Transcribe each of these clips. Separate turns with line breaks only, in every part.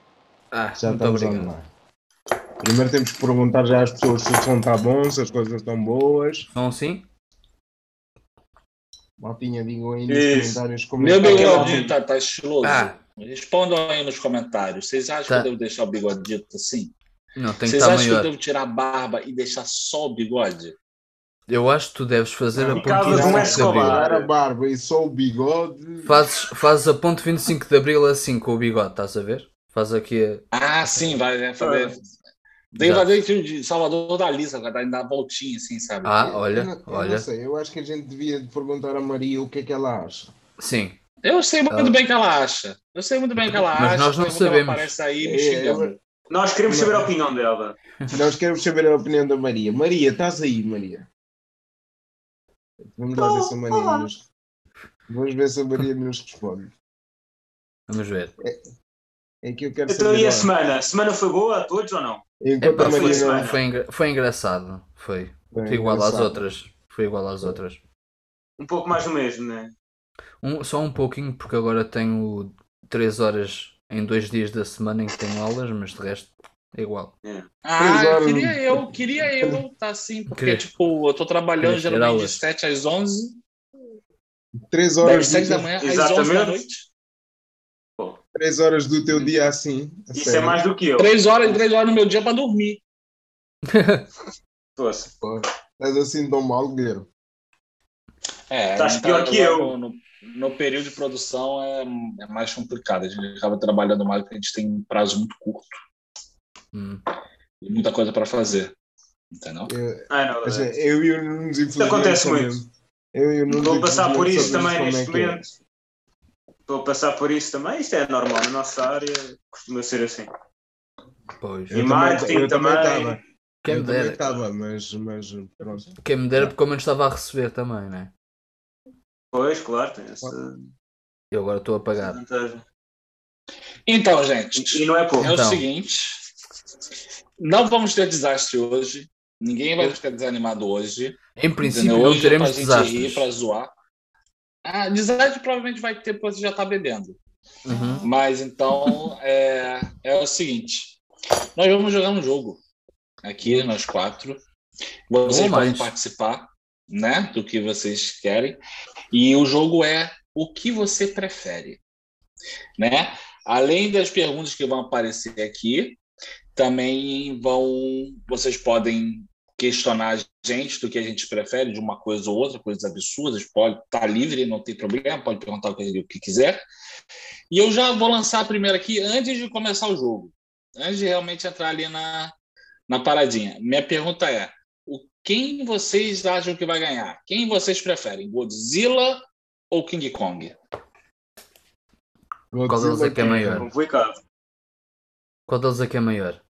ar.
Já
Ah, Muito
estamos
obrigado.
online. Primeiro temos que perguntar já às pessoas se o som está bom, se as coisas estão boas.
Estão assim?
Maltinha, digam aí nos
Isso.
comentários como é
Meu
está.
bigodinho tá, tá estiloso.
Ah,
Respondam aí nos comentários. Vocês acham
Tá.
que eu devo deixar o bigode dito assim?
não, tem que
Vocês
estar
acham que eu
maior. Eu,
devo tirar a barba e deixar só o bigode?
acho que tu deves fazer a
Em
ponto
casa não é
25 de abril.
escovar.
Tirar a barba e só o bigode.
Fazes, fazes a ponto 25 de abril assim com o bigode, estás a ver? Faz aqui a.
Ah, sim, vai vai fazer. Dei
Já.
É. fazer filme de Salvador da Lisa, vai dar- dar uma voltinha assim, sabe?
Ah,
Eu não-
olha,
eu
olha.
não sei, eu acho que a gente devia perguntar a Maria o que é que ela acha.
Sim.
Eu sei muito
Ah.
bem o que ela acha. Eu sei muito bem o que ela
Mas
acha.
nós não
eu sei quando
sabemos.
Ela aparece aí me
É,
xingando.
eu-
Nós queremos saber a opinião dela.
Nós queremos saber a opinião da Maria. Maria, estás aí, Maria? Vamos lá ver se a Maria nos... Vamos ver se a Maria nos responde.
Vamos ver.
É que eu quero
Então e
saber.
a
agora.
semana? A semana foi boa a todos ou não?
Enquanto
Epá,
a
foi,
Maria
isso,
não-
mano.
foi, engra- foi engraçado. Foi.
Bem,
Foi igual às
engraçado.
outras. Foi igual às outras.
Um pouco mais do mesmo, né?
Um- só um pouquinho, porque agora tenho 3 horas em dois dias da semana em que tenho aulas, mas de resto é igual.
Ah,
Pois é,
eu
não-
queria eu, queria eu tá assim, porque,
Queria-
tipo, eu tô trabalhando
queria tirar
geralmente de
hoje.
7 às 11,
Três
das
horas,
7
do
da
teu,
manhã às 11 da
Exatamente.
noite.
três horas do teu dia assim. a
Hum. Isso é
sério.
mais do que eu.
3 horas, 3 horas no meu dia pra dormir.
Fosse.
Estás assim tão mal, Guilherme.
É,
Tá
não
pior que eu.
No, no- no período de produção é, é mais complicado. A gente acaba trabalhando mais porque a gente tem um prazo muito curto
Hum.
e muita coisa pra fazer. Entendeu?
Eu,
Ah, não,
ou seja, é, eu e o Nunes infelizmente.
acontece
sabemos. Eu e o Nunes,
Vou passar por
infelizmente,
isso também
sabemos
neste
como é que é.
momento. Vou passar por isso também. Isto é normal. Na nossa área costuma ser assim.
Pois.
E marketing
eu também
também.
tava.
Quem
eu
me
também
dera.
estava, mas, mas pronto.
Quem me dera porque eu menos estava a receber também, né?
Pois, claro, tem essa
Eu agora estou a pagar.
vantagem.
Então, gente,
E e não é pouco.
é o
Então.
seguinte: não vamos ter desastre hoje. Ninguém vai ficar desanimado hoje.
Em princípio
Entendeu?
não
Hoje é
teremos
pra gente rir,
desastres.
pra zoar. Ah, desastre provavelmente vai ter porque você já tá bebendo.
Uhum.
Mas então é, é o seguinte: nós vamos jogar um jogo aqui, nós quatro. Vocês
Ou
podem
mais.
participar né, do que vocês querem. E o jogo é o que você prefere. Né? Além das perguntas que vão aparecer aqui, também vão. Vocês podem questionar a gente do que a gente prefere, de uma coisa ou outra, coisas absurdas, pode estar livre, não tem problema, pode perguntar o que- o que quiser. E eu já vou lançar a primeira aqui antes de começar o jogo. Antes de realmente entrar ali na, na paradinha. Minha pergunta é: o, quem vocês acham que vai ganhar? Quem vocês preferem? Godzilla ou King Kong?
Qual deles é que é maior?
Complicado.
Qual deles é que é maior?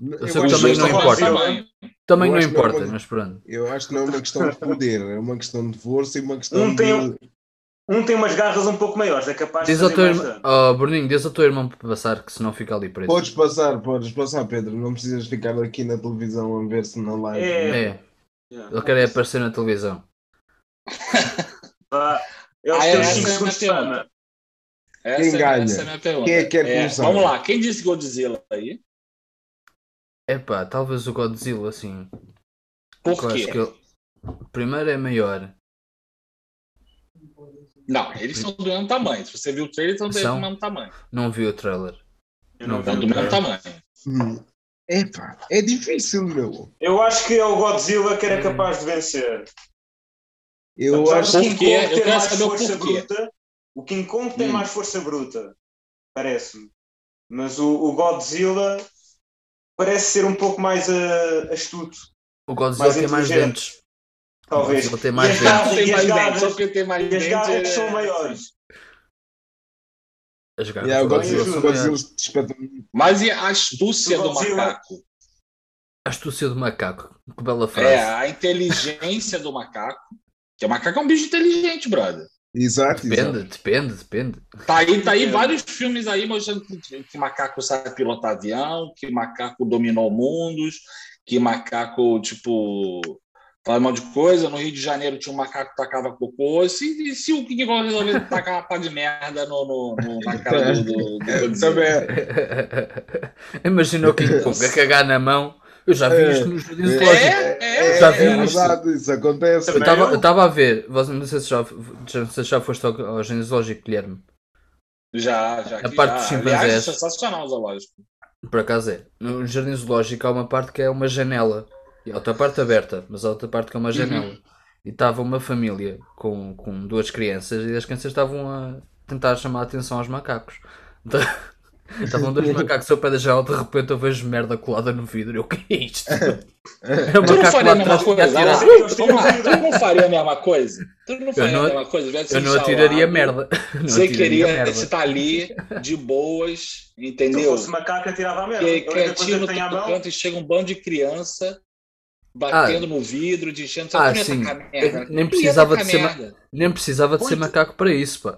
Eu
sei
acho
que também
que
não
é
Godzilla
importa.
possível.
tamanho.
Também
Eu
não
acho que eu
importa,
vou-
mas pronto.
Eu acho que não é uma questão de poder, é uma questão de força e uma questão
Um tem-
de.
Um tem umas garras um pouco maiores, é capaz de
Diz ao
fazer
teu
mais
irmão.
dano.
Oh, Bruninho, diz ao teu irmão para passar que senão fica ali preso.
Podes passar, podes passar, Pedro. Não precisas ficar aqui na televisão a ver-se na live.
É.
É,
Yeah.
ele quer é aparecer na televisão.
Vá. É os
Ah,
teus
essa
5
é a
segundos de
pergunta.
fama.
Essa,
Quem
é-
ganha?
essa é a minha pergunta.
Quem é que quer começar?
vamos lá, quem disse Godzilla aí?
Epá, talvez o Godzilla assim.
Por
porque eu
quê?
acho que ele- Primeiro é maior.
Não, eles são do mesmo tamanho. Se você viu o trailer, eles são
São.
do mesmo tamanho.
Não vi o trailer.
Eu
Não,
não vi
São do
o
mesmo
cara.
tamanho.
Hum. Epá, é difícil, meu.
Eu acho que é o Godzilla que era capaz de vencer.
Eu
Apesar
acho
do
Por
King
quê?
Kong
Eu
ter
quero
mais
saber o
força
porquê.
bruta. O King Kong tem
Hum.
mais força bruta, parece-me. Mas o, o Godzilla parece ser um pouco mais ah, astuto,
O Godzilla
Mais
tem mais
inteligente.
dentes.
talvez.
O Godzilla tem
E
mais
as
dentes.
garras-
Não tem
e as
mais dentes,
garras-
só porque tem mais
e as
dentes.
garras são
é-
maiores.
As garras
que é, o
do Godzilla
Godzilla,
são
o Godzilla
maiores.
se espeta muito.
Mas e a astúcia
Do
do
Godzilla.
macaco?
A astúcia do macaco. Que bela frase.
É, a inteligência do macaco. Porque o macaco é um bicho inteligente, brother.
Exato, exato.
Depende, depende, depende.
Tá aí, tá aí
É.
vários filmes aí mostrando que, que macaco sabe pilotar avião, que macaco dominou mundos, que macaco, tipo, Falaram mal de coisa, no Rio de Janeiro tinha um macaco que tacava cocô. E se, e se o King Kong resolver tacar uma pá de merda no, no- no- na cara do, do, do Godzilla?
Também. é,
Imagina o King Kong a cagar na mão. Eu já vi
É.
isto no jardim
É.
zoológico.
É,
É,
é,
Já
é
vi
é.
isto.
verdade, isso acontece.
Eu
Também
tava-
eu.
eu estava a ver, você, não sei se já, já- não sei se já foste ao, ao jardim zoológico, Guilherme.
Já, já.
A
aqui
É parte
já.
dos
Aliás, é
chimpanzés.
sensacional o zoológico.
Por acaso é. No jardim zoológico há uma parte que é uma janela. E a outra parte aberta, mas a outra parte que é
Uhum.
uma janela. E estava uma família com, com duas crianças e as crianças estavam a tentar chamar a atenção aos macacos. De- Estavam dois macacos ao pé da janela, de repente eu vejo merda colada no vidro. Eu, o que é isto? Era um
Tu não
macaco
faria
lá
a mesma
atrás que
coisa?
ia atirar.
tirar.
Alonso? Vamos lá, tu não faria a mesma coisa? Tu não faria
não-
a mesma coisa? Tivesse
Eu não
instalado.
atiraria merda. Não
Você
atiraria
queria
merda.
estar ali de boas,
Se
entendeu?
eu fosse macaco, eu tirava a merda.
Que- é
A única
Quietinho
coisa
no
que tem à
teu
mão.
canto e chega um bando de criança batendo no vidro, de enchendo.
Ah,
tu não ia
sim.
tacar merda.
Nem
Tu
precisava
ia
de
tacar
ser ma-
merda.
Nem precisava de ser
Muito.
macaco para isso, pá.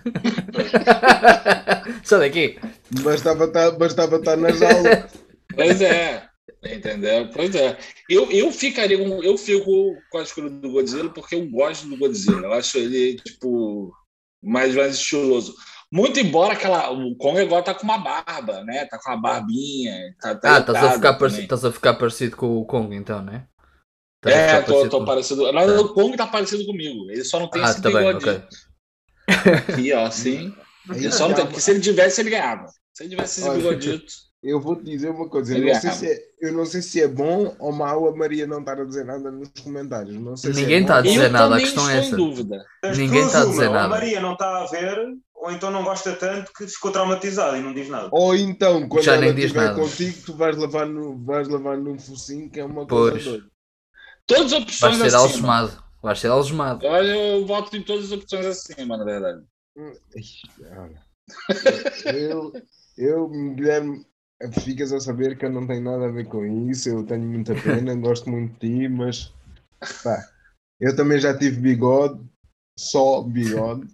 Sai daqui.
Bastava estar bastava estar tá na jaula.
Pois é. Entendeu? Pois é. Eu, eu ficaria com, eu fico com a escolha do Godzilla porque eu gosto do Godzilla. Eu acho ele, tipo, mais, mais estiloso. Muito embora aquela. O Kong agora tá com uma barba, né? Tá com uma barbinha. Tá, tá
Ah, estás a,
irritado
ficar
também.
parecido, estás a ficar parecido com o Kong, então, né? Estás a
É,
ficar
tô,
parecido
tô
com-
parecido. Mas
Tá.
o Kong tá parecido comigo. Ele só não tem
Ah,
esse
tá bem,
bigodinho
ok.
aqui, ó, assim. Ele
Aí
só não tem.
já-
é
Porque se ele tivesse, ele ganhava. Se ele tivesse esse
Olha.
bigodito.
Eu vou te dizer uma coisa, eu não, sei se é, eu não sei se é bom ou mal a Maria não estar a dizer nada nos comentários. Não sei se é
Ninguém
bom
tá a
ou-
dizer
Eu
nada, a
também
questão
estou
é
em
essa.
dúvida.
Tens
Ninguém
duas,
tá a
uma,
dizer
ou
nada.
Maria não está a ver, ou então não gosta tanto que ficou traumatizado e não diz nada.
Ou então, quando
Já
ela
nem diz
estiver
nada.
contigo, tu vais levar, no, vais levar num focinho que é uma
Pois.
coisa doida.
Todas as
Vais
opções
assim,
ser
acima.
algemado. Vais ser algemado.
Eu, eu voto em todas as opções acima, na verdade.
Ixi, olha. Eu, eu, Guilherme, ficas a saber que eu não tenho nada a ver com isso, eu tenho muita pena, gosto muito de ti, mas pá, eu também já tive bigode, só bigode.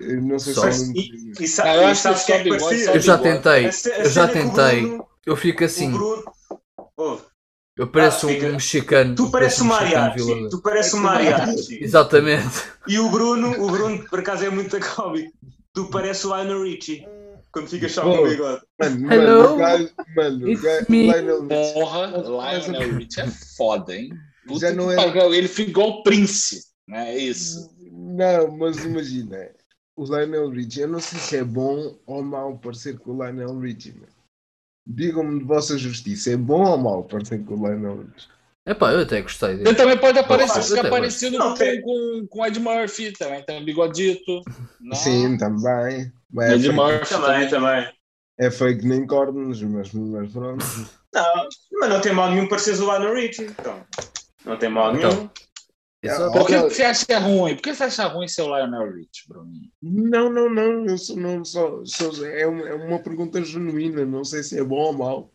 Eu não sei
Só.
se é muito-
E, sa
Ah, eu
e
acho que
sabes o que é que
só bigode,
parecia?
só
Eu já
bigode.
tentei,
A ce- a
eu já
cena que o
tentei.
Bruno-
eu fico
O
assim,
Bruno... Ouve,
eu pareço
Ah,
um
fica-
mexicano.
tu
eu
pareces
pareço um
uma
mexicano
mariachi.
violador.
Tu pareces uma mariachi.
Exatamente.
E o Bruno, o Bruno, por acaso, é muito cómico. Tu pareces o Lionel Richie. Quando ficas só com
Pô.
o bigode.
Mano,
Hello?
mano, o gajo, mano, o
It's
gajo,
me.
Lionel Richie,
Porra,
Mas-
Lionel Rich é foda, hein? Puta
Já não
que
é-
pariu, Ele ficou igual o Prince, né? É isso.
Não, mas imagina, o Lionel Richie, eu não sei se é bom ou mau parecer com o Lionel Richie, mano. Digam-me de vossa justiça, é bom ou mau parecer com o Lionel Richie?
Epá, eu até gostei
Ele
Então,
dele.
também pode
Eu
aparecer,
até
ficar
gosto.
parecido
Não,
com,
tem-
com, com Ed Murphy também, tem um bigodito. né?
Sim, também. Mas é,
Ed
fake,
Murphy também.
também.
é fake nem cornos, mas, mas pronto.
Não, mas não tem mal nenhum pareceres o Lionel Richie. Então, não tem mal nenhum.
Então. Isso- é
Não,
Por que que você acha ruim? Por que você acha ruim ser o Lionel Rich, Bruninho?
não, não, não. Eu sou, não sou, sou- é, uma, é uma pergunta genuína. Não sei se é bom ou mau.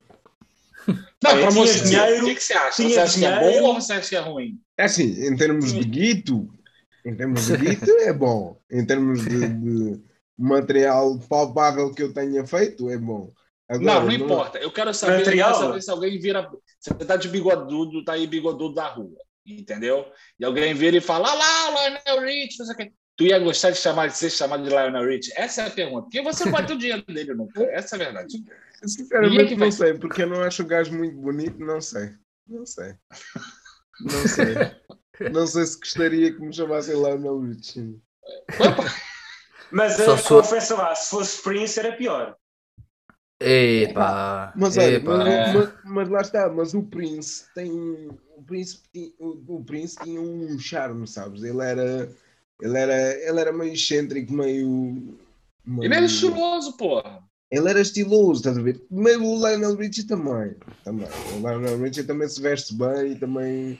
Não,
Aí
pra
tinha
você,
dinheiro,
o que, que você acha?
tinha
Você acha que é bom
dinheiro.
ou você acha que é ruim?
É assim, em termos de guito, em termos de guito é bom. Em termos de, de material palpável que eu tenha feito, é bom.
Não, não,
Agora,
importa. Eu quero saber, eu
Material?
quero saber se alguém vira. Você tá de bigodudo, tá aí bigodudo da rua, entendeu? E alguém vira e fala: ah lá, o Lionel Rich, não sei o quê. Tu ia gostar de chamar de ser chamado de Lionel Rich? Essa é a pergunta. Porque você não vai ter o dinheiro dele nunca. Essa é a verdade. Ninguém
Sinceramente,
que
não
vai-
sei, porque eu não acho o gajo muito bonito, não sei. Não sei. Não sei. não sei se gostaria que me chamassem Lionel Richie.
Mas
Só
eh,
sou-
confesso lá, se fosse Prince era pior.
Epá,
Mas, olha,
epá.
mas,
É.
mas- mas lá está, mas o Prince tem. um, O Prince, ti- o, o Prince tinha um charme, sabes? Ele era. Ele era, ele era meio excêntrico, meio.
Ele é
meio-
estiloso, porra.
Ele era estiloso, estás a ver? Mas o Lionel Richie também. também. O Lionel Richie também se veste bem e também.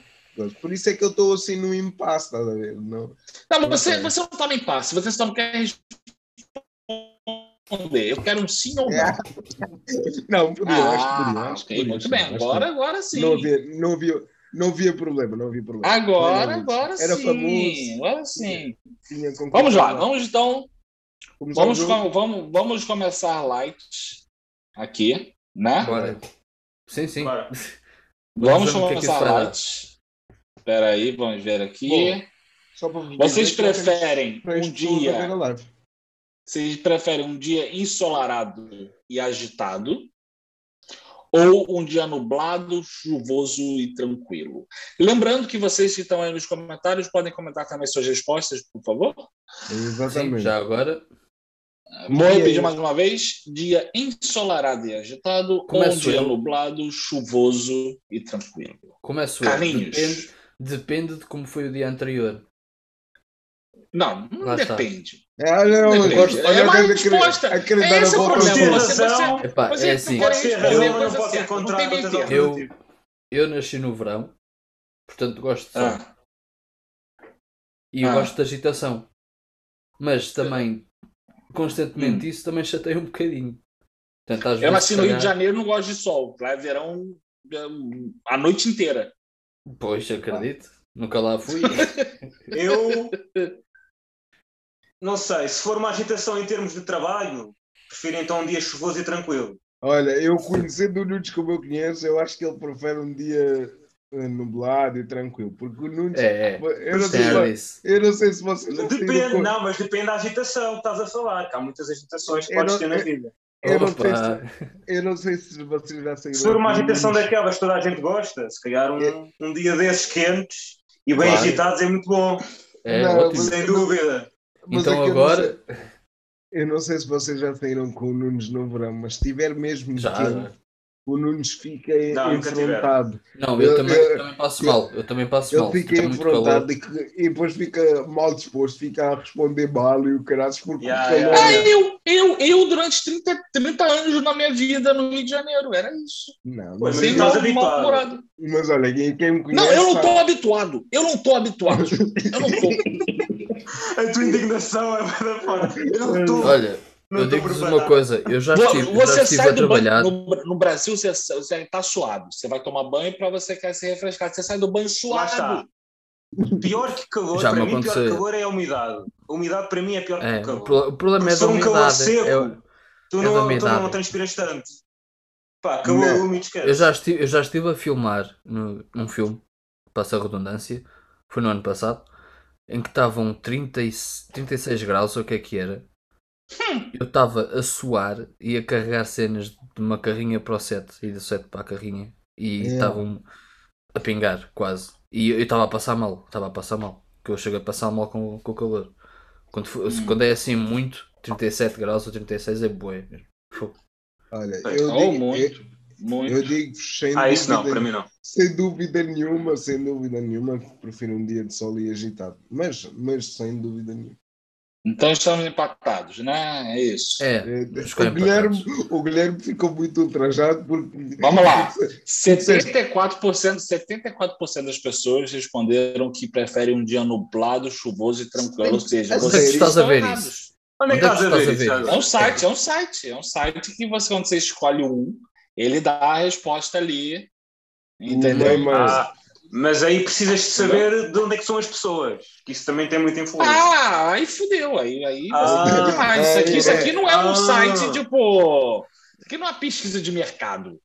Por isso é que eu estou assim num impasse, estás a ver? Não.
Não, mas você,
Ok.
você não tá no impasse, você só não quer responder. Eu quero um sim ou não.
É, Não, podia, acho que podia.
Ah,
acho que
ok,
podia,
muito
sim,
bem.
acho que
Agora, agora sim. Ah,
Não havia, não, havia, não havia problema, não havia problema.
Agora,
Lionel Richie.
agora
Era
sim.
famoso.
Agora sim.
Tinha conquistado-
Vamos lá, vamos então.
Começar o
Vamos,
jogo.
com- vamos, vamos começar light aqui, né?
Bora. Sim, sim.
Bora.
Vamos
Vamos
ver no que é que isso
começar
vai dar.
light. Espera aí, vamos ver aqui.
Bom, Só né? para vos
Vocês
dizer que nós temos
preferem
três pessoas
um
a ver
dia,
a live.
vocês preferem um dia ensolarado e agitado ou um dia nublado, chuvoso e tranquilo? Lembrando que vocês que estão aí nos comentários podem comentar também suas respostas, por favor.
Exatamente.
Sim, já agora.
Vou
E
repetir
aí?
mais uma vez: dia ensolarado e agitado ou um
Começo
dia
eu.
nublado, chuvoso e tranquilo.
Começo eu.
Carlinhos.
Depende, depende de como foi o dia anterior.
Não, não
Lá está.
depende.
Ah, não,
Depende.
eu gosto.
É
Olha, eu
uma
quero
resposta.
acreditar- acreditar
É
na
esse o
volta
Podes ter
problema.
dela.
você-
razão,
Epá,
Mas
é
ele
assim.
não quer
Pode ser
responder
razão,
coisa
mas não pode ser
certa, não
contra-
tem meio
contra-
termo.
Eu, eu nasci no verão, portanto gosto de sol.
Ah,
E eu
Ah.
gosto de agitação. Mas também, constantemente isso também chateia um bocadinho. Portanto, às
eu
vezes,
nasci
se
assim, no Rio de
calhar-
Janeiro não gosto de sol. Lá é verão é, a noite inteira.
Pois, acredito. Nunca lá fui.
Eu não sei, se for uma agitação em termos de trabalho, prefiro então um dia chuvoso e tranquilo.
Olha, eu conhecendo o Nunes como eu conheço, eu acho que ele prefere um dia eh, nublado e tranquilo. Porque o Nunes.
é, é.
Eu não, sei,
Tem a
se-
disso.
eu não sei se vocês já saíram
Depende,
né?
com-
não, mas depende da agitação que estás a falar, que há muitas agitações que
Eu
podes
não-
ter na
eu-
vida.
Eu não sei
Opa.
Eu não sei se vocês já saíram.
Se for uma
com o
agitação
Nunes.
daquelas que toda a gente gosta, se calhar um, um dia desses quentes e bem
Claro.
agitados é muito bom,
É
Não,
ótimo.
mas-
sem dúvida.
Mas é
Então
que eu não sei-
agora.
Eu não sei se vocês já saíram com o Nunes no verão, mas se tiver mesmo
Já,
quente,
já.
o Nunes fica
Não, nunca
enfrentado.
Não, eu,
Eu-
também,
eu-
também passo mal. Eu também passo
Ele
mal.
fica
Está muito calor.
enfrentado e, que- e depois fica mal disposto, fica a responder mal e o caralho, porque
Yeah,
o calor.
yeah,
Ah, eu, eu, eu durante 30, 30 anos na minha vida no Rio de Janeiro, era isso.
Não, mas,
Pois, Sim,
Sempre
estás
mal-
habituado.
mal-humorado.
mas olha, quem, quem me conhece.
Não, eu não tô
sabe-
habituado. Eu não tô habituado. Eu não tô.
A tua indignação é da fora. Eu não estou.
Olha,
não
eu
estou
digo-vos
preparado.
uma coisa. Eu já
Vo-
estive, eu já
você
estive
sai
a
do banho
trabalhar.
no, no Brasil, você, você tá suado. Você vai tomar banho para você quer se refrescar. Você sai do banho
Lá está.
suado.
Pior que calor,
Já
para
me
mim, pior que
aconteceu.
calor é a umidade. A umidade para mim é pior
É,
que
o
o
pro-
calor.
o problema é
Porque
da
se for um calor
umidade.
seco,
Eu,
Tu,
é da
não, tu
umidade.
não transpiras tanto. Pá, calor
Não.
úmido, esquece.
eu já estive, eu já estive a filmar no- num filme, passa a redundância, foi no ano passado, em que estavam 30 e se- 36 graus, ou o que é que era. Eu estava a suar e a carregar cenas de uma carrinha para o set e do set para a carrinha. E
É.
estavam a pingar, quase. E eu eu estava a passar mal, estava a passar mal. Que eu chego a passar mal com, com o calor. Quando, fo- quando é assim muito, 37 graus ou 36 é bué.
Olha,
Bem,
eu
Oh,
digo,
muito.
eu,
Muito.
eu digo sem
Ah, isso
dúvida,
não, para mim não.
sem dúvida nenhuma, sem dúvida nenhuma, que prefiro um dia de sol e agitado. Mas, mas sem dúvida nenhuma.
Então estamos empatados, né? É isso.
É,
Eh,
mas com
O Guilherme, o Guilherme ficou muito ultrajado porque.
Vamos lá. 74%, 74% das pessoas responderam que preferem um dia nublado, chuvoso e tranquilo. Ou seja,
É
Onde é que
vocês
tu estás a
estão
ver
errados.
isso?
Onde é que
Onde é que
estás a
estás a
ver
ver
isso?
isso?
É
agora?
um site, é um site. É um site que você, quando você escolhe um, ele dá a resposta ali. Entendeu?
Não é mais.
Ah, mas aí precisas de saber de onde é que são as pessoas, que isso também tem muita influência.
Ah, aí fudeu. Aí, aí
Ah,
fudeu demais. Isso aqui, isso aqui não é um
ah.
site tipo. Isso aqui não é uma pesquisa de mercado.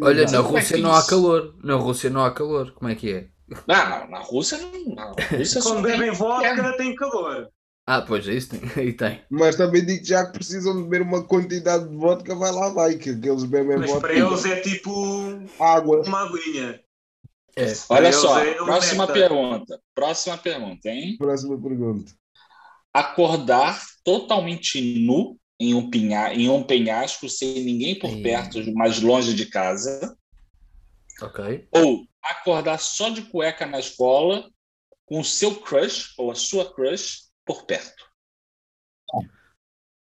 Olha,
Não,
na
como é
Rússia
que
não há
isso?
calor. Na Rússia não há calor. Como é que é?
Ah, não, na Rússia não. Na Rússia só
Quando
tem-
bebem vodka, tem calor.
Ah, pois é isso. tem- Aí tem.
Mas também digo já que precisam de beber uma quantidade de vodka, vai lá, vai, que aqueles bebem
Mas
vodka.
para eles é tipo uma
Água.
aguinha.
É.
Olha
Deus,
só,
é um
próxima
meta.
pergunta. Próxima pergunta, hein?
Próxima pergunta.
Acordar totalmente nu em um, pinha, em um penhasco, sem ninguém por
Ih.
perto, mas longe de casa.
Ok.
Ou acordar só de cueca na escola, com o seu crush ou a sua crush por perto.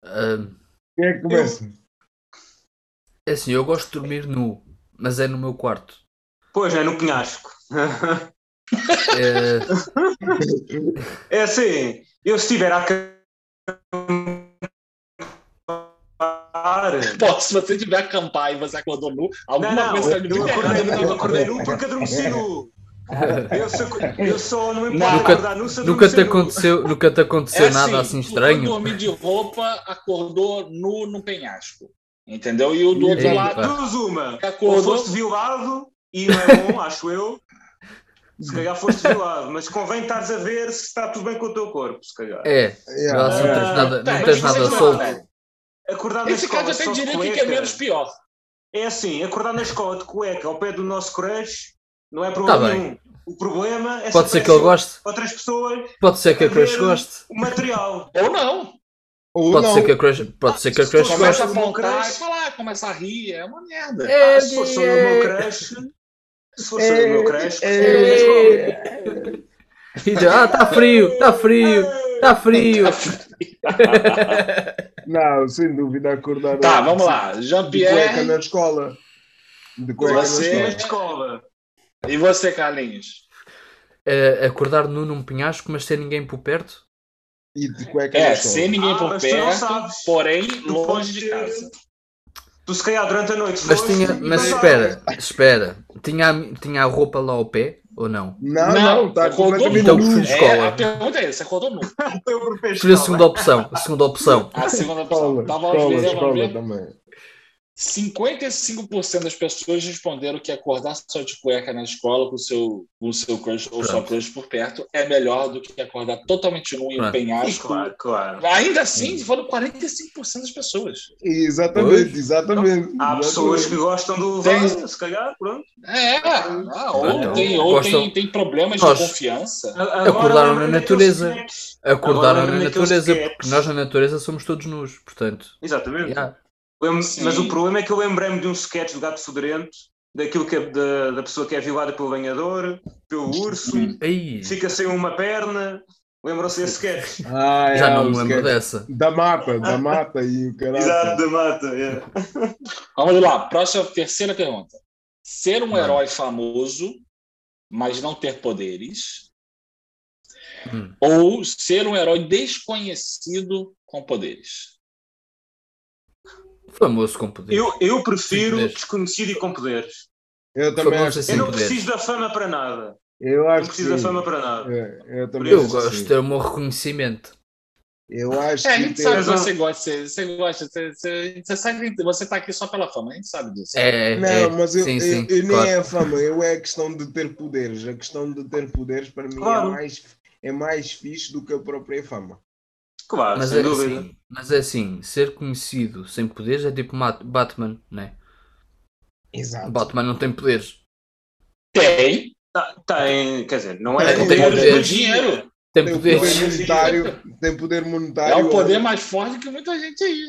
Ahm,
Quem é que começa?
é assim, eu gosto de dormir nu, mas é no meu quarto.
Pois é, no penhasco.
É,
É assim, eu se estiver a acampar.
Pô, Então, se você tiver acampar e você acordou nu, alguma
Não, não,
coisa É está
eu
muito errada.
acordei nu, eu
Não,
acordei nu porque adormeci nu. Eu, sou, eu só não me
Não.
posso
Nunca-
acordar nu se
nunca te
adormecer nu.
aconteceu, nunca te aconteceu
É
nada assim
Eu
estranho?
dormi de roupa, acordou nu no penhasco. Entendeu? E o do outro
Eita.
lado
Duas uma. Ou
acordou
foste violado, e não é bom, acho eu. Se calhar foste violado, mas convém estares a ver se está tudo bem com o teu corpo, se calhar.
É,
Yeah.
Nossa, não tens
tá,
nada- não
Tem,
tens
mas
nada
isso é
solto.
normal. Acordar na
Esse
escola
caso até
só de
diria que é
cueca.
menos pior.
É assim, acordar na escola de cueca ao pé do nosso crush não é problema
Tá bem.
nenhum. O problema é se
pode ser que
aparecem
ele goste,
outras pessoas
pode ser que a Crush goste,
o material.
Ou não.
Ou
pode
não.
ser que a Crush, pode ser que a Crush
Começa
goste.
a
gosto de um
apontar e
crush.
falar, começa a rir, é uma merda.
Ah, se fosse o meu crush, se fosse o meu crush,
é.
É, é,
E já, ah, tá frio, tá frio, tá frio.
Não, sem dúvida, acordar.
Tá, vamos
De
lá.
cueca
Jean-Pierre
na escola. De cueca
Você-
na
na
escola.
escola.
e você, Carlinhos.
É, acordar nu num penhasco, mas sem ninguém por perto?
E de cueca na
É,
escola.
sem ninguém
Ah,
por
mas tu não
perto,
sabes.
porém
Tu
longe
podes
de
ter-
casa.
Tu se calhar durante a noite
Mas
foste
tinha,
e
mas
não
espera, espera, tinha, a- tinha a roupa lá ao pé ou não?
Não, não, está
acordou nu.
completamente
Então,
nu.
filhos- escola.
É, a pergunta é essa, acordou nu.
sabes. Foi o perfeito.
Escolhi a segunda opção, a segunda opção.
A segunda opção.
Escola,
Tava aos
escola,
ver, vamos
escola
ver.
também.
55% das pessoas responderam que acordar só de cueca na escola com o seu, com o seu crush ou sua
Pronto.
crush por perto é melhor do que acordar totalmente nu em um
Pronto.
Sim,
penhasco.
Claro, claro.
Ainda assim, foram 45% das pessoas.
Exatamente, exatamente.
Há pessoas que gostam do
Tem-
levar, se calhar, pronto.
É, ah, ou,
Então,
tem, ou
gostam-
tem, tem problemas
Nós-
de confiança.
Agora
Acordaram na
lembra-me
natureza.
daqueles sketches.
Acordaram
Agora
na
lembra-me
natureza,
daqueles
porque nós na natureza somos todos nus, portanto.
Exatamente.
yeah.
Lembro-
Sim.
Mas o problema é que eu lembrei-me de um sketch do gato fedorento, daquilo que é, da, da pessoa que é violada pelo banhador, pelo urso,
Hum.
Aí,
fica sem uma perna. Lembram-se desse sketch?
Ah, é,
já não
os
me lembro
que-
dessa.
Da mata, da mata e o caralho.
Exato, da mata. é.
Vamos lá, próxima, terceira pergunta. Ser um
Ah.
herói famoso, mas não ter poderes,
Hum.
ou ser um herói desconhecido com poderes?
Famoso com poder.
Eu, eu prefiro
Sim, poderes.
desconhecido e com poderes.
Eu também
Famoso
acho.
assim.
eu
Sim,
não
poderes.
preciso da fama para nada.
Eu
Não
acho que.
preciso da
sim.
fama para nada.
É, eu também
Eu
acho que
gosto de
sim.
ter o meu reconhecimento.
Eu acho
É, a
que
gente
tem-
sabe que
razão.
você gosta, você, você gosta, você, você, você sabe que você tá aqui só pela fama, a gente sabe disso.
É,
Não,
é.
mas eu,
sim,
eu-
sim,
eu nem
claro.
é a fama, eu é a questão de ter poderes. A questão de ter poderes para mim
Claro.
é, mais, é mais fixe do que a própria fama.
Claro,
Mas
sem
é,
dúvida.
assim, mas é assim, ser conhecido sem poderes é tipo Mat- Batman, né?
Exato.
Batman não tem poderes.
Tem,
Tá- Tem, quer dizer, não é,
É,
poder,
tem
mas
poderes.
poder,
poder.
dinheiro.
Tem
Tem o poder
poderes.
monetário. Tem poder
É
monetário.
o poder mais forte que muita gente aí.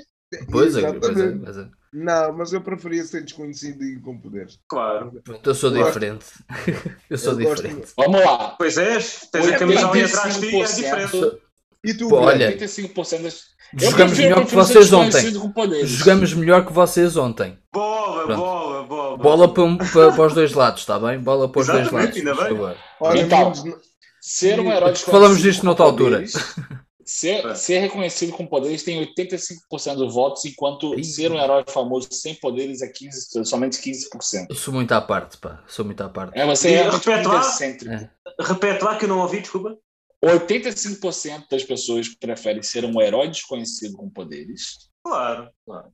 Pois é, pois é,
Exatamente.
pois é.
Não, mas eu preferia ser desconhecido e com poderes.
Claro.
Pronto, Eu sou
Eu gosto.
diferente. Eu sou
Eu gosto
diferente.
Vamos lá.
Pois é, tens a
Olha,
camisola
tem
aí atrás de ti e é
25%.
diferente.
Sou-
E tu,
Pô,
Guilherme?
olha,
35% das... Eu
Jogamos
prefiro-
melhor que
prefiro ser
vocês ontem.
desconhecido Com poderes.
Jogamos melhor que vocês ontem.
Bola,
Pronto.
bola, bola.
Bola para, um- para, para os dois lados, está bem? Bola para os dois lados.
Exatamente, ainda
por
bem.
favor.
Olha,
Então.
menos-
Ser um herói desconhecido
Falamos disto
com
noutra altura.
poderes,
É.
Ser, ser reconhecido com poderes tem 85% dos votos, enquanto
Ih.
ser um herói famoso sem poderes é 15, somente 15%.
Eu sou muito à parte, pá. Sou muito à parte.
É, você
E
é
repete
muito
lá.
excêntrico.
É.
Repete lá que eu não ouvi, desculpa.
85% das pessoas preferem ser um herói desconhecido com poderes
Claro, claro,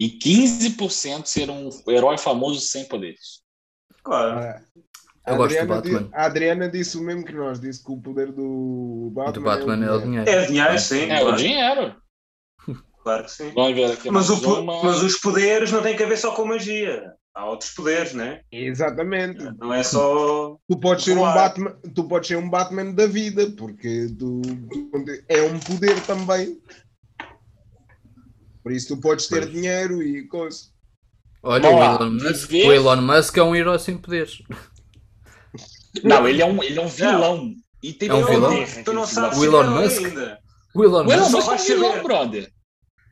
e 15% ser um herói famoso sem poderes.
claro.
Ah,
Eu gosto do
Adriana di-
Batman.
a Adriana disse o mesmo que nós, disse que o poder do Batman,
Do Batman é o dinheiro.
É dinheiro, sim,
É o
claro,
dinheiro.
claro que sim.
Vamos ver aqui
Mas,
mais
o po-
uma.
mas os poderes não têm que haver só com magia. Há outros poderes, né?
Exatamente.
Não é só.
Tu podes ser um
Claro.
Batman, tu podes ser um Batman da vida, porque tu, tu- é um poder também. Por isso tu podes ter
Pois.
dinheiro e coisa.
Olha, o
Vamos lá.
Elon, Musk,
Viver-
o Elon Musk é um herói sem poderes.
Não, ele é um, ele é um vilão. E tem
É um
Tu
vilão?
não- Tu não sabes
O
se
Elon
é herói
Musk?
ainda.
O Elon
O Elon
Musk
Só
Musk é um
vai saber-
vilão, brother.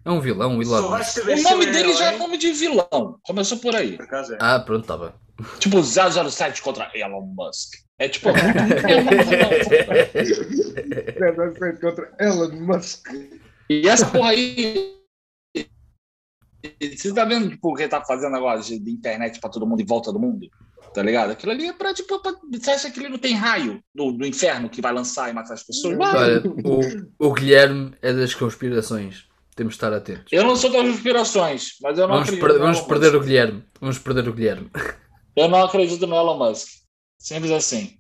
é um vilão, o
Só
Elon
vais
Musk.
saber
O
se
nome
ele é
dele já é
herói.
nome de vilão. Começou por aí.
Por acaso é.
Ah, pronto, tá bem.
Tipo 007 contra Elon Musk. É tipo. é um vilão.
Deve ser contra Elon Musk.
e essa porra aí. Você tá vendo tipo, o que ele tá fazendo agora de de internet pra todo mundo e volta do mundo? Tá ligado? Aquilo ali é pra, tipo, pra- você acha que ele não tem raio do, do inferno que vai lançar e matar as pessoas? Vai.
Olha, o, o Guilherme é das conspirações. Temos de estar atentos.
Eu não sou das inspirações, mas eu não
Vamos,
acredito.
per-
no
vamos
Elon
perder
Musk.
o Guilherme. Vamos perder o Guilherme.
Eu não acredito no Elon Musk. Simples assim.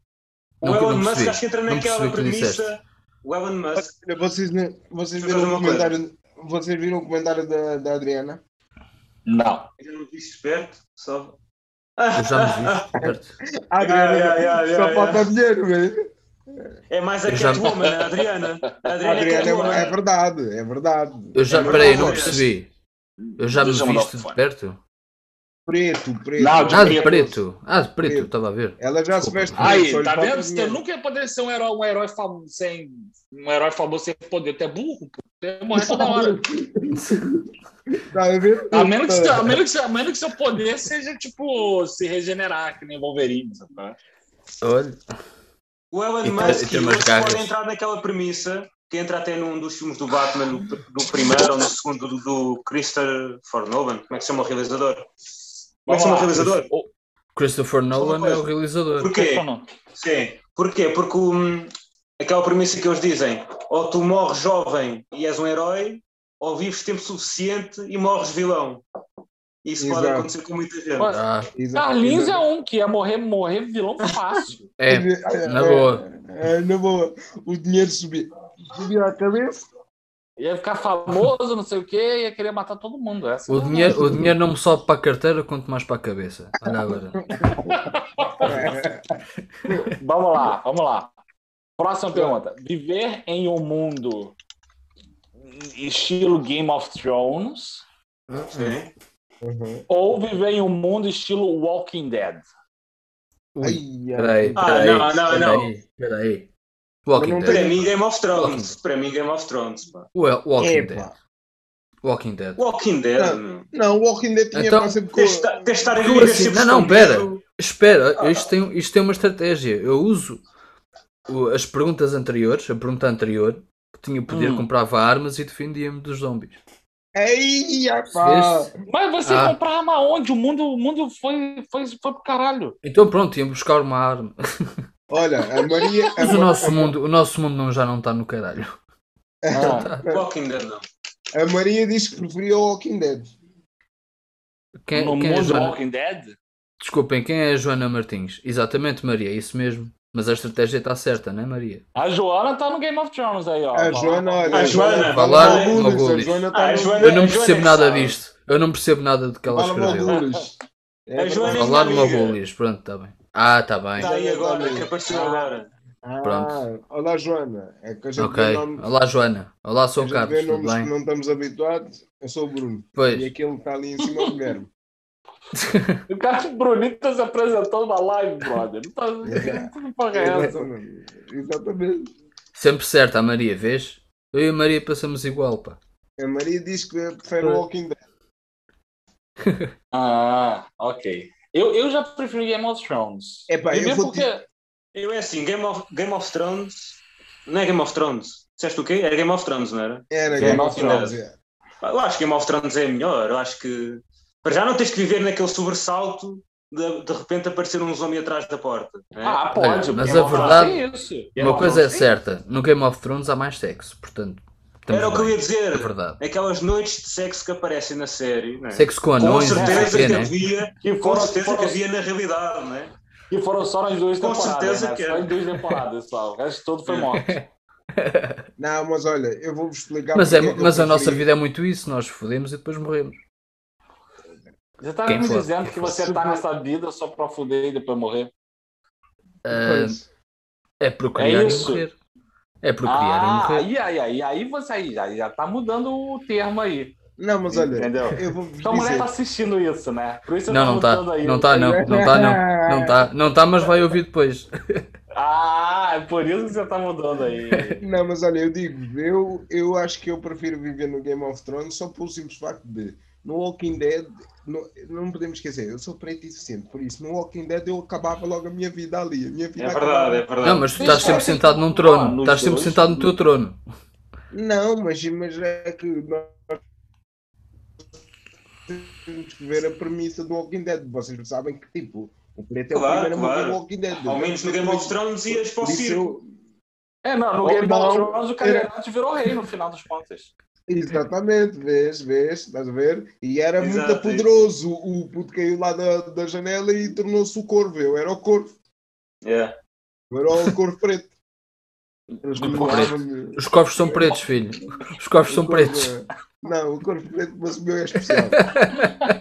O
Não,
Elon
não
Musk
percebi.
acho que entra
Não
naquela
percebi o que tu
premissa. O Elon Musk.
Olha, Vocês, ne- vocês
Deixa
viram
eu fazer
o
uma coisa.
comentário, vocês viram o comentário da, da Adriana?
Não.
Ainda não disse esperto, só.
Eu já me vi. Perto.
A Adriana
Ah, Yeah, yeah, yeah,
só
yeah,
falta dinheiro, velho.
É mais a
Eu já-
Catwoman, a Adriana. A
A
Adriana é
Adriana
Catwoman.
é, é verdade, é verdade.
Eu já,
É
peraí,
verdade. um
não percebi. Eu já me
Deixa-me dar o
visto de
fone.
perto?
Preto, preto.
Não,
Ah, de
Preto.
preto. Ah, de preto,
Preto.
estava a ver.
Ela já se
Desculpa.
veste preto, só
Aí,
lhe
tá
falta
vendo? Você
dinheiro.
nunca ia poder ser um herói, um herói famoso sem. Um herói famoso sem poder. Tu é burro, pô. Tu ia morrer toda hora.
Tá a ver?
A menos, que,
tá-
seu- a, menos que, seu- a menos que seu poder seja, tipo, se regenerar, que nem Wolverine, sabe? qual é?
Olha,
O Elon
E tem-
Musk
tem
e
umas
outros
garras.
podem entrar naquela premissa que entra até num dos filmes do Batman, do, do primeiro ou no segundo, do, do Christopher Nolan. Como é que se chama o realizador? Como é que se chama o
Vamos lá.
realizador?
O-
Christopher Nolan é o
coisa.
realizador.
Porquê?
qual é o nome?
Sim. Porquê? Porque hum, aquela premissa que eles dizem, ou tu morres jovem e és um herói, ou vives tempo suficiente e morres vilão. Isso pode
Exato.
acontecer com muita gente.
Olha,
Ah,
Exato.
Tá
Carlinhos é um que ia morrer, morrer vilão fácil.
é, na boa.
É, na boa. O dinheiro subia. Subia a cabeça.
Ia ficar famoso, não sei o quê, ia querer matar todo mundo. Essa é
o dinheiro,
é
o dinheiro não me sobe para a carteira, quanto mais para a cabeça. Olha agora.
Vamos lá, vamos lá. Próxima pergunta. Viver em um mundo estilo Game of Thrones
Sim.
Uhum.
ou viver em um mundo estilo Walking Dead?
Ai,
Peraí,
Ah,
peraí.
não, não, não.
peraí, Peraí. Walking
Mas não
Para
Dead.
mim, é Game of Thrones.
Walking.
Para mim, Game of Thrones. pá.
Well, Walking
Epa.
Dead. Walking Dead.
Walking Dead,
Não.
meu.
Não, o Walking Dead tinha
Então-
para sempre
Tens de estar- tens de estar a
Como
viver
assim?
sempre
Não, não,
escondido.
pera. Espera, isto tem, isto tem uma estratégia. Eu uso o- as perguntas anteriores, a pergunta anterior, que tinha o poder,
Hum.
comprava armas e defendia-me dos zombies.
Ai, pá.
Veste?
Mas você
Ah.
comprar arma onde? O mundo, o mundo foi, foi, foi pro caralho.
Então pronto, ia buscar uma arma.
Olha, a Maria. a
Mas o
Ma-
nosso mundo, o nosso mundo não, já não está no caralho.
É.
Ah,
Walking Dead, não.
A Maria diz que preferia o Walking Dead.
Quem,
no
quem é a
mundo
Joana?
Walking Dead?
Desculpem, quem é a Joana Martins? Exatamente, Maria, é isso mesmo. Mas a estratégia está certa, não é, Maria?
A Joana tá no Game of Thrones aí, ó.
A Joana, olha.
Ah, É, A
Falar
Joana.
fala mal
mal
Gulis. A
Gulis.
Joana
Ah, a
está
Joana-
Eu não
a Joana
percebo
é
nada
sábio.
disto. Eu não percebo nada do que ela
Fala mal
escreveu.
Gulis.
A Joana-
Falar
minha
mal
amiga.
Gulis, pronto, está bem. Ah, está bem.
Está Tá aí
é
agora, que apareceu agora.
Ah,
Pronto.
Olá, Joana. É que a gente
Ok.
vê nomes,
Olá, Joana. Olá,
a
sou o
gente
Carlos.
vê
Tudo
nomes que
bem?
não estamos habituados. Eu sou o Bruno. E
Pois.
aquele que está ali em cima é o Guilherme.
O cara Brunito se apresentou na live, brother. Não tá, não porra é essa?
Exatamente. Exatamente.
Sempre certa a Maria, vês? Eu e a Maria passamos igual, pá.
A Maria diz que prefere o Walking Dead.
Ah, ok. Eu, eu já prefiro Game of Thrones.
Epá, eu
Primeiro
vou
porque...
Eu é assim, Game of, Game of Thrones. Não é Game of Thrones. Disseste o quê? Era Game of Thrones, não era?
É, Era
Sim,
Game of
Walking
Thrones.
Dead.
é.
Pá, Eu acho que Game of Thrones é melhor. Eu acho que. Para já não tens que viver naquele sobressalto de, de repente aparecer um zombie atrás da porta. né?
Ah,
Olha,
pode.
É, mas
Game
a
of Thrones
verdade-
é isso.
Uma
Game of
coisa é
Thrones.
certa, no Game of Thrones há mais sexo, portanto. estamos
Era o que eu
bem.
ia dizer.
É verdade.
Aquelas noites de sexo que aparecem na série.
É.
Né?
Sexo com
Com
anões, não sei o
certeza
quê,
que
né?
havia.
E
Com
foram,
certeza que
foram,
havia na realidade, não é?
e foram só nas duas
Com
temporadas.
certeza
né?
que
Só
era. É.
em duas temporadas, só. O resto todo foi morto.
Não, mas olha, eu vou-vos explicar.
Mas, é,
porque é que eu
mas a nossa
preferi.
vida é muito isso, nós fodemos e depois morremos.
Você tá
Quem
me
for.
dizendo que você tá nessa vida só pra fuder e depois morrer?
Ah, é
É
procriar e
isso.
morrer. É procriar
Ah,
e morrer.
e aí, aí, aí você aí já, já tá mudando o termo aí.
Não, mas olha, é-
Entendeu?
eu vou-vos
Então a
é
mulher tá
dizer.
assistindo isso, né? Por isso você
Não, não
tá
está.
mudando aí. é.
Não está, não. Não está, não. Não está, não tá, mas vai ouvir depois.
Ah, é por isso que você tá mudando aí.
Não, mas olha, eu digo, eu, eu acho que eu prefiro viver no Game of Thrones só pelo simples facto de no Walking Dead, no- não podemos esquecer, eu sou preto e suficiente, por isso no Walking Dead eu acabava logo a minha vida ali. A minha vida
É
acabava.
verdade, é verdade.
Não, mas tu
Sim,
estás sempre
sim.
sentado num
Ah,
trono.
nos
Estás sempre
dois.
sentado no teu trono.
Não, mas, mas é que nós temos que ver a premissa do Walking Dead. Vocês sabem que tipo, o preto é
Claro,
o primeiro a morrer
claro.
no Walking Dead.
Ao menos no Game of Thrones ias para o
Por isso
circo.
eu-
É, não, no
Ou
Game
não, É.
of Thrones o
era-
Cadeirante virou rei no final das contas.
Exatamente, vês, vês, estás a ver? E era
Exato,
muito poderoso. O puto caiu lá da, da janela e tornou-se o corvo. Eu era o corvo.
Yeah.
Eu era o cor preto.
preto. Os cofres são pretos, filho. Os cofres são pretos.
Não, o cor preto, mas o meu é especial.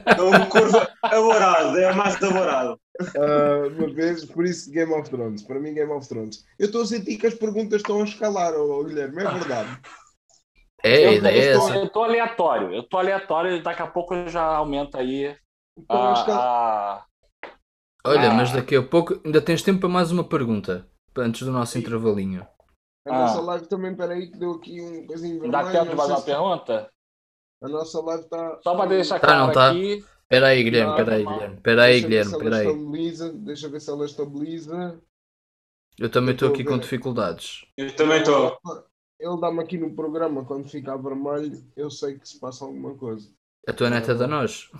É um curva elaborado, é mais elaborado.
Ah, uma vez, por isso Game of Thrones. Para mim, Game of Thrones. Eu estou a sentir que as perguntas estão a escalar, oh, Guilherme, é verdade.
É, a
eu,
ideia é
eu, tô,
essa.
eu tô aleatório, eu tô aleatório e daqui a pouco eu já aumento aí
Estão a
Ah,
escalar.
a, a-
Olha,
Ah.
mas daqui a pouco ainda tens tempo para mais uma pergunta. Antes do nosso intervalinho.
A nossa
Ah.
live também, peraí, que deu aqui um coisinho vermelho.
Dá tempo de
não
mais
sei
uma
se-
pergunta?
A nossa live está.
Só para deixar
Tá,
claro
não tá.
aqui.
Espera aí, Guilherme,
Não,
espera aí,
não.
Guilherme. Espera aí,
Deixa eu ver
Guilherme,
se
espera
ela
aí.
estabiliza, Deixa eu ver se ela estabiliza.
Eu também estou
Estou a
aqui com
ver.
dificuldades.
Eu também estou.
Ele dá-me aqui no programa, quando fica vermelho, eu sei que se passa alguma coisa.
A tua neta é da nós?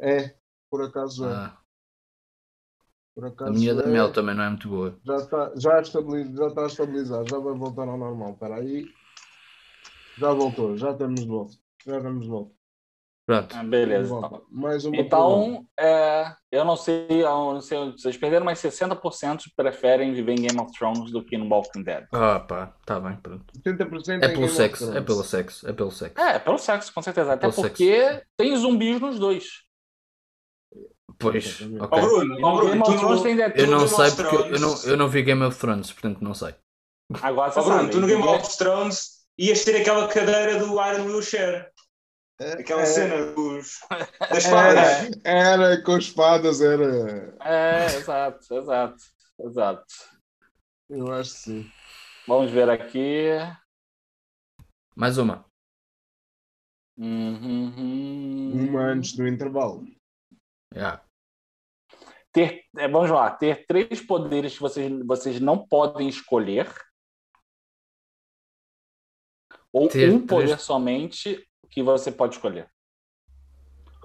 É, por acaso é.
Ah,
por acaso
a minha da
é.
Mel também não é muito boa.
Já está já estabilizado, já está estabilizado, já vai voltar ao normal. Espera aí. Já voltou, já estamos de volta. Já estamos de volta.
Pronto.
Ah, beleza.
Volta.
Então,
Mais uma pergunta.
Então, é, eu não sei, eu não sei onde vocês perderam, mas 60% preferem viver em Game of Thrones do que no Walking Dead.
Ah, pá, tá bem, pronto.
70%
É
em
pelo
Game of
sexo, é
Thrones.
pelo sexo, é pelo sexo.
É, pelo sexo, com certeza. Até
Pelo sexo.
porque tem zumbis nos dois.
Pois,
Ó
ok.
Bruno, ó,
No Game
Bruno, tu
of Thrones
no,
tem
Eu
Deadpool.
não
Game
sei
of
porque eu não,
Thrones.
eu não vi Game of Thrones, portanto não sei.
Agora você
ó, Bruno,
sabe.
tu no Game
entendeu?
of Thrones ias ter aquela cadeira do Iron Wheelchair. Aquela
É.
cena dos, das fadas.
Era, era com espadas, era.
É, exato, exato, exato.
Eu acho que sim.
Vamos ver aqui.
Mais uma.
Uhum, uhum.
Uma antes do intervalo.
Yeah.
Ter, é, vamos lá, ter três poderes que vocês, vocês não podem escolher. Ou
Ter
um poder
três-
somente que você pode escolher.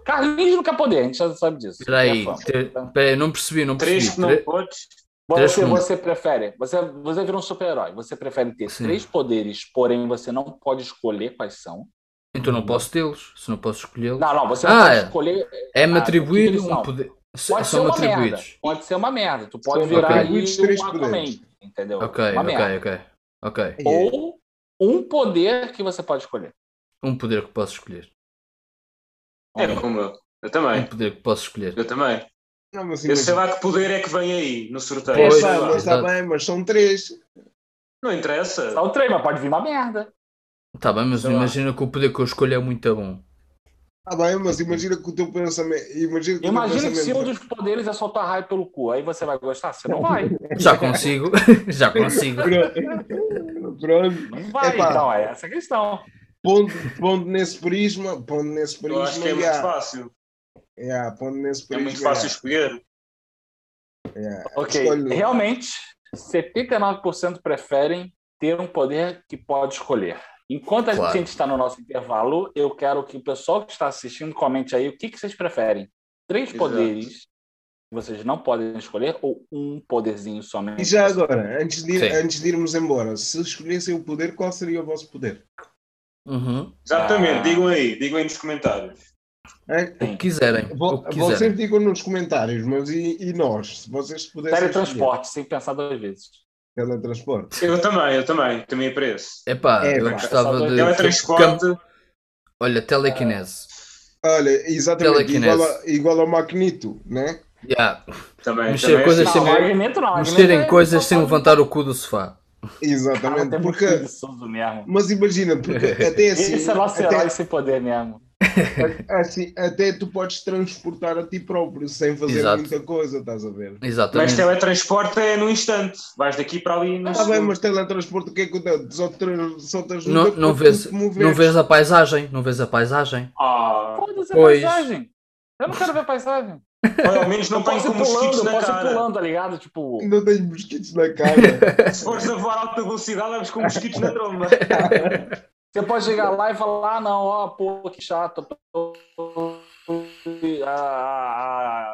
Carlinhos não quer poder, a gente já sabe disso.
Espera aí,
É fã.
ter- espera aí, não percebi, não percebi.
Três Um que não
Tre-
podes.
Três
Você,
segundos.
você prefere, você, você vira um super-herói, você prefere ter
Sim.
três poderes, porém você não pode escolher quais são.
Então não posso tê-los, se não posso escolhê-los.
Não, não, você
Ah,
não pode
é. um
escolher.
É-me
Ah, que
atribuído
eles são.
um poder. S-
Pode ser
São
uma
atribuídos.
merda. Pode ser uma merda. Tu pode
São
virar aí
atribuídos três
um
poderes.
Aquaman, entendeu?
Ok,
uma merda.
ok, ok. Ok.
É.
Ou um poder que você pode escolher.
Um poder que posso escolher.
É como eu. Eu
Um
também.
poder que posso escolher.
Eu também.
Não, mas
Eu
imagina.
sei lá que poder é que vem aí no
é
sorteio.
Pois.
Sei
Tá,
lá.
mas está
Exato.
bem, mas são três.
Não interessa.
Só o trem, mas pode vir uma merda.
Tá bem, mas
Sei lá.
imagina que o poder que eu escolho é muito bom.
Está Tá bem, mas imagina que o teu pensamento. Imagina que o teu
Imagina que se um
pensamento-
dos poderes é soltar raio pelo cu. Aí você vai gostar? Você não vai.
Já consigo, já consigo.
Pronto. Pronto.
Não vai.
Epá.
Então, é essa a questão.
Pondo, pondo nesse prisma, pondo nesse
Eu
prisma,
acho que é muito
yeah.
fácil.
Yeah, pondo nesse
É
prisma.
muito fácil
yeah.
escolher.
Ok,
Escolhe-
realmente, 79% preferem ter um poder que pode escolher. Enquanto a
Claro.
gente está no nosso intervalo, eu quero que o pessoal que está assistindo comente aí o que, que vocês preferem. Três
Exato.
poderes que vocês não podem escolher ou um poderzinho somente?
E já agora, antes de, ir-
Sim.
antes de irmos embora, se escolhessem o poder, qual seria o vosso poder?
Uhum.
Exatamente.
Ah.
Digam aí. Digam aí nos comentários.
Hein?
O que quiserem.
Vo-
O que quiserem.
Vocês digam nos comentários, mas e, e nós? Se vocês pudessem.
Teletransporte, sem pensar duas vezes.
escolher Teletransporte.
Eu também. Eu também. Também é apareço.
Epá,
É,
eu
pá.
gostava
Só
de.
um
Teletransporte.
Cam- Olha, telequinese.
Olha, exatamente,
Telequinese.
igual, a- igual ao Magneto, né?
Ah,
Yeah.
Também.
Mexer
também é assim.
coisas
acho-
sem-
Não, Magneto não.
Mexer
Magneto
em
é-
coisas sem levantar o cu do sofá.
Cara,
Exatamente.
até Ah, muito
porque,
preguiçoso mesmo.
mas imagina, porque até assim.
Esse é nosso
até-
herói sem poder mesmo.
Assim, até tu podes transportar a ti próprio sem fazer
Exato.
muita coisa, estás a ver?
Exatamente.
Mas teletransporte é num instante. Vais daqui para ali. num
Tá
Ah, bem,
segundo.
mas teletransporte, o que é que eu Só te, só te ajuda
Não,
para
não,
tu
vês,
te moveres.
não vês a paisagem, não vês a paisagem.
Ah,
Foda-se a
Pois.
paisagem. Eu não quero ver paisagem.
olha, ao menos não
Eu
tem
posso ir
como mosquitos
pulando, eu
na
posso ir
cara.
pulando, tá ligado? Tipo,
Não tens mosquitos na cara.
Se fores a voar a alta velocidade, leves com mosquitos na tromba.
você pode chegar lá e falar, ah, não, ó, pô, que chato. tô- tô- A, a,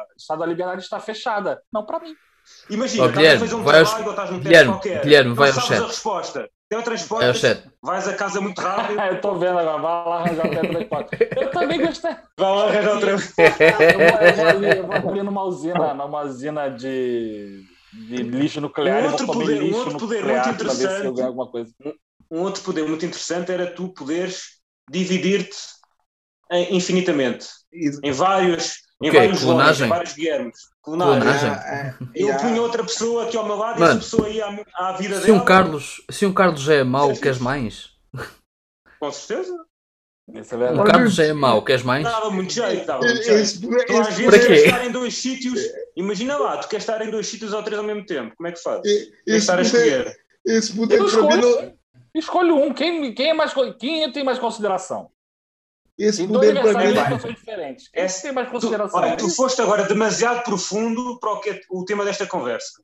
a Estado da Liberdade está fechada. Não, pra mim.
Imagina,
Ó,
estás a
Guilherme,
fazer um
vai aos-
trabalho ou estás num teste
Guilherme,
qualquer.
Guilherme,
não
vai ao
sabes
chat.
a resposta.
É o
Teletransportes,
chat.
vais a casa muito rápido,
Eu tô vendo agora, vai lá arranjar o teletransporte. Eu também gostei.
vai lá arranjar outra
Eu vou, eu vou ali- eu vou abrir numa usina, numa usina de de lixo nuclear.
Um
eu
outro
vou comer
poder- um
lixo
outro poder
nuclear
muito
pra ver se eu
interessante.
ganho alguma coisa.
Um outro poder muito interessante era tu poderes dividir-te em- infinitamente. Em vários, em
quê?
vários Lóis,
Clonagem?
em vários Guilhermes. Clonagem.
Clonagem?
é.
Eu punho outra pessoa aqui ao meu lado e
Mano,
essa pessoa ia à, à vida
Se
dela.
um Carlos, se um Carlos já é mau,
Sim.
queres mais?
Com certeza.
Isso é
Um
verdade.
Carlos já é mau, queres mais?
Dava muito jeito,
É,
dava muito jeito.
Esse
Tu às
esse-
vezes
Para quê?
queres estar em dois sítios. Imagina lá, tu queres estar em dois sítios ou três ao mesmo tempo. Como é que fazes? Tens de
esse
estar a
poder-
escolher.
esse poder
Eu
para mim não-
escolho, escolho um. Quem, quem, é mais, co- quem tem mais consideração?
esse
Em dois
poder para
aniversários
mim
de
vai.
pessoas diferentes. Quem
Esse-
tem mais
Tu,
consideração?
olha, tu foste agora demasiado profundo para o, que é o tema desta conversa.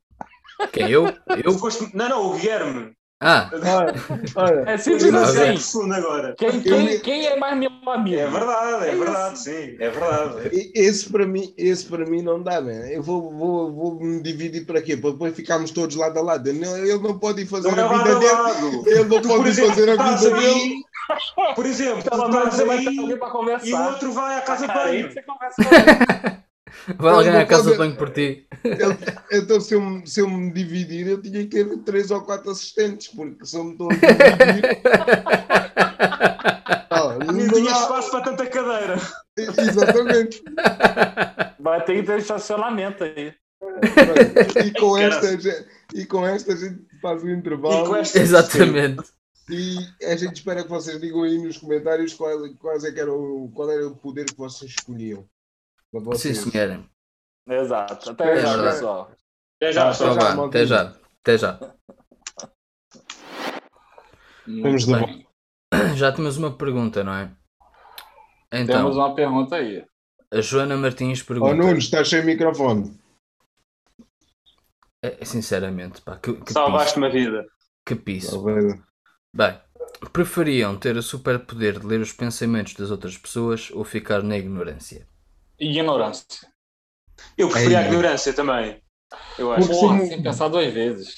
Quem eu?
Tu
Eu?
foste, não, não, o Guilherme.
Ah,
Olha, olha,
É
Foi
simples
demasiado
assim.
profundo agora.
Quem, quem, quem é mais meu amigo?
É verdade, é verdade, sim, é verdade.
E- Esse para mim, esse para mim não dá, man. Eu vou, vou, vou me dividir para quê? Para depois ficarmos todos lado a lado. Ele não, ele não pode ir fazer
Não é
a
lado
vida
a
dele.
lado.
Ele não
Tu, por
pode ir
exemplo, tá,
fazer a
estás
vida
aí-
dele.
Por exemplo, tu
Pelo menos
estás
você vai ter alguém
aí
para
e o
conversar.
outro vai à casa de
Aí
banho.
você conversa com ele.
vai lá
Mas
ganhar
não
a casa
pode-
de banho por ti.
Ele- então, se eu, me- se eu me dividir, eu tinha que ter três ou quatro assistentes, porque se eu me estou a dividir. Ah,
Nem
não
tinha
dá.
espaço para tanta cadeira.
Exatamente.
Vai ter que ter estacionamento aí.
E com,
Caralho.
esta, a gente- e com esta a gente faz o intervalo.
E com esta-
Exatamente.
E a gente espera que vocês digam aí nos comentários qual, quais é que era o, qual era o poder que vocês escolhiam. Para
Sim,
vocês.
senhora.
Exato. Até já,
Espera.
pessoal.
Já, já,
Então
pessoal.
já,
vá,
maltinha.
até já. Até já.
Vamos de
Bem,
volta.
Já temos uma pergunta, não é?
Temos
Então,
uma pergunta aí.
a Joana Martins
Ó Nuno,
pergunta.
estás sem microfone.
É, Sinceramente, pá, que, que piso.
Salvaste-me a vida.
Que piso.
Talvez.
Bem, preferiam ter o superpoder de ler os pensamentos das outras pessoas ou ficar na ignorância?
Ignorância.
Eu preferia a
Ei.
ignorância também. Eu acho.
Porque
Porra,
sim.
sem assim, pensar duas vezes.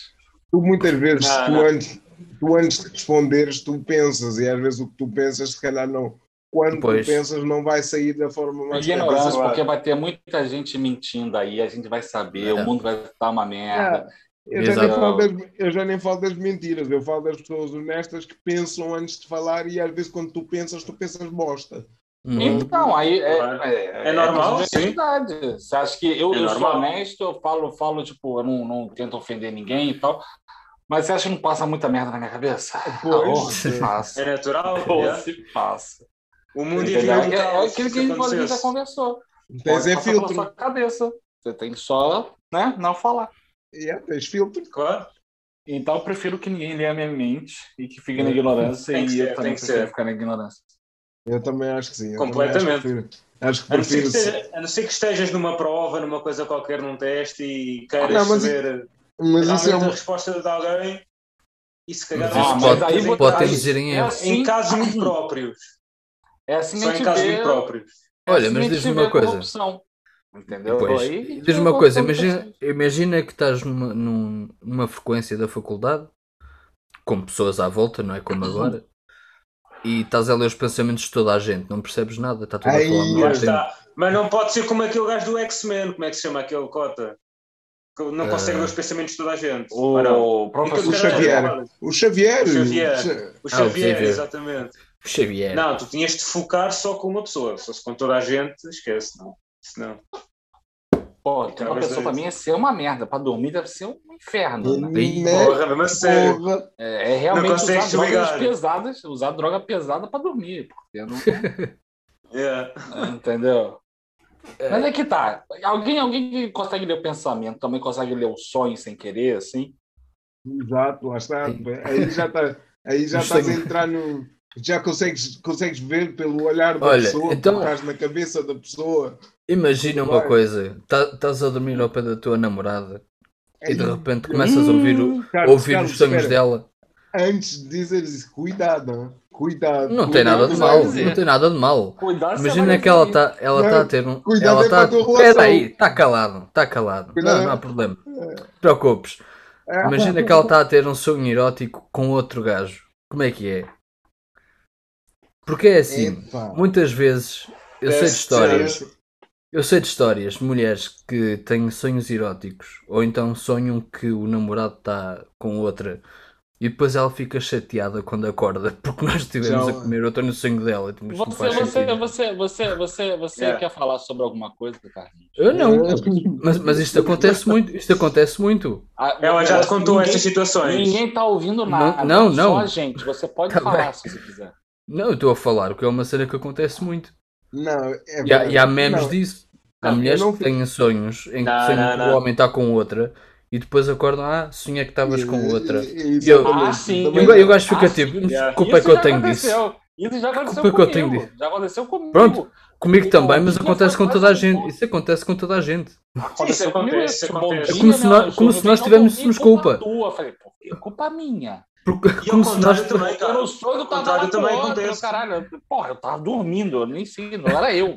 Tu muitas vezes,
Não,
tu,
não.
Antes, tu antes de responderes, tu pensas, e às vezes o que tu pensas, se calhar não. Quando
Pois.
tu pensas, não vai sair da forma mais
é,
Ignorância,
pensada.
porque é vai ter muita gente mentindo aí, a gente vai saber,
É.
o mundo vai estar uma merda.
É. Eu já, nem
Exato.
falo das, eu já nem falo das mentiras, eu falo das pessoas honestas que pensam antes de falar e às vezes quando tu pensas, tu pensas bosta. Uhum.
Hum,
Então, aí é,
Claro.
é,
É normal,
questão de
sim.
honestidade. Você acha que eu,
É
eu sou
normal.
honesto, eu falo, falo tipo, eu não, não tento ofender ninguém e tal. Mas você acha que não passa muita merda na minha cabeça? Ah, oh,
Pois.
se passa.
É natural.
Oh,
é.
se passa.
O mundo ia virar
Entendeu?
um
É, é
caos.
aquilo que
se
a gente, a gente já
acontecesse.
conversou.
Tens
Pode
é
passar
filtro.
pela sua cabeça. Você tem que só né, não falar.
Yeah, tens filtro.
Claro.
Então eu prefiro que ninguém leia a minha mente e que fique na ignorância
Tem que
e
ser,
eu também
tem que
prefiro
ser.
ficar na ignorância.
Eu também acho que sim. eu
Completamente.
também Acho que
A não, ser que
prefiro. Acho que prefiro.
esteja- a não ser que estejas numa prova, numa coisa qualquer, num teste e queiras
Não, mas
saber
Mas
realmente
isso é
a
um.
resposta de alguém e se
Mas
calhar
Ah,
isso
mas
pode,
aí
em
vou-
pode
aí-
induzir em
é
erro.
assim-
em casos muito próprios.
É assim que
Só
a
em
gente
casos
vê-
muito próprios.
é
Olha,
assim
mas
que a gente
diz-me
vê
uma coisa.
corrupção. Entendeu?
Pois,
Aí a gente
diz
vê
uma coisa,
corrupção
imagina,
acontecendo.
imagina que estás numa, num- numa frequência da faculdade, com pessoas à volta, não é como agora, e estás a ler os pensamentos de toda a gente, não percebes nada, está tudo a
Ai,
falar ao
lá
Lá
mesmo tempo.
está. Mas não pode ser como aquele gajo do X-Men, como é que se chama aquele cota? Que não consegue
Ah.
ler os pensamentos de toda a gente. Ou não.
O
O
professor
é
Xavier. um- O Xavier.
O Xavier.
Xa-
O
Ah, o
Xavier,
Xavier.
exatamente.
Xavier,
Não, tu tinhas de focar só com uma pessoa. Se fosse com toda a gente, esquece, não. Isso não.
Pô, tem uma
Cara,
pessoa
mas-
pra mim é ser uma merda. Pra dormir deve ser um inferno. né?
Né?
Porra, mesmo a sério.
Porra.
É, é realmente
Não consegue
usar drogas
desligar.
pesadas, usar droga pesada pra dormir. Porque não, é,
Yeah.
entendeu? Mas é que tá. Alguém, alguém que consegue ler o pensamento também consegue ler o sonho sem querer, assim.
Exato, lá está.
Sim.
Aí já, tá, aí já
Não
estás a
sei.
entrar no. Já consegues, consegues ver pelo olhar da
Olha,
pessoa,
então-
estás na cabeça da pessoa.
imagina
tudo
uma
bem.
coisa, tá- estás a dormir ao pé da tua namorada e de
Aí,
repente começas a ouvir, Então, o-
Carlos,
ouvir
Carlos,
os sonhos
espera.
dela.
Antes de dizeres isso, cuidado, hein? cuidado.
Não tem nada de
cuidado,
mal,
cuidado.
não tem nada de mal.
Cuidado, você vai
Imagina que ela
dormir.
está ela
Não,
tá a ter um.
cuidado
ela
é
tá,
para a tua
Espera
relação.
aí, está calado, está calado.
Cuidado
Não,
é-
não há problema. Te preocupes. Imagina que ela está a ter um sonho erótico com outro gajo. Como é que é? Porque é assim,
Epá.
muitas vezes eu sei de
Deve
histórias Eu sei de histórias de mulheres que têm sonhos eróticos ou então sonham que o namorado está com outra e depois ela fica chateada quando acorda porque nós estivemos
Já-
a comer outra no sonho dela. Mas não
Você,
faz
você,
sentido.
você, você, você, você
Yeah.
quer falar sobre alguma coisa, Carlinhos?
Eu não, mas, mas isto acontece muito. Isto acontece muito.
Ah,
Ela É, já te contou
ninguém-
essas situações.
Ninguém tá ouvindo nada.
Não, não,
Só
não.
a gente. Você pode
Tá
falar
bem.
se você quiser.
Não, eu estou a falar, que é uma cena que acontece muito.
Não, é
E há, e há memes
Não,
disso. Há
Não, eu
mulheres
não
que
fi-
têm sonhos em que
Não,
sonham
não,
que
não.
o homem está com outra e depois acordam, ah, sonhei que estavas com outra.
Exatamente.
Eu-
Ah, sim.
E
Também
o- e o
não.
gajo fica
Ah,
tipo,
sim, já.
"Mas que culpa é
Isso
que eu
já
tenho disso.
aconteceu. Isso já aconteceu
culpa que eu tenho
comigo.
disso?
Já aconteceu comigo.
Pronto, Comigo
Então,
também, mas
isso
acontece
foi
com toda a
quase
gente.
um-
Isso acontece com toda a gente.
Isso
Aconteceu comigo.
acontece,
isso,
acontece.
bom
É como
dia,
se
meu
nós-
anjo,
como se
tudo
nós
bem? Não,
tivéssemos culpa.
culpa tua. Eu falei, pô, é culpa minha.
Porque,
E ao
como se nós.
contrário também,
Eu
cara.
não sou do
Tá, contrário
trabalho do
também
outro,
acontece.
caralho. Porra, eu tava dormindo, eu nem sei, não era eu.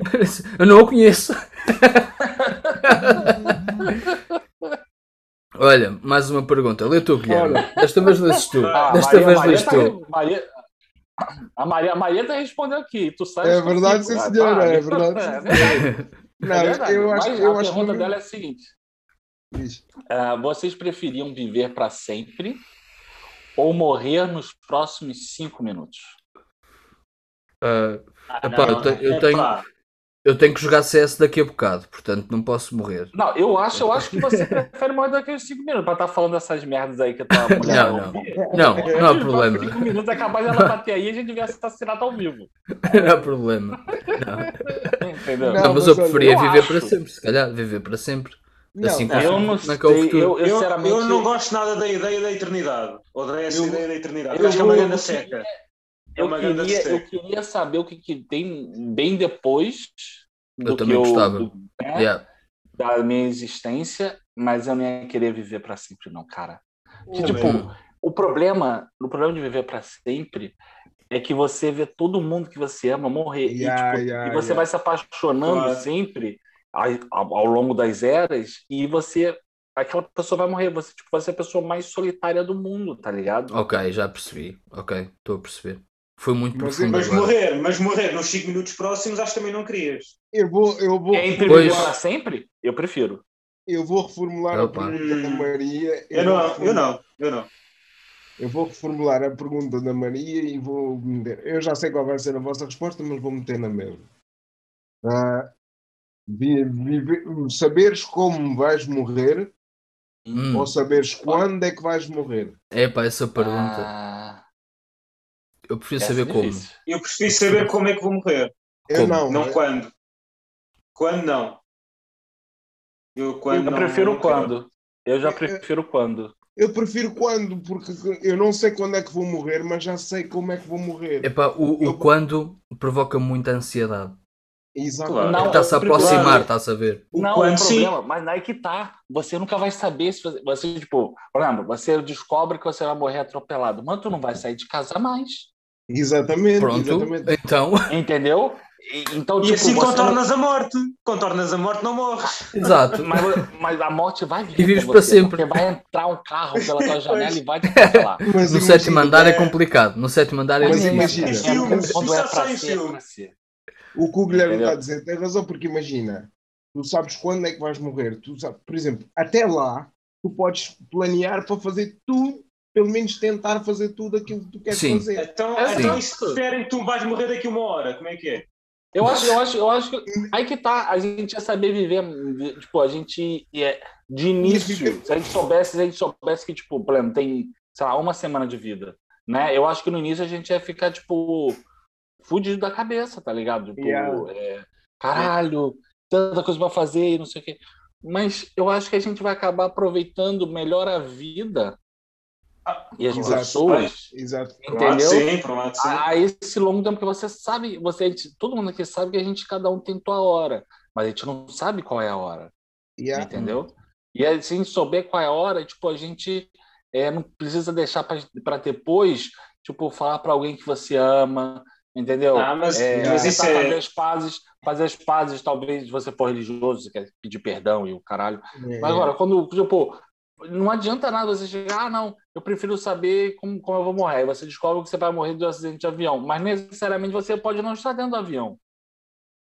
Eu não o conheço. Olha, mais uma pergunta. Lê tu, Guilherme. Desta vez lês tu.
Ah,
Desta
Maria-
vez
Maria
lês
tá-
tu.
Maria- a Maria, a Maria tá respondendo aqui. Tu sabes
É
que eu
verdade, sim,
fico, ah,
senhora,
tá.
é verdade, sim,
É verdade,
Não,
é verdade.
eu acho,
Mas
eu
a
acho
pergunta
que.
dela é a seguinte:
Diz.
ah, vocês preferiam viver para sempre ou morrer nos próximos cinco minutos?
Ah,
Ah,
Epá, eu te- eu tenho-
Epá.
eu tenho que jogar CS daqui a bocado, portanto não posso morrer.
Não, eu acho, eu acho que você prefere morrer daqui a cinco minutos para estar falando essas merdas aí que eu tava mulher.
Não, Não, não há problema.
Cinco minutos é capaz dela bater aí e a gente devia ser assassinado ao vivo.
Não há problema.
Entendeu?
Não,
Não, mas
mas
eu
olha,
preferia
eu
viver
acho.
para sempre, se calhar. Viver para sempre.
Não,
Assim,
não,
eu não
Como
sei.
é que é o futuro?
eu, eu,
Eu,
sinceramente.
eu não gosto nada da ideia da eternidade. Odeio essa
Eu-
ideia da eternidade.
eu
acho que é uma
vou-
grande seca. É
Eu
uma grande
queria, eu
seca.
queria saber o que, que tem bem depois do
Eu também
que
gostava.
do- né,
Yeah.
da minha existência, mas eu não ia querer viver para sempre, não, cara. Que,
Também
é,
tipo, o problema, o problema de viver para sempre é que você vê todo mundo que você ama morrer e,
Yeah,
tipo,
yeah,
e você
yeah.
vai se apaixonando
Claro.
sempre ai- ao, ao longo das eras e você aquela pessoa vai morrer, você tipo vai ser a pessoa mais solitária do mundo, tá ligado?
Ok, já percebi. Ok, estou a perceber. Foi muito
Mas-
profundo.
Mas
agora.
morrer, mas morrer nos 5 minutos próximos, acho que também não querias.
Eu vou, eu vou,
É
Entre
Pois.
viver para sempre, eu prefiro.
eu vou reformular
Opa.
a pergunta da Maria.
Eu
vou
não, eu
reformular-
não, eu não.
Eu vou reformular a pergunta da Maria e vou meter. Eu já sei qual vai ser a vossa resposta, mas vou meter na mesma. Ah, vi- vive- saberes como vais morrer
Hum.
ou saberes quando é que vais morrer?
É pá, essa pergunta.
Ah,
Eu prefiro
essa é
saber como.
difícil.
Eu prefiro saber como é que vou morrer.
Como?
Eu não.
Não quando. Quando não. Eu
Eu
quando não.
prefiro
não quero.
quando. Eu já prefiro quando.
Eu prefiro quando, porque eu não sei quando é que vou morrer, mas já sei como é que vou morrer.
É pá, o, o quando provoca muita ansiedade. É-
Exato.
Claro.
Não,
Está-se a
eu prefiro-
aproximar, está-se a ver.
O
não,
quando
o
sim.
problema, mas aí que tá. Você nunca vai saber se você, você, tipo, por exemplo, você descobre que você vai morrer atropelado, mas tu não vai sair de casa mais.
Exatamente.
Pronto,
Exatamente.
então.
Entendeu? E- então,
E
tipo,
assim
você
contornas a morte. Contornas a morte, não morres.
Exato.
Mas, mas a morte vai vir.
E vives
com
pra
você,
sempre.
Porque vai entrar um carro pela tua janela e vai te
é.
atropelar.
Mas
No
imagina-
sétimo andar é complicado. No sétimo andar é
Mas
difícil.
imagina.
filmes,
Quando
isso
é
é só
pra
em
ser, é
filme.
pra ser.
O que o Guilherme
Entendeu?
está a dizer tem razão, porque imagina, tu sabes quando é que vais morrer. Tu sabes, por exemplo, até lá, tu podes planear para fazer tudo, pelo menos tentar fazer tudo aquilo que tu queres
Sim.
fazer.
Então,
É
então
assim.
e se disserem que tu vais morrer daqui uma hora, como é que é?
Eu acho, eu acho, eu acho que. Aí que tá, a gente ia saber viver. Tipo, a gente ia. De início, se a gente soubesse, se a gente soubesse que, tipo, por exemplo, tem, sei lá, uma semana de vida, né? Eu acho que no início a gente ia ficar, tipo, fudido da cabeça, tá ligado? Tipo,
Yeah.
é, caralho, tanta coisa pra fazer e não sei o quê. Mas eu acho que a gente vai acabar aproveitando melhor a vida e as
Ah, Exato.
pessoas,
Exato.
Por um lado,
entendeu?
Sim, por um lado, sim.
a, a esse longo tempo que você sabe, você, a gente- todo mundo aqui sabe que a gente cada um tem tua hora, mas a gente não sabe qual é a hora,
Yeah.
entendeu? E aí, se a gente souber qual é a hora, tipo, a gente é, não precisa deixar para depois, tipo, falar para alguém que você ama, entendeu?
Ah, mas,
É,
mas isso
tentar fazer
é.
as pazes, fazer as pazes, talvez se você for religioso, você quer pedir perdão e o caralho. Mas agora, quando, tipo, não adianta nada você chegar, ah, não, eu prefiro saber como, como eu vou morrer. Aí um você descobre que você vai morrer do acidente de avião. Mas necessariamente você pode não estar dentro do avião.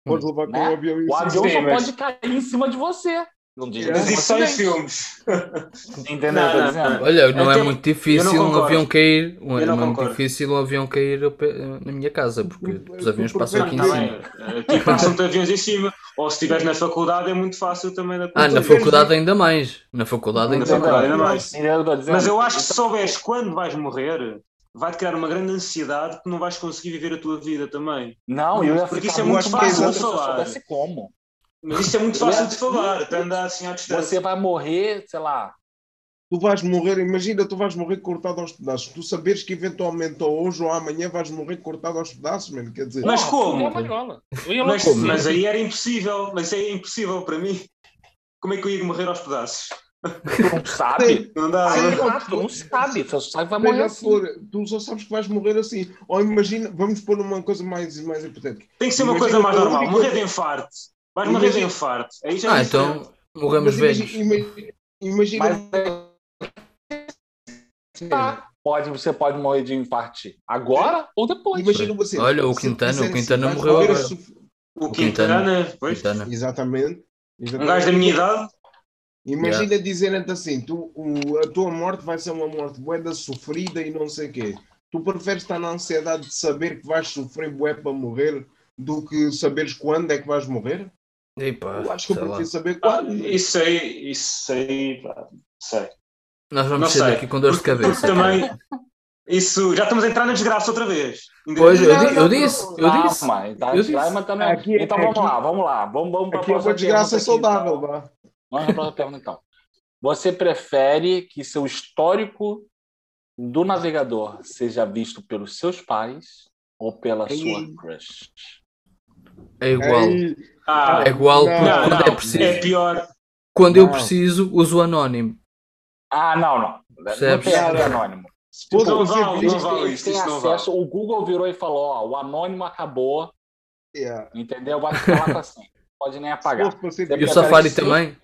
Podes levar com
né?
o avião e
O avião
Sim,
só
mas-
pode cair em cima de você. Não diz
Mas isso só em
Entendeu
filmes.
o que eu tô
Não, não,
dizendo?
Olha, não é
Até-
muito difícil um
concordo.
avião cair. Um,
Eu não
não é muito
concordo.
difícil um avião cair ao pé- na minha casa, porque os aviões
Porque
passam aqui em
Tá
não,
cima.
bem. Aqui passam-te aviões em cima. Ou se estiveres na faculdade é muito fácil também da
Ah, na
conta.
faculdade então. ainda mais. Na faculdade ainda
Na
mais.
faculdade ainda mais.
Entendeu o que eu tô dizendo?
Mas eu acho que se souberes quando vais morrer, vai-te criar uma grande ansiedade que não vais conseguir viver a tua vida também.
Não, eu ia
Porque
ficar
isso é
muito
muito fácil
maluco
de
se eu
falar.
soubesse como.
Mas isto é muito
Eu
fácil
acho-
de falar, de andar assim à distância.
Você vai morrer, sei lá.
Tu vais morrer, imagina, tu vais morrer cortado aos pedaços. Tu saberes que eventualmente ou hoje ou amanhã vais morrer cortado aos pedaços, mano. Quer dizer,
Mas
Porra,
como?
é uma gaiola. Eu ia lá
Mas,
comer.
mas aí era impossível, mas aí é impossível para mim. Como é que eu ia morrer aos pedaços? é
Tu não sabe?
Não dá.
Sim,
Sim.
exato, não sabe. Você só sabe que vai morrer
seja
assim.
for, tu só sabes que vais morrer assim. Ou imagina, vamos pôr uma coisa mais, mais hipotética.
Tem que ser uma
Imagina
coisa mais
a
normal.
única-
Morrer de infarto. Vais morrer de
Imagina-
infarto. Aí já
Ah,
é
então morremos
Mas imagi-
velhos.
imagi- Imagina,
Mas é tá. Pode, você pode morrer de infarto agora ou depois.
imagina você.
Olha, o
se
Quintana,
disserem
o Quintana
vais
morreu
morrer a
agora.
suf-
o
Quintana.
Quintana, pois.
Quintana.
Exatamente.
Um
exatamente.
gajo da minha idade.
Imagina dizerem-te assim: tu, o- a tua morte vai ser uma morte boeda sofrida e não sei o quê. Tu preferes estar na ansiedade de saber que vais sofrer bué para morrer do que saberes quando é que vais morrer?
né? Epá,
Eu acho que eu
sei lá.
prefiro saber
Ah,
quando.
isso aí, isso aí, pá, não sei.
Nós
não
vamos sair
sei.
daqui com dor de cabeça.
Também, isso, já estamos a entrar na desgraça outra vez. Ainda-
Pois, eu,
Não,
di-
não,
eu disse, eu disse.
Calma, tá,
Eu disse.
vai, mas também-
assim, Aqui- é
então vamos
aqui-
lá, vamos lá. Vamos, vamos pra
Aqui é
próxima
uma desgraça
pergunta aqui,
saudável,
então.
vá.
Vamos para a próxima pergunta, então. Você prefere que seu histórico do navegador seja visto pelos seus pais ou pela
Ei.
sua crush?
É igual.
Aí,
Ah,
É igual
Não,
porque
não,
quando é
não,
preciso.
é pior.
Quando eu
Não.
preciso, uso o anónimo.
Ah, não, não.
Percebes?
Não tem nada anônimo.
se fosse
Não
você
vale,
visto-
não vale.
Eles
isso,
têm
isso não vale.
acesso, o Google virou e falou, ó, o anônimo acabou,
Yeah.
entendeu? Vai ficar lá com assim. Pode nem
Se
apagar.
é. fosse você
Deve
E o
Porque
visto-
Safari
aparece-
também?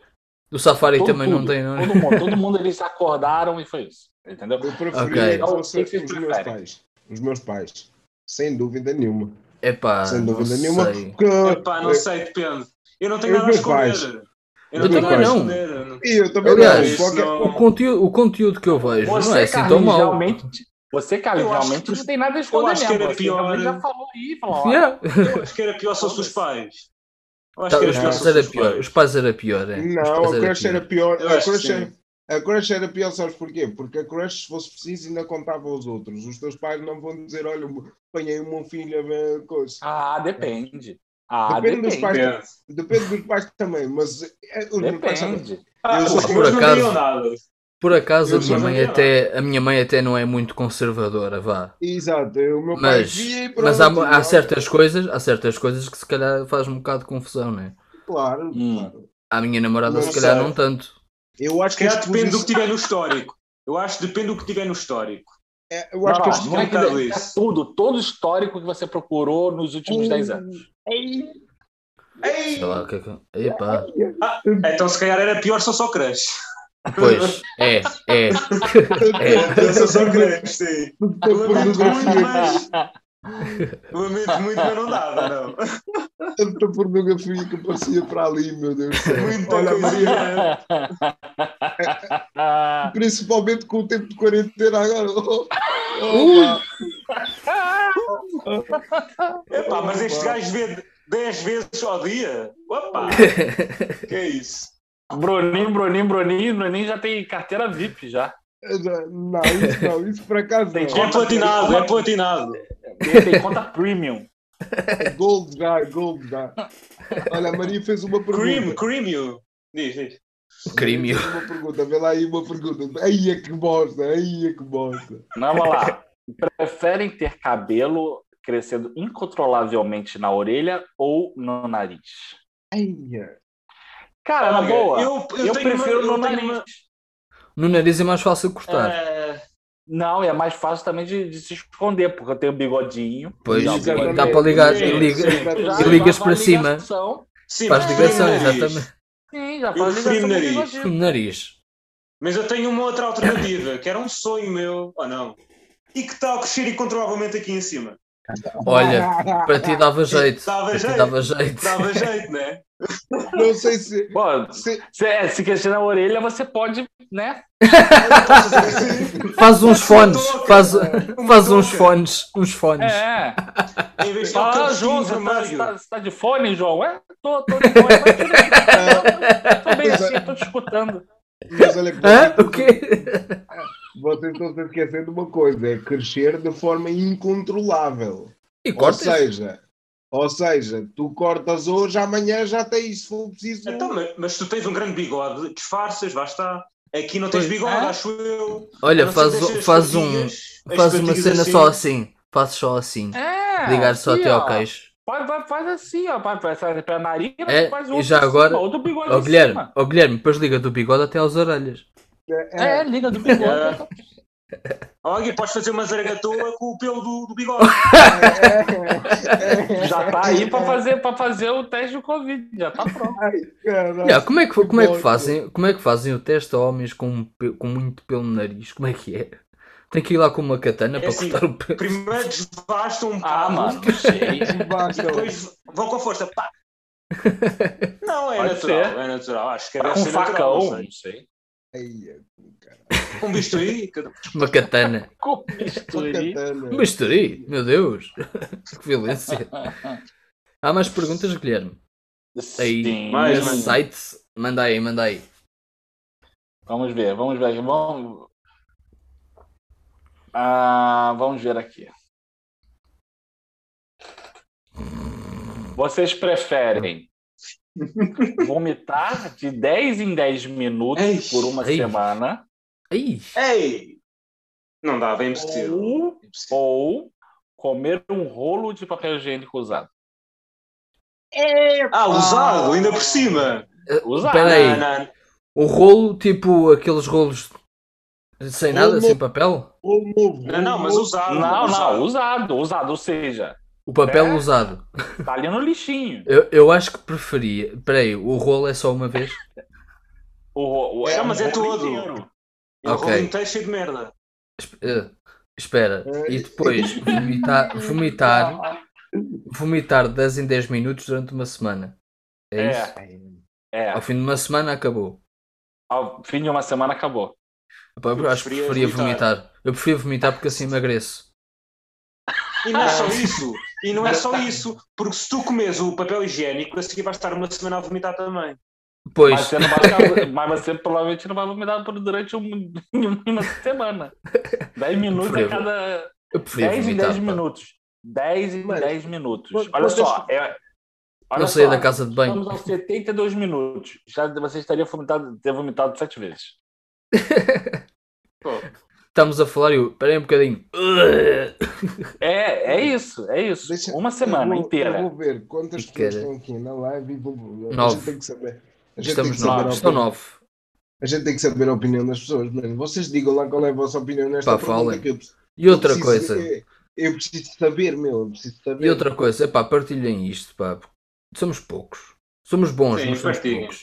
O Safari
Todo
também não
tudo.
tem anónimo.
Todo mundo, todo mundo, eles acordaram e foi isso. Entendeu?
eu
Ok.
preferia que
Então,
fosse
o
é
que que
os meus
prefere?
pais. Os meus pais. Sem dúvida nenhuma.
Epá,
Sem
Ah, não
dúvida
sei.
nenhuma. Porque
Epá, não sei, depende. Eu não tenho
Eu
nada a
me faz.
esconder. Eu não
Eu
tenho
também
nada a
não.
esconder. eu não-
E eu também
Aliás,
não. Qualquer...
O conteúdo, o conteúdo que eu vejo não é assim tão mal.
realmente, você, Carlos,
Eu acho
realmente
que-
não tem nada a
eu
esconder
acho que
mesmo.
era
Você
pior- né?
realmente já falou aí, falou, ó,
Yeah.
Eu acho que era pior se fossem os pais. Eu acho
Tá,
que era
os
pior se
pais
fossem
era
os
pior. Os
pais.
pais era pior, é. Os
Não,
pais
a crush era pior.
Eu
A
acho que
crush
sim.
era... a crush era pior, sabes porquê? Porque a crush, se fosse preciso, ainda contava aos outros. Os teus pais não vão dizer, olha, apanhei o meu filho a ver coisa.
Ah, depende. Ah,
Depende
depende.
dos pais.
Depende.
Depende dos pais também, mas é, os meus pais também.
Depende.
Ah,
Eu
os
sou
meus
por
não
acaso-
diriam nada.
Por acaso a
Eu
minha
só
mãe
sabia.
até a minha mãe até não é muito conservadora, vá.
Exato, o meu pai
Mas,
via e
mas há,
pronto,
há
olha,
certas coisas, há certas coisas que se calhar faz um bocado de confusão, né?
Claro,
Hum.
claro.
A minha namorada
Não
se calhar
sei.
não tanto.
Eu acho
Se
que a
calhar depende do que
exposição,
tiver no histórico. Eu acho que depende do que tiver no histórico.
é, eu acho
não,
que a
não, não é que
um bocado
deve- é
isso.
tudo, todo o histórico que você procurou nos últimos
Hum.
10 anos.
Sei lá o que é que. Epá.
Então, se calhar era pior se eu só crush.
Pois, é, é. É.
Eu sou só crush, sim. Eu lamento muito,
pornografia,
mas. Eu Lamento muito, mas não dava, não.
tanta pornografia que parecia para ali, meu Deus do céu.
Muita
Olha,
coisa.
Ah,
Principalmente com o tempo de quarentena agora. Oh,
Epá, mas este gajo vê 10 vezes ao dia. Opa! Que é isso?
Bruninho, Bruninho, Bruninho, Bruninho já tem carteira VIP já.
Não, isso não, isso por acaso
Tem
não.
É platinado, é platinado.
Ele tem conta premium.
Gold já, gold já. Olha, a Maria fez uma pergunta.
Cream, creamio. Diz, diz.
Crime.
Fez Uma pergunta, vê lá aí uma pergunta. Aí é que bosta, aí é que bosta.
Não, vamos lá. Preferem ter cabelo crescendo incontrolavelmente na orelha ou no nariz?
Aí é.
Cara, Tá na
Olha,
boa, eu,
Eu, eu tenho
prefiro
uma,
no
eu tenho
nariz.
uma-
No nariz é mais fácil de cortar.
é,
Não, e é mais fácil também de, de se esconder, porque eu tenho bigodinho.
Pois,
Não,
e
bigode.
dá para ligar.
Sim,
E liga,
sim.
E ligas para cima.
cima.
É. sim,
faz
mas
ligação,
tenho um nariz.
exatamente.
Sim, já
Eu
faz
prefiro
ligação
nariz.
com o bigodinho.
Nariz.
Mas eu tenho uma outra alternativa, que era um sonho meu, ou não? E que tal crescer incontrolavelmente aqui em cima?
Olha, para ti dava jeito.
Dava
para ti
jeito.
dava jeito.
Dava jeito, né?
Não sei se.
Pô,
se-
se, é, se crescer na orelha, você pode, né?
Faz uns fones.
touca,
Faz,
cara.
faz uns
touca.
fones. Uns fones.
É.
Em vez de ter um
Fala,
cantinho
João, você tá, você
vermelho.
tá- você tá de fone, João? É, tô, tô de fone. mas tudo bem. tô bem assim, tô te escutando.
Mas olha que
Hã?
vocês-
O quê?
vocês estão se esquecendo de uma coisa: é crescer de forma incontrolável.
E
Ou
cortas?
seja, ou seja, tu cortas hoje, amanhã já tens, se for preciso.
Então, mas, mas tu tens um grande bigode, disfarças, vai estar. Aqui não tens
Pois.
bigode,
Ah.
acho eu.
Olha,
Não sei,
faz,
deixa as
faz um.
patinhas- as
Faz uma
patinhas
cena
assim.
só assim. Faz só assim.
É.
Ligar só
aqui,
até
ó.
ao queixo.
Faz, faz, faz assim, ó. Faz, faz, faz pela nariz,
É,
faz
e
outro
já
em
agora-
cima, outro bigode
Ó
em
Guilherme,
cima.
ó Guilherme, depois liga do bigode até às orelhas.
É, liga do bigode.
É. Ó, Gui, Ah. podes fazer uma zaragatoa com o pelo do, do bigode.
é,
Já tá aí pra fazer, pra fazer o teste do Covid. Já tá pronto.
Caralho.
Yeah, como, é que, como, é que
bom,
fazem, como é que fazem o teste a homens com, pe- com muito pelo no nariz? Como é que é? Tem que ir lá com uma katana para
assim,
cortar o pelo.
Primeiro desbasta um
Ah,
bocado
mano. gente.
e
Basta.
depois vão com força. Pá. Não, é
Pode
natural,
ser.
é natural. Acho que é
Com um facão. não sei.
Ai, cara,
Um bisturi. cada-
Uma katana.
Com
tô
bisturi.
cantando.
Um bisturi? Meu Deus! que violência. Há mais perguntas, Guilherme? Aí,
Sim,
mais,
no
mais.
site. Manda aí, manda aí.
Vamos ver, vamos ver. Vamos, Ah, vamos ver aqui. Vocês preferem vomitar de 10 em 10 minutos
Ei,
por uma
ei.
semana
Aí,
Ei! Não dava, é impossível.
ou, ou comer um rolo de papel higiênico usado?
Ah, usado, ainda por cima.
Usado. né?
Pera aí.
Não, não.
o rolo, tipo aqueles rolos sem nada,
Rolo-
sem papel?
Ou novo.
Não, não, mas usado.
Não,
usado.
não, usado, usado. Ou seja,
O papel
É.
usado.
tá ali no lixinho.
Eu, eu acho que preferia. Peraí, o rolo é só uma vez?
O, ro- o,
É, mas é
o rolo
todo.
inteiro.
É o
Ok.
rolinho inteiro cheio de merda.
Esp- eh, espera.
Eh,
E depois vomitar, vomitar, vomitar 10 em 10 minutos durante uma semana. É,
É.
isso?
É,
Ao fim de uma semana acabou.
ao fim de uma semana acabou.
Pá, Eu,
Eu
acho que preferia
preferia
vomitar. Eu preferia vomitar porque assim emagreço.
E não é só
Ah.
isso. E não é só isso. Porque se tu comes o papel higiênico, a seguir vais estar uma semana a vomitar também.
Pois,
Mas você, não vai ficar- mas você provavelmente não vai vomitar por- durante um- uma semana. 10 minutos a
Frevo.
cada.
eu preferia
10 em
vomitar.
10
pá.
minutos. 10 em
Mas-
10 minutos.
mas-
Olha
mas
só. é- olha
Não saía
só,
da casa de banho.
Estamos aos 72 minutos. Já você estaria vomitado, ter vomitado 7 vezes.
Estamos a falar e eu. Peraí um bocadinho.
É, é isso, é isso.
Deixa-
uma semana
eu vou,
inteira.
Eu vou ver quantas
E
pessoas
cara.
estão aqui na live e vou. A
Nove.
gente tem que saber. A gente, tem que
Estamos
saber a
novos. Estão
opinião,
novos.
a gente tem que saber a opinião das pessoas, mano. Vocês digam lá qual é a vossa opinião nesta
Pá,
pergunta
falem.
que eu preciso-
E outra
eu preciso-
coisa.
Eu, eu preciso saber, meu. Eu preciso saber.
E outra coisa, epá, partilhem isto, pá. Somos poucos. Somos bons,
Sim,
mas somos
partilhem.
poucos.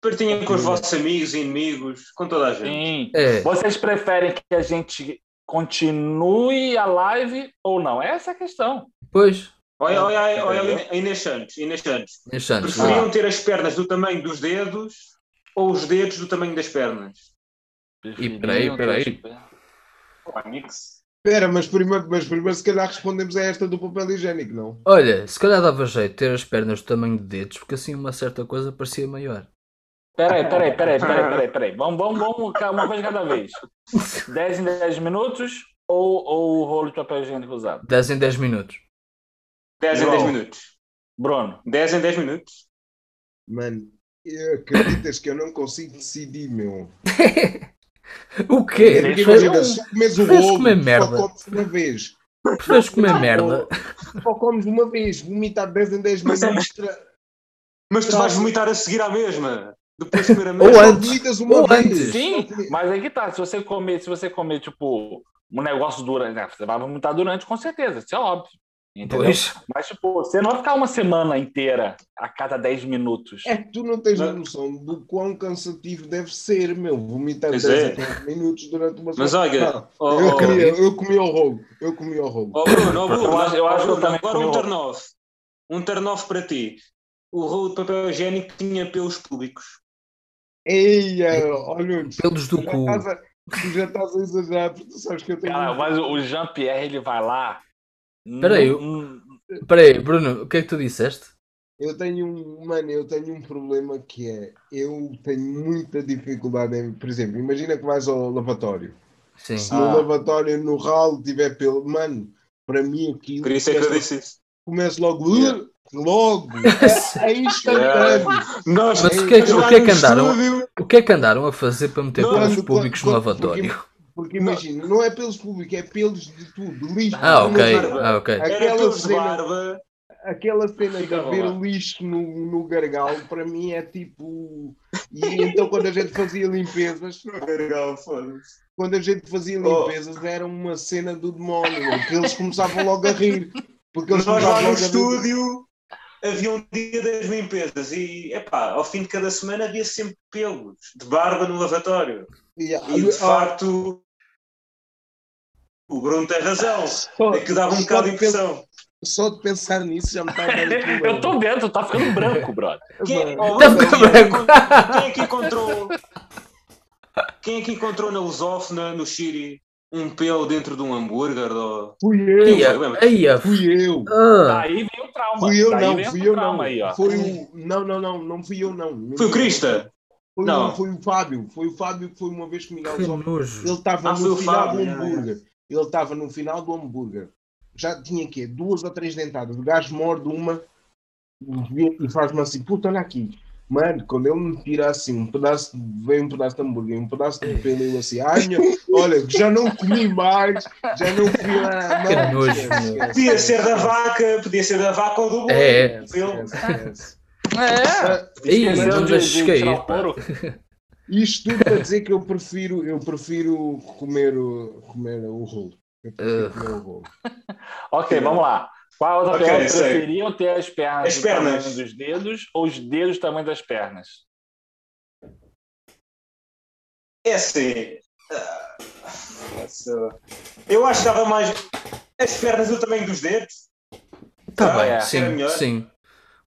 Partilhem com os vossos amigos e inimigos, com toda a gente.
Hum. Sim.
É,
Vocês preferem que a gente continue a live ou não? Essa é a questão.
pois,
Olha, olha, olha, olha a Inês Santos. Inês Santos.
Alexandre, vá.
Preferiam ter as pernas do tamanho dos dedos ou os dedos do tamanho das pernas?
E peraí, peraí.
Pô, Nix.
Espera, mas primeiro, mas primeiro se calhar respondemos a esta do papel higiênico, não?
Olha, se calhar dava jeito ter as pernas do tamanho de dedos, porque assim uma certa coisa parecia maior.
Peraí, peraí, peraí, peraí, peraí, peraí. Vamos, vamos, vamos, ca- uma coisa cada vez. 10 em 10 minutos ou, ou o rolo de papel higiênico usado?
10 em 10 minutos.
10 em
João.
10 minutos.
Bruno,
10 em 10 minutos.
Mano, eu- acreditas que eu não consigo decidir, meu? É
O quê?
Sim,
Porque
foi
imagina,
um.
se comes o
Fez
rolo,
comer merda.
só comes uma vez.
Preferes comer merda?
Ou- Só comes uma vez, vomitar 10 em 10
Mas é-
minutos. tra-
Mas tu
Não.
vais vomitar a seguir à mesma. Depois de comer a
Tá. Ou
mesma.
Só
antes.
vomitas uma
Ou
vez.
antes.
sim, mas aí que tá. Se você comer, se você comer, tipo, um negócio durante, né? Você vai vomitar durante, com certeza, isso é óbvio. Entendeu?
Pois.
Mas, tipo, você não vai ficar uma semana inteira a cada 10 minutos.
É que tu não tens
Não.
noção do quão cansativo deve ser, meu. Vomitar
Pois
10
é.
a 15 minutos durante uma
Mas olha,
Não,
ó, ó,
eu, comi, eu comi ao rolo. Eu comi ao rolo.
ó, oh, Bruno, ó, Bruno,
Eu acho- eu
ó,
acho que eu
Bruno,
também
agora
comi
um
o-
turn off. Um turn off para ti. O rolo de papel higiênico tinha pelos públicos.
Eia, olha, tu
Pelos É um do
já
cu.
estás a, tu já estás a exagerar, porque tu sabes que eu tenho. um,
Cara, mas o Jean-Pierre, ele vai lá.
Peraí, eu- Espera aí, Bruno, o que é que tu disseste?
Eu tenho um, mano, eu tenho um problema que é, eu tenho muita dificuldade em, por exemplo, imagina que vais ao lavatório.
Sim.
Se no
Ah.
lavatório, no ralo, tiver pelo, mano, para mim aquilo
Por isso é que eu
começa-
disse isso.
começa logo,
Yeah.
logo, é, é instantâneo.
Nós,
Mas o que é que- o que é que
lá no
andaram?
estúdio,
O que é que andaram a fazer para meter
Não,
pelos
quando-
públicos no
quando-
lavatório?
Porque imagina, não é pelos públicos, é pelos de tudo, lixo.
Ah,
Uma
ok.
barba.
Ah, ok.
Era
Aquela
pelos de
cena-
barba.
Aquela cena de
Fica
haver
rolado.
lixo no, no gargalo, para mim é tipo. E então quando a gente fazia limpezas,
Legal, foda-se.
quando a gente fazia
Oh.
limpezas era uma cena do demónio, que eles começavam logo a rir. Porque eles
Nós lá
começavam
no
logo a rir.
estúdio havia um dia das limpezas e, epá, ao fim de cada semana havia sempre pelos de barba no lavatório.
E, ah,
E de
ah,
facto, o Bruno tem razão.
só,
É que dava um
só
bocado de
de
impressão.
pen- Só de pensar nisso já me está a dar aqui,
Eu tô dentro, tá ficando branco, brother.
Quem,
mano.
oh,
Tá
Bruno,
ficando
quem-
branco.
quem é que encontrou? Quem é que encontrou na Lusófona, no Chile, um pelo dentro de um hambúrguer? Ou...
Fui
Aí,
eu,
a- aí, a-
fui eu.
ah,
Daí vem o trauma.
Fui eu
Tá
Daí
não,
vem o
fui eu
trauma
não.
aí, ó.
Foi o. Não, não, não, não fui eu não.
Foi o Crista?
Foi,
Não.
não. foi o Fábio. Foi o Fábio que foi uma vez comigo ao
que
Zó. Ele
nojo.
estava
Ah, foi
no
o
final
Fábio,
do
é, é.
hambúrguer. Ele estava no final do hambúrguer. Já tinha quê? Duas ou três dentadas. O gajo morde uma e e faz-me assim, puta, olha aqui. Mano, quando ele me tira assim um pedaço, de- vem um pedaço de hambúrguer, um pedaço
É.
de pelo, eu assim, ai meu, olha, já não comi mais, já não fui lá.
Que
Não,
nojo,
esquece,
meu.
esquece,
Podia ser da
esquece,
vaca, podia ser da vaca ou do boi.
É, é.
Pelo-
esquece, esquece.
É.
Ih,
Esqueceu
não
de-
deixes
de
cair,
tirar o
pá.
couro.
Isto tudo para dizer que eu prefiro, eu prefiro comer, o, comer o rolo. Eu prefiro
Ah.
comer o rolo. É.
Ok, vamos lá. Qual a outra
Ok,
perna?
isso aí.
Preferiam ter as pernas,
As
do
pernas.
tamanho dos dedos ou os dedos do tamanho das pernas?
É assim. Ah, nossa. Eu acho que estava mais. As pernas do tamanho dos dedos.
Tá
Ah,
bem,
é.
sim,
Era melhor.
sim.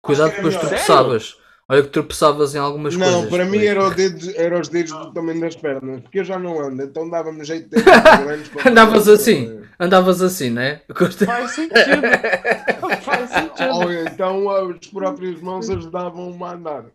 Cuidado
Era
depois
melhor.
tropeçavas. Olha que tropeçavas em algumas
não,
coisas.
para mim
pois.
era, o dedo, era os dedos do tamanho das pernas, porque eu já não ando, então dava-me jeito de ter dedos grandes para-
Andavas assim. Andavas assim, né? Costa-
Faz sentido. Faz sentido.
Ou então as próprias mãos ajudavam-me a andar.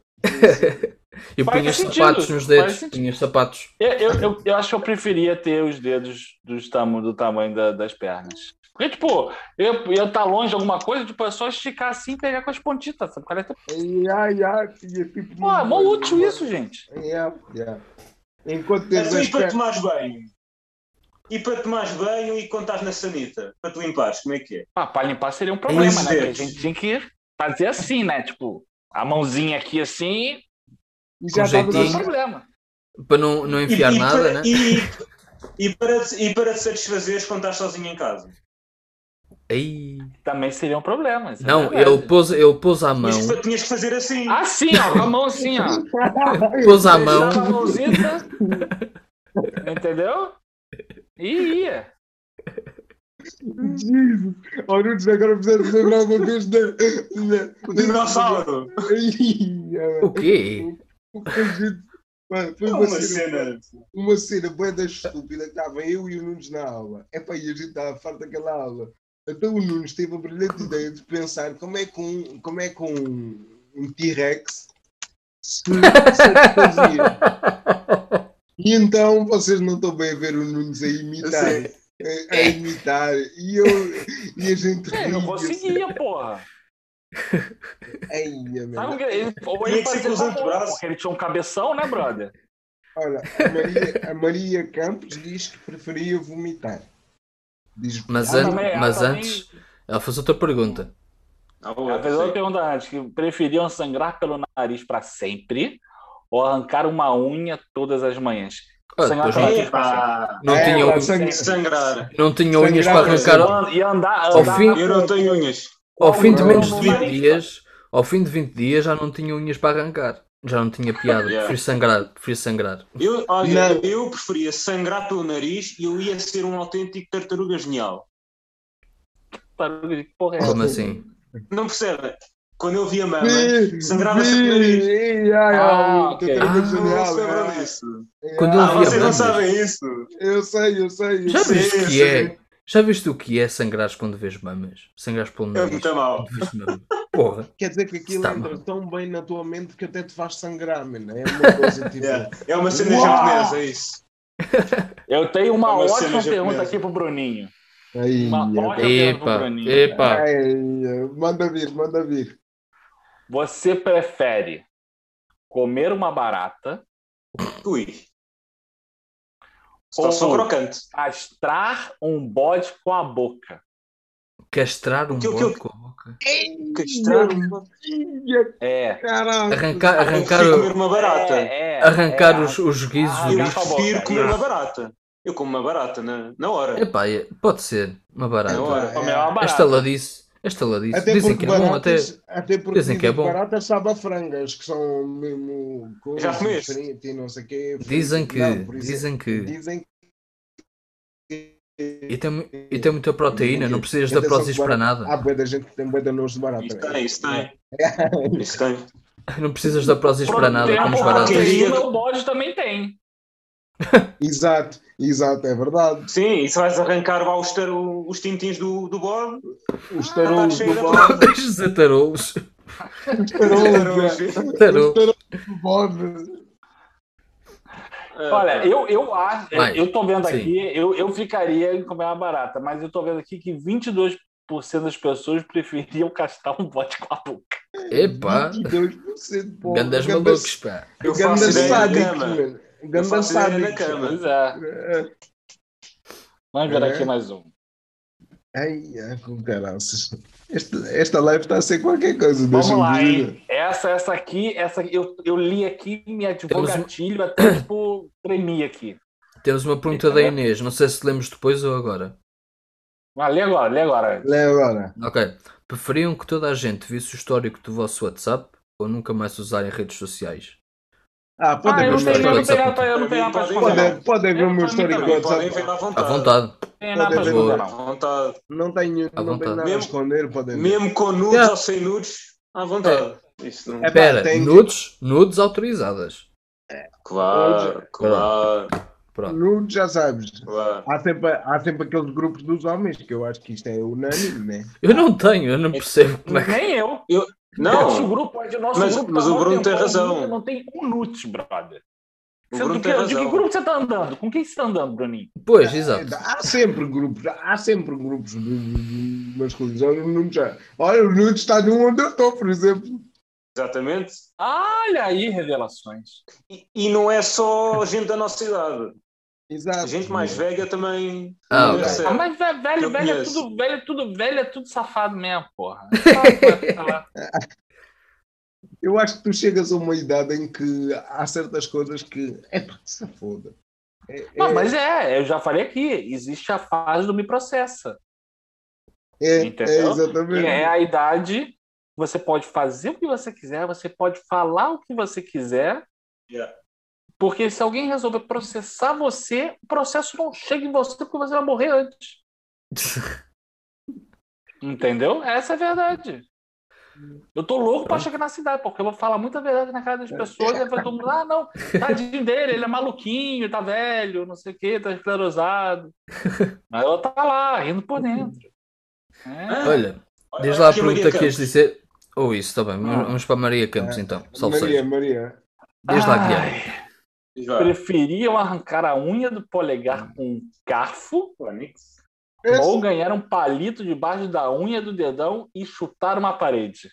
E
Faz
punhas
sentido,
sapatos nos
faz
dedos.
sentido.
Punhas sapatos.
Eu, eu, eu, eu acho que eu preferia ter os dedos dos tamo, do tamanho da- das pernas. Porque, tipo, eu ia estar longe de alguma coisa, tipo, é só esticar assim e pegar com as pontitas. Sabe? O cara ia ter-
E, ai, ai, tinha tipo.
Pô, é mó útil isso, gente.
Yeah, yeah. Enquanto tens
Assim,
as
e para
pernas.
tomares banho. E para tomares banho e quando estás na sanita. Para te limpares, como é que é?
Ah, pra limpar seria um problema,
Isso,
né? Porque a
gente.
gente tinha que fazer assim, né? Tipo, a mãozinha aqui assim,
E já
com
estavas
não é
jeitinho.
a
problema.
Para não, não enfiar
e, e
nada,
para,
né?
E, e para, te- e para te satisfazeres quando estás sozinho em casa.
Aí.
Também seria um problema. isso é
Não,
verdade. é
ele pôs, ele pôs a mão.
Mas tinhas que fazer assim.
Ah,
Assim, ó, com a mão assim, ó.
Pôs a
Ele dava a
mão.
mãozinha. Entendeu? E ia.
Jesus! Oh, Nunes, agora fizeste lembrar uma vez da. da-
O um dinossauro.
Ai,
O quê?
a gente- Pá, Foi
É
uma
uma
cena,
cena.
uma cena bué da estúpida que estava eu e o Nunes na aula. Epá, e a gente estava farto daquela aula. Então o Nunes teve a brilhante ideia de pensar como é que um, como é que um, um T-Rex se, se fazia. E então vocês não estão bem a ver o Nunes a imitar.
Sim.
A, a imitar. E eu e a gente.
É, não
ria-se.
conseguia, porra.
Ai, meu.
Sabe o que ele, ou
Tinha
ele
que ser
fazia
cruzando
com a
o
mão,
braço.
porque ele tinha um cabeção, né, brother?
Olha, a Maria, a Maria Campos diz que preferia vomitar. Diz,
Mas,
Ah,
an-
também- ela
mas
também-
antes, ela fez outra pergunta.
Ah,
A pessoa pergunta antes que preferiam sangrar pelo nariz para sempre ou arrancar uma unha todas as manhãs.
Ah, depois não,
Epá,
não
É,
tinha,
lá
unhas-
sangue-
sangrar.
não tinha unhas para
Sangrar,
arrancar.
E andar,
Ao
andar
fim-
na
Eu não tenho unhas.
Ao fim de
Não,
menos
não,
de
não.
20 dias, ao fim de 20 dias já não tinha unhas para arrancar. Já não tinha piada.
Yeah.
Prefiro sangrar, prefiro sangrar.
Eu, olha,
Não.
eu preferia sangrar pelo nariz e eu ia ser um autêntico tartaruga genial.
tartaruga, que porra é essa?
Como assim?
Não percebe? Quando eu vi a mama,
Ih,
sangrava-se
ih,
pelo nariz.
ih, ai,
Ah,
ai,
ok.
eu tô tentando
Ah,
Não
sonhar,
lembram
ai.
disso.
Quando
Ah,
eu vi a
vocês não
bandas-
sabem isso.
É, Eu sei, eu sei. eu
Já
sei,
viste
eu
o que
sei.
é? Já viste o que é sangrares quando vês mamas? Sangrares pelo
É
nariz.
muito mal.
Quando vês mamas. Porra.
Quer dizer que aquilo
Tá
entra
mal.
tão bem na tua mente que até te faz sangrar, mano. É uma coisa tipo.
Yeah. É uma cena
Uau!
japonesa, é isso.
Eu tenho uma
É uma cena
ótima pergunta
japonesa.
aqui pro Bruninho.
Aí,
Uma
é.
ótima pergunta pro
Epa,
Bruninho.
epa.
Ai, é, manda vir, manda vir.
Você prefere comer uma barata,
Ui.
Ou-
Está só crocante.
castrar um bode com a boca?
Castrar um
Que- que-
é
bode com a boca.
Que estranho.
Ih,
É.
Caralho.
Arrancar, arrancar,
Eu prefiro
o-
comer uma barata.
É, é,
arrancar
é,
os, os guizos,
Ah,
os
Eu
arrancar
bichos.
a boca.
prefiro comer uma barata. Eu como uma barata na, na hora.
Epá, é- pode ser. Uma barata.
Na hora.
Comer uma barata.
Esta disse. Esta disse.
Até
é. Dizem
porque,
que é bom, até.
baratas, até porque tipo,
dizem que é bom.
baratas sabe a frangas, que são mesmo coisas
Já comeste?
diferentes e não sei o quê.
Dizem que.
Não, por isso- é-
Dizem que.
Dizem que.
E tem, mu- e tem muita proteína, não precisas da
Atenção que
prósis para
barata- Há
nada.
boa da gente que tem boa de nojo de barata.
Isso tem, isso tem. Isso tem.
Não precisas da prósis para nada,
Tem a
comes
porra
baratas.
que
baratas.
o meu bode também tem.
Exato, exato, é verdade.
Sim, e se vais arrancar lá os, tar- os tintins do, do bode,
Os
Ah,
tá
taroulos
cheio
do
da
bode.
Deixa de dizer taroulos.
Os taroulos, é.
taroulos.
Os
Tarou.
taroulos do bode.
Olha, eu, eu acho,
Vai.
eu tô vendo
Sim.
aqui, eu, eu ficaria em comer uma barata, mas eu tô vendo aqui que 22% das pessoas preferiam castar um bote com a boca.
Epá.
22%, pô.
Gandas malucos, pá.
Eu faço
Ganda
ideia na cama.
sádico,
Eu
Ganda
faço ideia na
sádico.
cama.
Pois é. Vamos ver
É.
aqui mais um.
Ai, ai, com caraças. Esta, esta live está a ser qualquer coisa,
Vamos
deixa-me
lá,
dizer.
hein? Essa, essa aqui, essa aqui, eu, eu li aqui, me ativou
Temos um-
gatilho, até tipo, tremi aqui.
Temos uma pergunta da Inês, não sei se lemos depois ou agora.
Mas lê agora, lê agora.
Lê agora.
Ok. Preferiam que toda a gente visse o histórico do vosso WhatsApp ou nunca mais usarem redes sociais?
Ah, pode
ah,
haver
eu
um
não
gostar.
tenho, eu
histórico.
não tenho nada pra, eu não tenho nada pra
Pode-
responder. não.
Pode, pode haver um
Eu
uma
também
história
também,
que
Podem
WhatsApp.
ver à
À
vontade.
vontade.
Não tenho nada pra
Pode-
responder,
À
não.
vontade.
Não tenho,
À
não tenho
vontade.
nada a
Mesmo-
esconder, pode haver.
Mesmo com nudes
Yeah.
ou sem nudes, à vontade. Isso não...
É pá,
Espera,
tem-
nudes, nudes autorizadas.
Claro, claro,
Pronto.
Nudes, já sabes.
claro.
Há sempre, há sempre aqueles grupos dos homens que eu acho que isto é unânime, né?
Eu não tenho, eu não percebo como é que.
Nem eu. Nosso
Não,
grupo, o nosso
Mas-
grupo
mas
tá
o
mó
Bruno tem
tempão,
razão.
nunca- Não tem um nut, brother.
O
Você-
Bruno
do que-
tem
de que
razão.
grupo você tá andando? Com quem você tá andando, Bruninho?
Pois, exato.
Há sempre grupos, há sempre grupos de- de- de masculinos. Olha, o Nunes já. Olha, o Nunes está no onde eu estou, por exemplo.
exatamente.
Olha aí, revelações.
E, e não é só gente da nossa idade.
Exato.
Gente mais velha também.
Ah,
também
ok.
recebe.
Ah, mas velho, velho,
Eu
velho é
conheço.
tudo, velho, é tudo, velho, é tudo safado mesmo, porra. Ah, tá lá.
Eu acho que tu chegas a uma idade em que há certas coisas que. É pá, se foda. É,
Não,
é-
mas é, eu já falei aqui, existe a fase do me processa.
é,
entendeu?
é
que
exatamente.
é a idade, você pode fazer o que você quiser, você pode falar o que você quiser.
Yeah.
Porque se alguém resolver processar você, o processo não chega em você porque você vai morrer antes. Entendeu? Essa é a verdade. Eu tô louco pra chegar na cidade, porque eu vou falar muita verdade na cara das pessoas, e aí vai todo mundo, ah, não, tadinho dele, ele é maluquinho, tá velho, não sei o quê, tá esclerosado. Mas ela tá lá, rindo por dentro. É.
Olha,
Olha,
diz lá a
aqui Maria
pergunta que ias
Campos.
dizer. Ou isso, está bem.
Ah.
Vamos para a Maria Campos então. Salve
Maria,
seja.
Maria.
Diz lá que é.
Ai,
Diz lá.
Ah, Preferiam arrancar a unha do polegar com um garfo ou ganhar um palito debaixo da unha do dedão e chutar uma parede?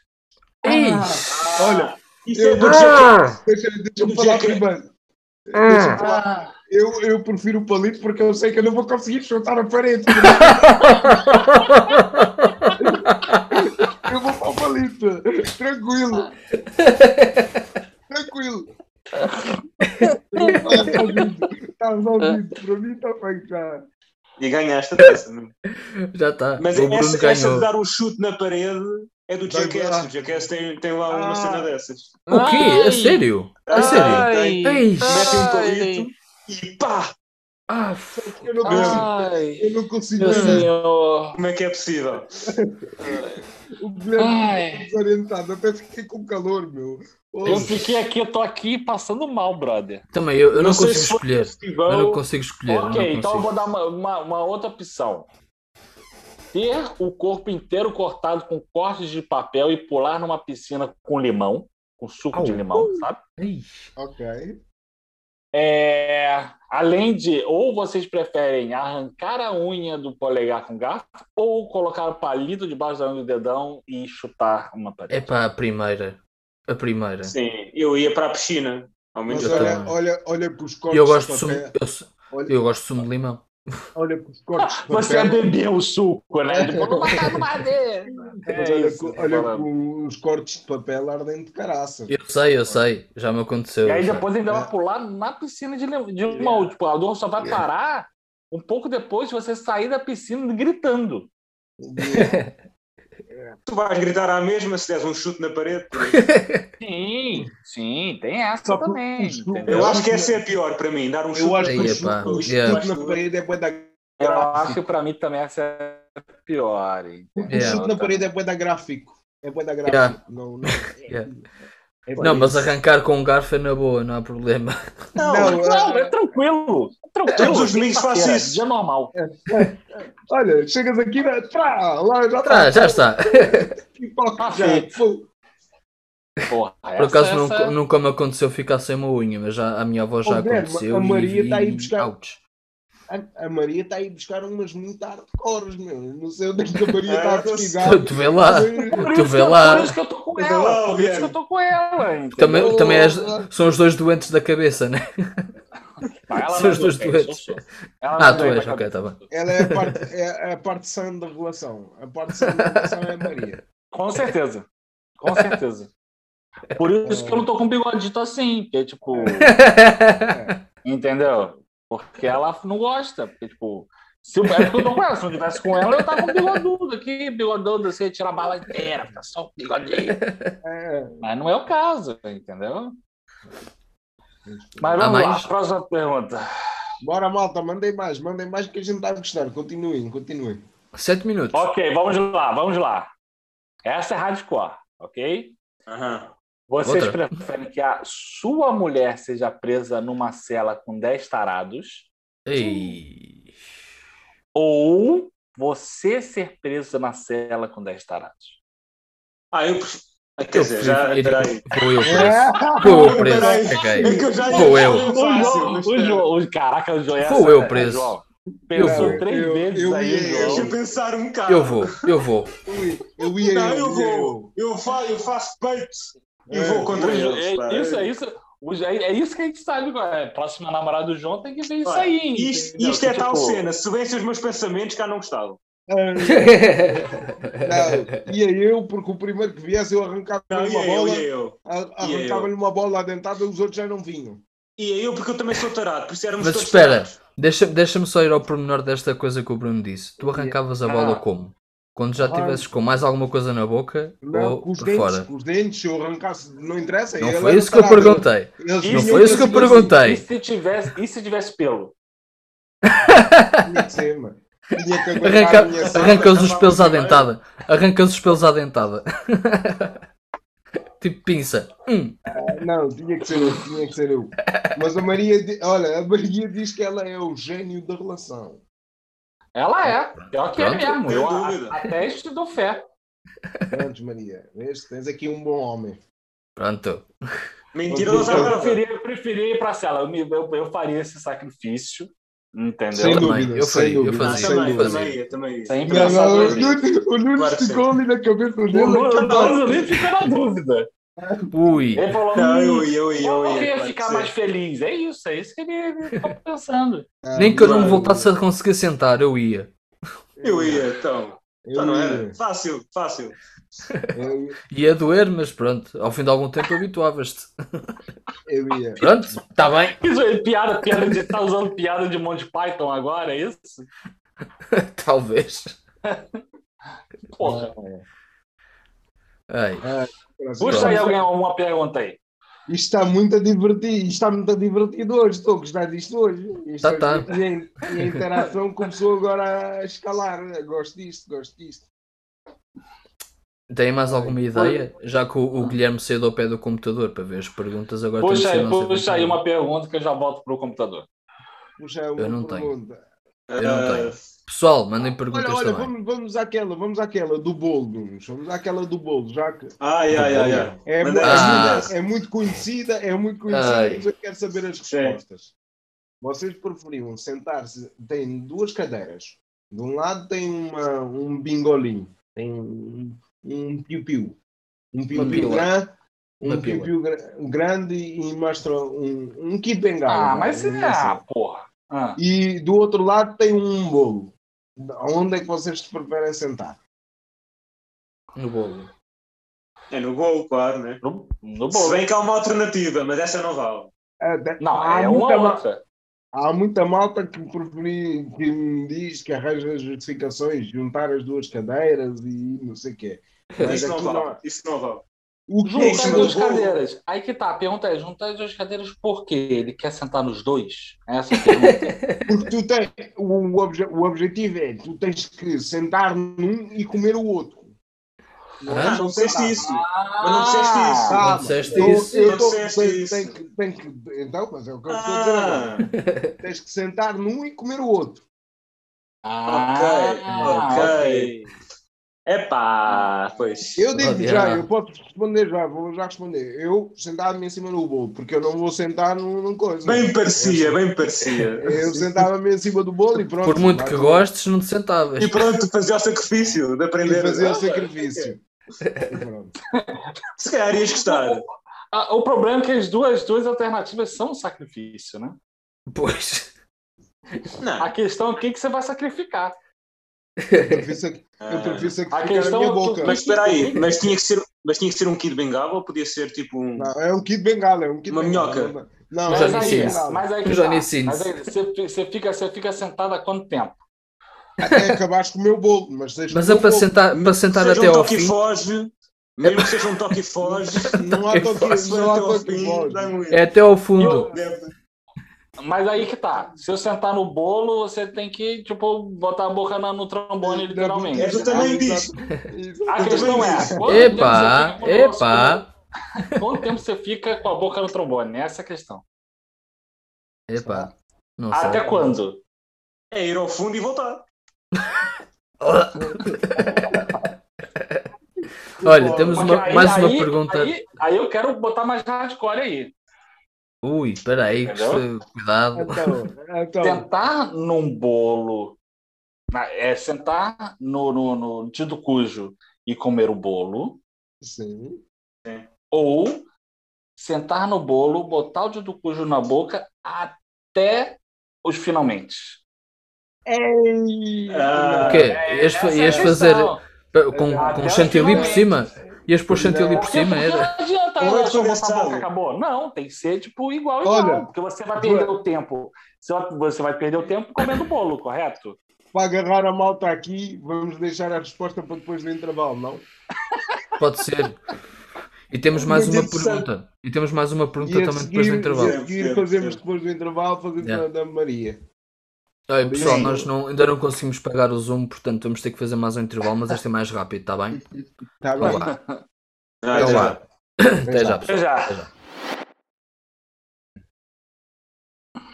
Eis!
Olha,
Isso é
Eu-
do
deixa, deixa eu
Tudo
falar
já que-
primeiro. Deixa eu falar.
Ah.
Eu, eu prefiro o palito porque eu sei que eu não vou conseguir chutar a parede. eu vou para o palito. Tranquilo. Tranquilo. Está Estamos ao vivo. Para mim está feito já.
E ganhaste dessa. né?
Já está.
Mas
O Bruno
essa, essa de
ganhou.
dar o chute na parede é do
Vai
Jackass.
lá.
O Jackass tem, tem lá uma
Ah.
cena dessas.
O quê?
Ai!
A sério?
Ah,
A sério?
tem.
Ai,
Mete um
Ai,
palito e pá!
Ah, f-
Eu não consigo.
ai,
Eu não consigo.
meu senhor.
Como é que é possível?
O Guilherme
Ai.
está desorientado. Até fiquei com calor, meu. Oh,
Eu fiquei aqui, eu tô aqui passando mal, brother.
também eu, eu não,
sei
consigo
se foi
escolher.
festival.
Eu não consigo escolher. eu não
ok, então
consigo.
eu vou dar uma, uma, uma outra opção. Ter o corpo inteiro cortado com cortes de papel e pular numa piscina com limão, com suco de
Au.
limão, sabe?
Ai,
Ok.
É, além de, ou vocês preferem arrancar a unha do polegar com garfo, ou colocar o palito debaixo da unha do dedão e chutar uma parede.
É para a primeira. A primeira.
Sim, eu ia para a piscina. Ao menos
Mas
Eu
olha,
também.
olha, olha para os
E
cortes
eu gosto de
de
sumo.
papel.
Eu, su-
Olha,
eu gosto de sumo de limão.
olha para os cortes de papel.
Você é beber o suco, né? Tipo, não vai dar numa dele.
Mas
É
olha,
isso,
com-
tô
olha
falando.
com os cortes de papel ardem de caraça.
Eu sei, eu sei. Já me aconteceu.
E aí
eu sei.
depois ainda vai pular na piscina de, lim- de limão. Tipo, a dor só vai parar um pouco depois de você sair da piscina gritando.
Tu vais gritar à mesma se deres um chute na parede.
Sim, sim, tem essa
Só que
também.
o suco-
entendeu?
Eu acho que essa é a pior para mim, dar um chute
Eu acho
na
Aí,
que o
é
chute-
pá,
o
yeah.
chute na parede é bué da
Eu
gráfico.
acho que pra mim também essa é a pior.
Porque
Yeah.
o chute na parede é bué da gráfico. É bué da gráfico.
Yeah.
Não, não.
Yeah.
É
Não,
bué
mas
isso.
arrancar com um garfo é na boa, não há problema.
Não,
Não,
não, é
é-
tranquilo. É tranquilo.
Todos os domingos
Sexta-feira,
faço isso.
Dia normal.
Olha, chegas aqui, né? Pá, lá já
Tá,
está.
já está.
pipoca,
Tá
já.
feito.
Fogo.
Porra,
Por
essa- é
acaso
essa-
nunca, nunca me aconteceu ficar sem uma unha, mas já, a minha avó já
Oh, Guilherme,
aconteceu.
a
e-
Maria
e-
tá aí buscar-
ouch.
A, a Maria está aí buscar umas muito hardcores, meu. Eu Não sei onde é que a Maria está a pesquisar.
Tu vê lá.
Por
Tu
isso
vê
que eu-
lá.
Por isso que eu tô com
Tu vê lá,
ela. Por isso que
Guilherme.
eu tô com ela. entendeu?
Também, também és- são os dois doentes da cabeça, né?
Mas ela
são
não
os dois
é doente,
doentes.
eu sou. Ela não
Ah,
é
tu
doente,
és, ok, tá bem.
Ela é a parte, é a parte sã da relação. A parte sã da relação é a Maria.
Com certeza. Com certeza. Por isso que eu não tô com bigodito assim, porque, tipo, entendeu? Porque ela não gosta. Porque, tipo, se eu, é porque eu tô com ela, se eu não tivesse com ela, eu tava com um bigodudo aqui, bigodudo assim, tira a bala inteira, fica só o bigodinho.
É.
Mas não é o caso, entendeu? Mas vamos
Há
lá,
mais?
próxima pergunta.
Bora, malta, mandem mais, mandem mais que a gente está a gostar. Continuem, continuem.
Sete minutos.
Ok, vamos lá, vamos lá. Essa é hardcore, ok?
Aham.
Vocês
Outra.
preferem que a sua mulher seja presa numa cela com 10 tarados
Ei.
ou você ser preso na cela com 10 tarados?
Ah, eu. pref- Ah, Quer dizer, já.
prefiro-
Peraí.
Vou eu
É,
preso. Vou eu
Peraí.
preso. Caguei.
É que eu já ia
Vou eu.
falar
O
fácil,
João,
mas
o
pera.
João, o- né? caraca, o João é
Vou eu preso.
João. Pensou
vou.
três
Eu-
vezes
eu
aí,
ia-
João.
Deixa eu pensar um bocado.
Eu vou, eu vou.
Ui, Eu ia
Não,
eu,
eu
ia
vou. Eu, fa eu faço peito. Eu
É.
vou contra
O João-
eles. pá.
é, isso, é isso. O João- É é isso que a gente sabe. É, próxima namorada do João tem que ver isso
Olha,
aí.
Isto,
entendeu?
isto é
Que,
tal
tipo,
cena. Se soubessem os meus pensamentos, cá não gostavam.
Não, ia eu, porque o primeiro que viesse eu arrancava-lhe
Não,
uma
ia é eu,
bola,
ia eu.
a-
ia eu.
arrancava-lhe uma bola adentada e os outros já não vinham.
Ia é eu, porque eu também sou tarado. Por isso éramos
Mas
todos
espera.
tarados.
Deixa-me só ir ao pormenor desta coisa que o Bruno disse. Tu arrancavas a bola
Ah.
como? Quando já
Arranco.
tivesses com mais alguma coisa na boca
Ah. Não,
ou
com os
por
dentes,
fora?
com os dentes, se eu arrancasse, não interessa.
Não
ele
foi
era
isso que eu
tarado.
perguntei.
Eles
Não
vinham
foi isso que eu
assim,
E
perguntei.
se tivesse, e se tivesse pelo?
tinha que ser, mano. Tinha que aguentar a
Arranca,
minha sala.
arrancas os
acabava
pelos à
primeiro.
dentada. Arrancas os pelos à dentada. tipo pinça. Hum.
Não, tinha que ser eu, tinha que ser eu. Mas a Maria, di- olha, a Maria diz que ela é o gênio da relação.
Ela é. Pior que é
Pronto.
mesmo.
Sem
Eu a-
dúvida.
até te dou fé.
Prontos, Maria, vês? Tens aqui um bom homem.
Pronto.
Mentiroso
Eu
agora. velho.
preferia, eu preferia ir pra cela. Eu, me- eu, eu faria esse sacrifício. Entendeu?
Sem
também,
dúvida,
eu
sem
faria, eu
dúvida,
Ah,
fazia,
sem
também,
dúvida.
também ia, também ia.
Sempre
Não,
essa
não, o
dúvida.
Nuno, o Nuno
Claro que
ficou ali na cabeça dele.
O Lula-
aquela-
o Lula nem fica na dúvida.
Ui.
É.
Ele falou.
Não, eu
"Hum,
ia, eu ia.
eu
Eu
queria
ia,
ficar
pode
mais
ser.
feliz. É isso, é isso que ele, ele ficou pensando.
Ah,
Nem que eu não me
Mano.
voltasse a conseguir sentar, eu ia.
Eu ia, então.
Eu
Então não
ia.
era. Fácil, fácil.
Eu,
Ia doer, mas pronto, ao fim de algum tempo habituavas-te.
eu ia.
Pronto, está bem.
Isso aí, piada, piada de. Tá usando piada de Monty Python agora, é isso?
Talvez.
Porra.
Ai,
Puxa aí alguém uma pergunta aí.
Isto está muito a divertir, isto está muito a divertido hoje, estou a gostar disto hoje. Isto
Tá, tá.
hoje- E, a, e a interação começou agora a escalar. Gosto disto, gosto disto.
tem mais alguma ideia? Já que o, o Guilherme saiu ao pé do computador para ver as perguntas, agora tem
Puxa
que ser
aí,
nossa
puxa aí
vez.
uma pergunta que eu já volto pro computador.
Puxa, uma
Eu não tenho.
pergunta.
Eu
Ah,
não tenho. Pessoal, mandem perguntas
Olha, olha,
também.
vamos, vamos àquela, vamos àquela do bolo, Nunes. Vamos àquela do bolo, já que
Ai, ai, ai, ai.
é,
Mas
mu-
é-
é muito- é muito conhecida, é muito conhecida,
Ai.
mas eu quero saber as
Sim.
respostas. Vocês preferiam sentar-se, tem duas cadeiras. De um lado tem uma, um bingolim, tem um, um piu-piu. Um piu-piu
pila.
grande,
Uma
um
pila.
piu-piu gra- grande e mostra um, um kit bengala.
Ah, mas
é,
um-
ah,
assim.
porra. Ah.
e do outro lado tem um bolo. Onde é que vocês te preferem sentar?
No bolo.
É no gol, claro, né?
No, no
Se
bolo.
bem que há uma alternativa, mas essa não vale.
Ah, de-
Não,
há,
é uma
muita, ma-
outra.
há muita malta que, preferi, que me diz que arranja justificações, juntar as duas cadeiras e não sei o quê. Mas
Isso não
aqui não
vale.
é.
Isso não vale.
O que é
Juntar as
Isso,
que
duas
no bolo.
cadeiras. Aí que tá, a pergunta é: juntar as duas cadeiras por quê? Ele quer sentar nos dois? Essa é a pergunta.
porque tu tens, o, obje- o objetivo é tu tens que sentar num e comer o outro. Não, é?
Hã?
não
Não disseste
sentar.
isso. Mas não disseste isso.
Ah,
Calma,
disseste
eu-
isso.
eu
Não
tô-
disseste
tem-
isso.
tem que- tem que- Então, mas é o que eu estou a dizer agora.
Ah,
Tens que sentar num e comer o outro.
Ah,
Ok,
ok.
epá, Ah, pois.
Eu digo
Pode,
já,
é.
eu posso responder já, vou já responder. Eu sentava-me em cima do bolo, porque eu não vou sentar num, num coisa.
Bem me parecia, bem me parecia.
Eu, eu sentava-me em cima do bolo e pronto.
Por muito que
Mas-
gostes, não te sentavas.
E pronto, fazia o sacrifício de
E
aprender.
fazer
Ah,
o sacrifício. E pronto.
Se calhar ias gostar.
Ah, o problema é que as duas, duas alternativas são um sacrifício, né?
Pois.
Não.
A questão é o que, que você vai sacrificar.
Eu prefiro sac- Ah, eu prefiro
A
sacrificar a,
questão
minha
é tu-
boca.
Mas espera aí, mas tinha que ser, mas tinha que ser um kit bengala ou podia ser tipo um.
Não, é um kit bengala, é um kit
Uma
bengala.
minhoca.
Não,
Um
Mas
é
Johnny
um
aí,
Sins.
bengala.
mas aí,
Um
que
Johnny
tá.
Sins.
Mas aí você, você fica, você fica sentado há quanto tempo?
Até acabares com o meu bolo, mas tens que
Mas
comer
é
o
para
bolo.
sentar, para sentar
Seja
até
um
ao
toque e
fim.
foge, mesmo que seja um toque e foge,
Não há
Quem
toque,
faz?
não há
até ao
toque
fim,
bolo.
dá um muito.
É até ao fundo.
Mas aí que tá. Se eu sentar no bolo, você tem que, tipo, botar a boca na- no trombone, literalmente.
É,
né?
tu também diz.
A questão é. quanto tempo
Epá,
você fica com o negócio-
epá,
Quanto tempo você fica com a boca no trombone? Essa é a questão.
epá. Não sei.
Até quando?
É ir ao fundo e voltar.
Olha, temos uma,
Porque aí-
mais uma
aí-
pergunta.
Aí, aí eu quero botar mais hardcore aí.
Ui, espera aí, que
Entendeu?
isto- cuidado.
Então, então,
Sentar num bolo, na- é sentar no, no, no tido cujo e comer o bolo,
sim.
ou sentar no bolo, botar o tido cujo na boca até os finalmente.
Ei!
Ah,
O quê? Ias, fa-
Essa é a
ias fazer
questão.
pa-
É,
com, com
Até
chantilly por
finalmente.
cima? Ias pôr chantilly por
Porque-
cima?
porque
Era?
Não adianta,
Não
ah,
é
deixa eu botar a
conversável.
boca, acabou. Não, tem que ser tipo igual, igual.
Olha,
porque você vai perder o tempo. Você vai- Você vai perder o tempo comendo bolo, correto?
Para agarrar a malta aqui, vamos deixar a resposta para depois do intervalo, não?
Pode ser. E temos mais
Muito
uma
interessante.
pergunta. E temos mais uma pergunta
E a
Então, também depois do
seguir-
intervalo.
E a seguir
Sim,
fazemos
sim.
depois do intervalo, fazemos
Yeah.
a da Maria.
Olha, pessoal,
Sim.
nós não- ainda não conseguimos pagar o Zoom, portanto vamos ter que fazer mais um intervalo, mas este é mais rápido, está bem?
Está
Então
Tá bem?
vá,
Ah,
então
já.
vá. Até já,
Eu
pessoal.
já.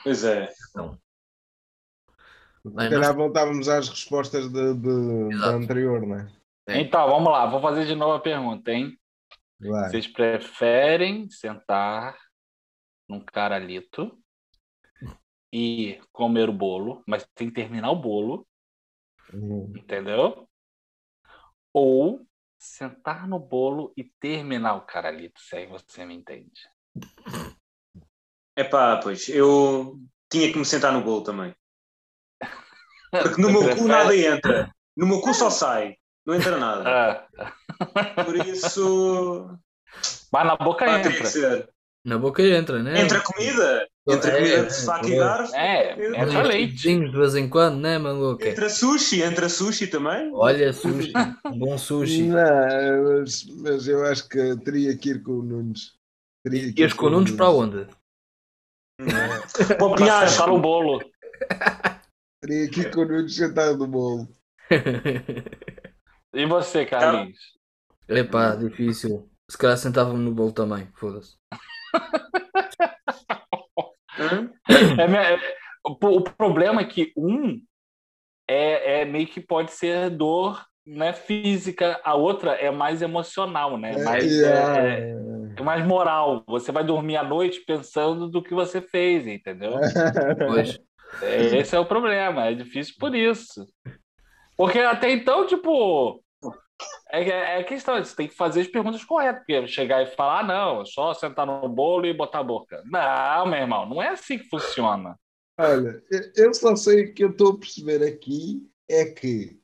Pois é.
Bem,
Se calhar voltávamos às respostas de, de- da anterior, não é?
Então, vamos lá. Vou fazer de novo a pergunta, hein?
Vai.
Vocês preferem sentar num caralito e comer o bolo, mas tem que terminar o bolo, entendeu? Ou sentar no bolo e terminar o caralito, se aí você me entende.
Epá, pois, eu tinha que me sentar no bolo também. Porque no
Você
meu cu
prefere-
nada entra. No meu cu só sai. Não entra nada.
Ah,
Por isso.
Mas na boca
pá, tem que
entra.
ser.
Na boca entra, né?
Entra comida. Entra
É,
comida
é,
de faca
é.
e garfo.
É, entra
Uns
leite.
pedidos de vez em quando, né, maluca?
Entra sushi. Entra sushi também.
Olha, sushi. Bom sushi.
Não, mas, mas eu acho que teria que ir com o Nunes. Teria que
E os colunos para onde?
Bom,
Pra
pinhasco.
sentar o bolo.
Teria que ir com o Nunes sentado no bolo.
E você, Carlinhos?
Epá, difícil. Se calhar sentava-me no bolo também, foda-se.
Hã?
É, me- é- o, o problema é que um é, é meio que pode ser dor né, física, a outra é mais emocional, né? Mais,
Yeah.
é- é mais moral. Você vai dormir à noite pensando do que você fez, entendeu?
Pois.
É, Esse é o problema, é difícil por isso. Porque até então, tipo, é, é- é questão, você tem que fazer as perguntas corretas, porque chegar e falar, ah, não, é só sentar no bolo e botar a boca. Não, meu irmão, não é assim que funciona.
Olha, eu- eu só sei o que eu estou a perceber aqui é que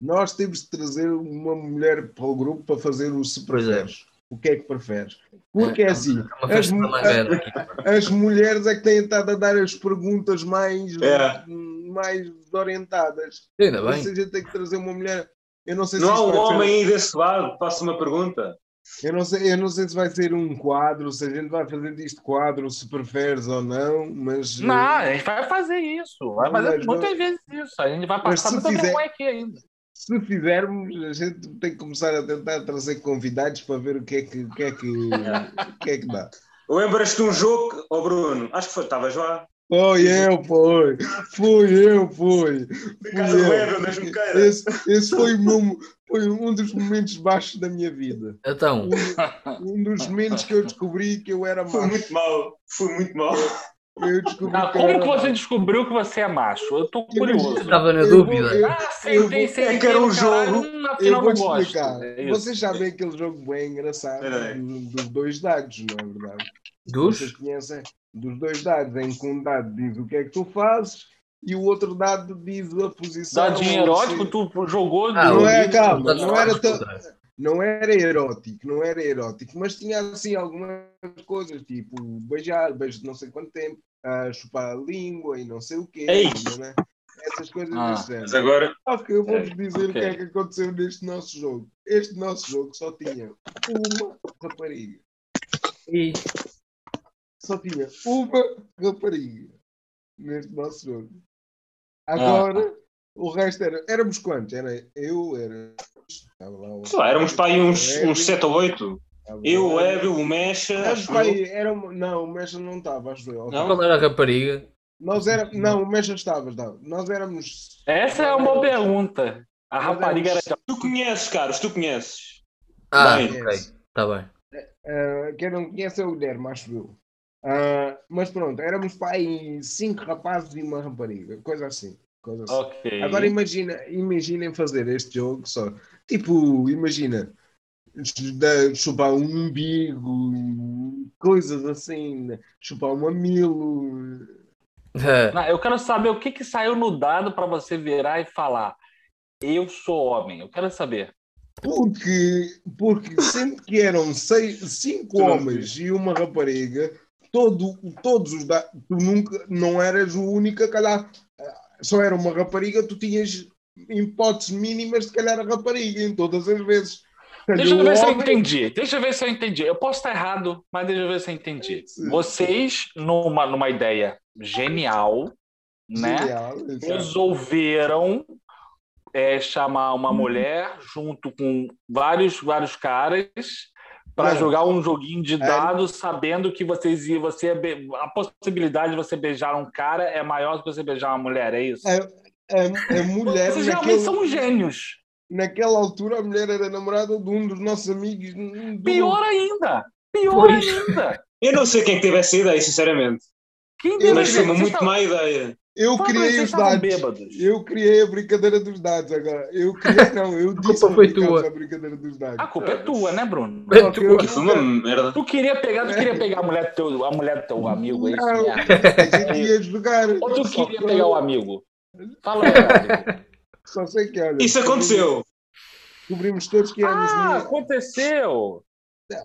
nós temos de trazer uma mulher para o grupo para fazer o se
Pois é.
preferes. O que é que preferes? Porque é assim,
É uma
as,
festa da
mu-
mangueira aqui.
as mulheres é que têm estado a dar as perguntas mais,
É.
mais orientadas.
Ainda
Ou
Tá bem.
seja, tem que trazer uma mulher. Eu não sei se
Não há
isto
um
vai ser-
homem aí desse lado. Faço uma pergunta.
Eu não, sei, eu não sei se vai ser um quadro, se a gente vai fazer disto quadro, se preferes ou não, mas.
Não, a gente vai fazer isso, vai
Não,
fazer
mas
muitas
não-
vezes isso. A gente vai
Mas
passar
se
muita
fizer-
vergonha aqui ainda.
Se fizermos, a gente tem que começar a tentar trazer convidados para ver o que é que, o que, é que, o que, é que dá.
Lembras-te de um jogo, que- oh Bruno? Acho que foi, estavas lá.
Foi eu, foi! Foi eu, foi! Fui
Casa do
eu.
Ebro, das Junqueiras.
Esse, esse foi, o meu, foi um dos momentos baixos da minha vida.
Então,
Um dos momentos que eu descobri que eu era
Foi
macho.
muito mal. Foi muito mal.
Eu descobri
Ah,
que eu era
como que você descobriu que você é macho? Eu tô
eu
curioso.
estava na
Eu vou-
dúvida.
eu-
Ah, aceitei,
vou-
aceitei.
é que era um
no caralho,
jogo,
hum, afinal
Eu vou
não
te
gosto.
explicar.
É isso.
Vocês já veem aquele jogo bem engraçado
Peraí.
do- dos dois dados, não é verdade? Vocês
Dos?
conhecem dos dois dados, em que um dado diz o que é que tu fazes e o outro dado diz a posição.
Dadinho
onde
erótico,
se-
tu jogou.
Ah,
Não
o
é,
livro
calma,
está
não era
disponível.
tão. Não era erótico, não era erótico, mas tinha assim algumas coisas, tipo beijar, beijo de não sei quanto tempo, ah, chupar a língua e não sei o quê.
Ei!
né? Essas coisas
Ah,
desse género.
Mas agora.
Só que eu vou-vos
É,
dizer o que
ok.
é que aconteceu neste nosso jogo. Este nosso jogo só tinha uma rapariga.
E
Só tinha uma rapariga neste nosso jogo. Agora,
Ah.
o resto era. Éramos quantos? Era eu, era. Estava lá o-
Sei lá, éramos para aí uns,
o Hebe,
uns 7 ou 8.
estava
Eu,
lá-
o Hebe, o Mecha.
Éramos
acho
para
eu.
aí, era uma- Não, o Mecha não estava, acho eu.
Não?
qual era a rapariga?
Nós era... não, o Mecha estava, estava. Nós éramos.
Essa é uma boa pergunta. A
Nós
rapariga era.
éramos-
Tu conheces, Carlos, tu conheces.
Ah,
Bem,
ok. Está bem.
Uh, quem não conhece é o Guilherme, acho eu. Uh, mas pronto, éramos pai cinco rapazes e uma rapariga, coisa assim. Coisa assim.
Ok.
Agora imagina, imaginem fazer este jogo só. Tipo, imagina ch- da- chupar um umbigo, coisas assim, né? chupar um mamilo.
Não, eu quero saber o que, que saiu no dado para você virar e falar. Eu sou homem. Eu quero saber.
Porque, porque sempre que eram seis, cinco homens e uma rapariga, todo, todos os da... tu nunca não eras o único a calhar. Ah, Só era uma rapariga, tu tinhas hipóteses mínimas de calhar a rapariga em todas as vezes.
Deixa eu
Calhou
ver se eu
É homem,
entendi. Deixa eu ver se eu entendi. Eu posso estar errado, mas deixa eu ver se eu
É
entendi. Vocês, numa, numa ideia genial, né?
é genial, exato.
resolveram é, chamar
Uhum.
uma mulher junto com vários vários caras para
Não.
jogar um joguinho
É.
de dados, sabendo que vocês iam- você ia be- a possibilidade de você beijar um cara é maior do que você beijar uma mulher, é isso?
É, A, a mulher,
vocês
naquele-
realmente são um gênios.
naquela altura, a mulher era namorada de um dos nossos amigos. do-
Pior ainda. Pior
Pois.
ainda.
Eu não sei quem é que teve essa ideia, sinceramente.
Quem deve
Mas foi uma
vocês
muito
estavam-
má ideia.
Eu
Quando
criei
vocês
os
estavam
dados.
bêbados.
Eu criei a brincadeira dos dados agora. Eu criei, não, eu disse
culpa
que
foi
brincámos
tua.
a brincadeira dos dados.
A culpa é tua, né, Bruno?
Bem,
Só
tu-
que eu-
Foi uma merda.
Tu queria pegar, tu queria pegar a mulher do teu, a mulher do teu amigo, é isso?
Não.
merda?
a gente ia jogar.
Ou tu
Só
queria
que eu-
pegar o amigo? Fala aí, amigo.
Só sei que olha.
Isso aconteceu.
Descobrimos todos que éramos
Ah,
ah.
aconteceu!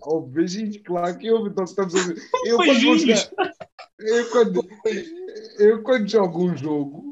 Óbvio, gente, claro que houve. Então estamos a dizer. Eu
Foi
quando, vou
justo.
jogar- eu, quando, eu quando jogo um jogo,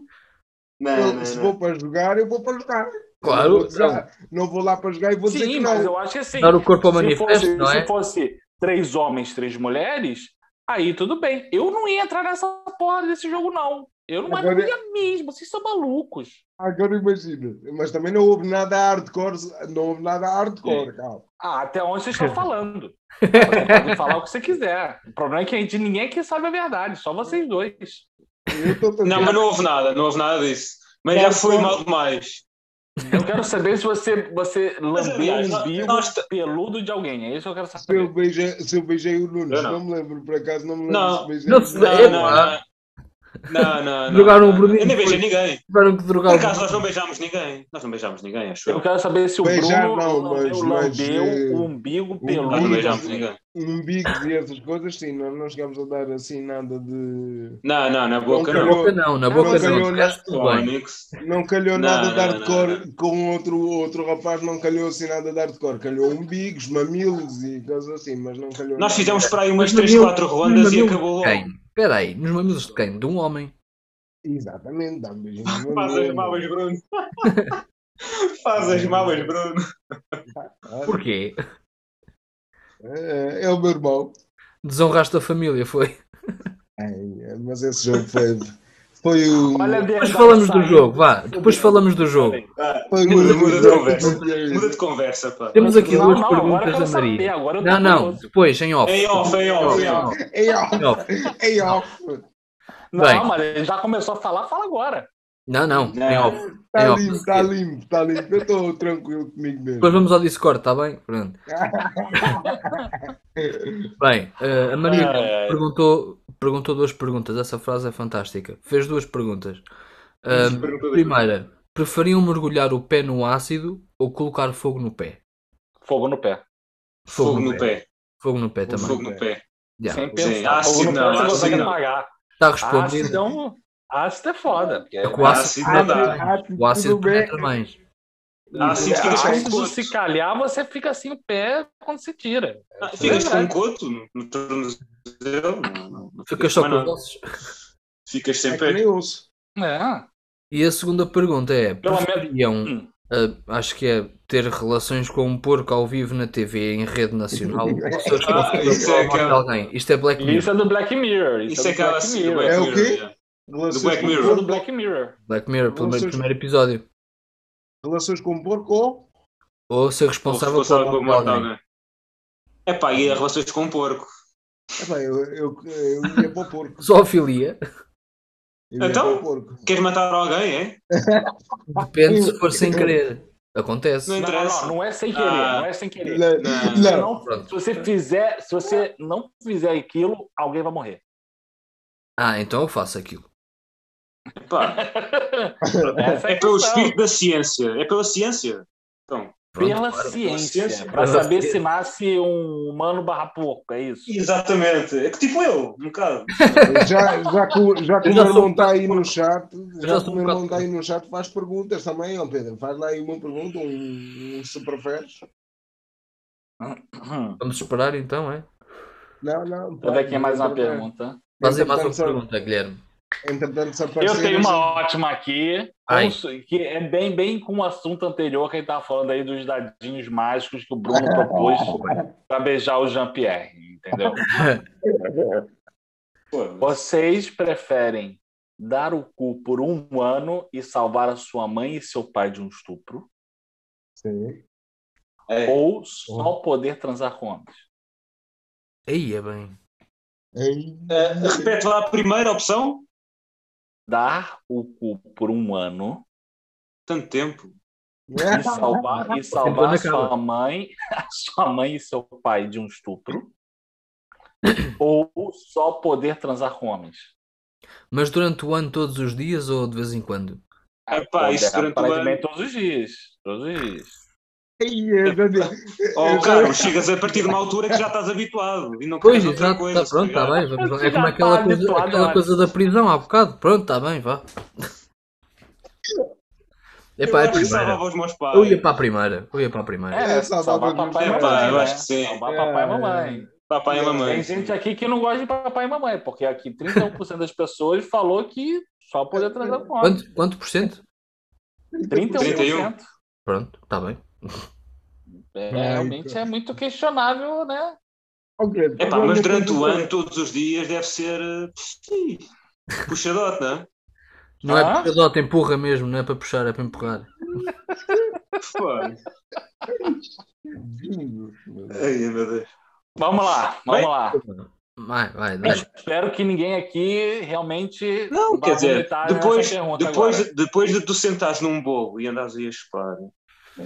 eu-
Não, não,
se
não.
vou para jogar, eu vou para jogar. não,
Claro,
vou dizer- não vou lá para jogar e vou dizer
Sim,
que
mas
não.
eu acho que assim.
dar o corpo ao
se
manifesto,
fosse-
não é?
Se fosse três homens, três mulheres, aí tudo bem. Eu não ia entrar nessa porra desse jogo, não. Eu não,
Agora-
não ia mesmo, vocês são malucos.
Ah, Agora imagina. Mas também não houve nada hardcore. Não houve nada hardcore, calma.
Ah, até onde vocês estão falando. Você pode falar o que você quiser. O problema é que a gente, ninguém aqui sabe a verdade, só vocês dois.
Eu estou a
Não,
dizer-
mas não houve nada, não houve nada disso. Mas já
Claro,
foi
claro.
mal demais.
Eu quero saber se você, você lambeu
aliás,
o
nós-
umbigo
nós t-
peludo de alguém. É isso que eu quero
Se eu
saber.
beijei, se eu beijei o Nunes,
Eu
não.
não.
me lembro, por acaso não me lembro
Não.
se beijei
Não
o
se
Nunes.
Não,
É,
não, não.
pá.
Não, não, não.
Jogaram o
não,
Bruninho,
Eu nem beijei
foi.
ninguém.
Tiveram que drogar
Por
o-
acaso nós não beijámos ninguém. Nós não beijámos ninguém, acho
Eu
eu.
quero saber se o
Beijar
Bruno
é, não,
lambeu-
mas- mas,
lambeu
eh,
o umbigo
Nós
peludo
não
umbigo-
de
beijámos
alguém.
ninguém.
umbigos Um e essas coisas, sim, nós não chegámos a dar assim nada de.
Não, não, na boca
Na
Não,
não. um
boca não, na
Não
boca
ganhou
não.
nada.
Parece tudo bem.
Onyx.
Não calhou
Não,
nada de
não,
hardcore
não,
com outro, outro rapaz, não calhou assim nada de hardcore. Calhou umbigos, mamilos e coisas assim, mas não calhou
Nós
nada.
fizemos para aí umas
Nos
3,
mamilos-
4
nos
rondas e
mamilos
acabou
de
logo.
Quem? Espera aí, nos mamilos de quem? De um homem.
Exatamente, dá um beijinho. no
Faz as
mamilo.
malas, Bruno. Faz as malas, Bruno.
Porquê?
É, é o meu irmão.
Desonraste a família, foi.
É, mas esse jogo foi. Foi o.
Olha a
Depois
verdade
falamos do
saindo.
jogo, vá. Depois falamos do jogo.
foi o
Muda, muda de
jogo
conversa.
que eu-
Muda de conversa, pá.
Temos aqui
Não,
duas
não, agora eu
perguntas
quero
da
saber.
Maria.
Agora eu tô
Não, não,
curioso.
depois, em off.
Em off, em off, em off.
Em off,
Em off.
em off.
Bem.
Não, mas ele já começou a falar, fala agora.
Não, não, em
Não.
off. Em
Está
off.
Tá limpo, está limpo, está limpo. Eu estou tranquilo comigo mesmo.
Depois vamos ao Discord, está bem? Pronto. Bem, eh, a Maria
Ai, ai.
perguntou, perguntou duas perguntas. Essa frase é fantástica. Fez duas perguntas. Ah, primeira, preferiam mergulhar o pé no ácido ou colocar fogo no pé?
Fogo no pé.
Fogo no pé.
Fogo no pé também.
Fogo no pé.
Já.
Sem
Sim,
pensar.
ácido
Fogo no
não,
pé você
ácido
consegue
não.
apagar.
Está
Ácido,
respondido.
então, ácido é foda. porque
É que o ácido
Ácido Ah, não dá.
O ácido é
tudo bem.
penetra mais.
Ácido fica com
ácido,
coto.
se calhar, você fica assim o pé quando se tira.
Ah, Ficas com um coto no- no tornozelo. não, não, não
Ficas só
mais
com os
nada.
ossos.
Ficas
É que
sempre.
nem ouço.
É.
E a segunda pergunta é:
Pelo menos-
preferiam,
Hum.
ah, acho que é ter relações com um porco ao vivo na TV em rede nacional ou seus próprios
isso
da
é
morte de
aquela-
alguém? Isto é Black Mirror.
Isso é do Black Mirror.
Isso é
do
aquela
Black
assim.
Mirror.
É o quê?
já.
Relações
Black
com
Mirror.
Isso é do
porco-
Black Mirror.
Black Mirror, pelo
Vocês-
primeiro episódio.
Relações com porco ou
Ou ser
O
responsável,
responsável
por
pela
morte de
morte de
alguém.
alguém. É pá, né? e as relações com o porco.
É bem, eu, eu, eu ia para o porco.
Zoofilia.
Eu ia para
Então?
o porco.
Queres matar alguém, é?
Depende se for sem querer. Acontece.
Não, não,
interessa.
não, não é sem querer.
Ah.
Não é sem querer.
Não,
Não.
Se,
não.
não,
Pronto.
se você fizer, se você não fizer aquilo, alguém vai morrer.
Ah, então eu faço aquilo.
Pá,
Essa é
é
a
pelo
questão.
espírito da ciência. É pela ciência.
Pronto,
Pela
claro.
ciência,
ciência.
para
Pela
saber
ciência.
se nasce um humano barra porco, é isso?
Exatamente. É que tipo eu, um bocado.
Já, já que o já que o
Eu já sou
meu
um
irmão está aí no chat,
já
já que
sou um
o meu irmão
bocado-
está aí no chat, faz perguntas também, ó Pedro. Faz lá aí uma pergunta, um, um se preferes.
Hum.
Vamos esperar então, é?
Não, não.
Deixa eu ver aqui mais uma
entretanto,
pergunta.
Fazem mais uma
entretanto, só-
pergunta, Guilherme.
Entretanto, se
Eu
aparecer-
tenho uma ótima aqui, com
Ai.
su- que é bem, bem com o assunto anterior que a gente estava falando aí dos dadinhos mágicos que o Bruno propôs para beijar o Jean-Pierre, entendeu?
Pô,
Vocês preferem dar o cu por um ano e salvar a sua mãe e seu pai de um estupro?
Sim.
é.
Ou só poder transar com homens?
Aí é bem.
Ei.
Eh, repete lá a primeira opção.
Dar o cu por um ano
Tanto tempo.
e salvar, e salvar a sua mãe, a sua mãe e seu pai de um estupro? Ou só poder transar com homens?
Mas durante o ano, todos os dias ou de vez em quando?
Epá, isso durante o
Aparentemente
ano.
todos os dias. Todos os dias.
Ei, é, Daniel.
Oh, Carlos, chegas a partir de uma altura que já estás habituado e não
Pois,
queres outra
exato,
coisa.
está pronto, está
ligado?
bem. Vamos lá.
Você
É como
já
aquela,
tá
coisa,
habituado,
aquela
olha.
tá coisa da prisão há bocado. Pronto, está bem, vá. Epá, é a
eu acho que
primeira.
salvava os meus pais.
Eu ia para a primeira. Eu ia para a primeira.
É,
né?
salvar
Salvar papai e
meus
mamãe.
pais, É, eu
né?
acho que sim.
Salvar papai e mamãe.
Papai e
Tem
mamãe.
gente aqui que não gosta de papai e mamãe, porque aqui 31% das pessoas falou que só podia transar com homem.
Quanto, quanto por cento?
31%.
Pronto, está bem.
É,
Ai,
realmente é muito questionável, né?
Ok,
É pá,
agora
mas
uma
durante o
coisa-
ano, todos os dias, deve ser eh, puxadote, não é?
Não é
Ah?
porque a dota empurra mesmo, não é para puxar, é para empurrar.
Pô,
Vinho, meu Deus.
Ai, meu Deus.
Vamos lá, vamos
Bem,
lá.
Vai, vai,
Eu
vai.
espero que ninguém aqui realmente
Não,
vá
quer dizer,
vomitar nessa
depois,
pergunta
depois,
agora.
de- depois de tu sentares num bolo e andares aí a chupar,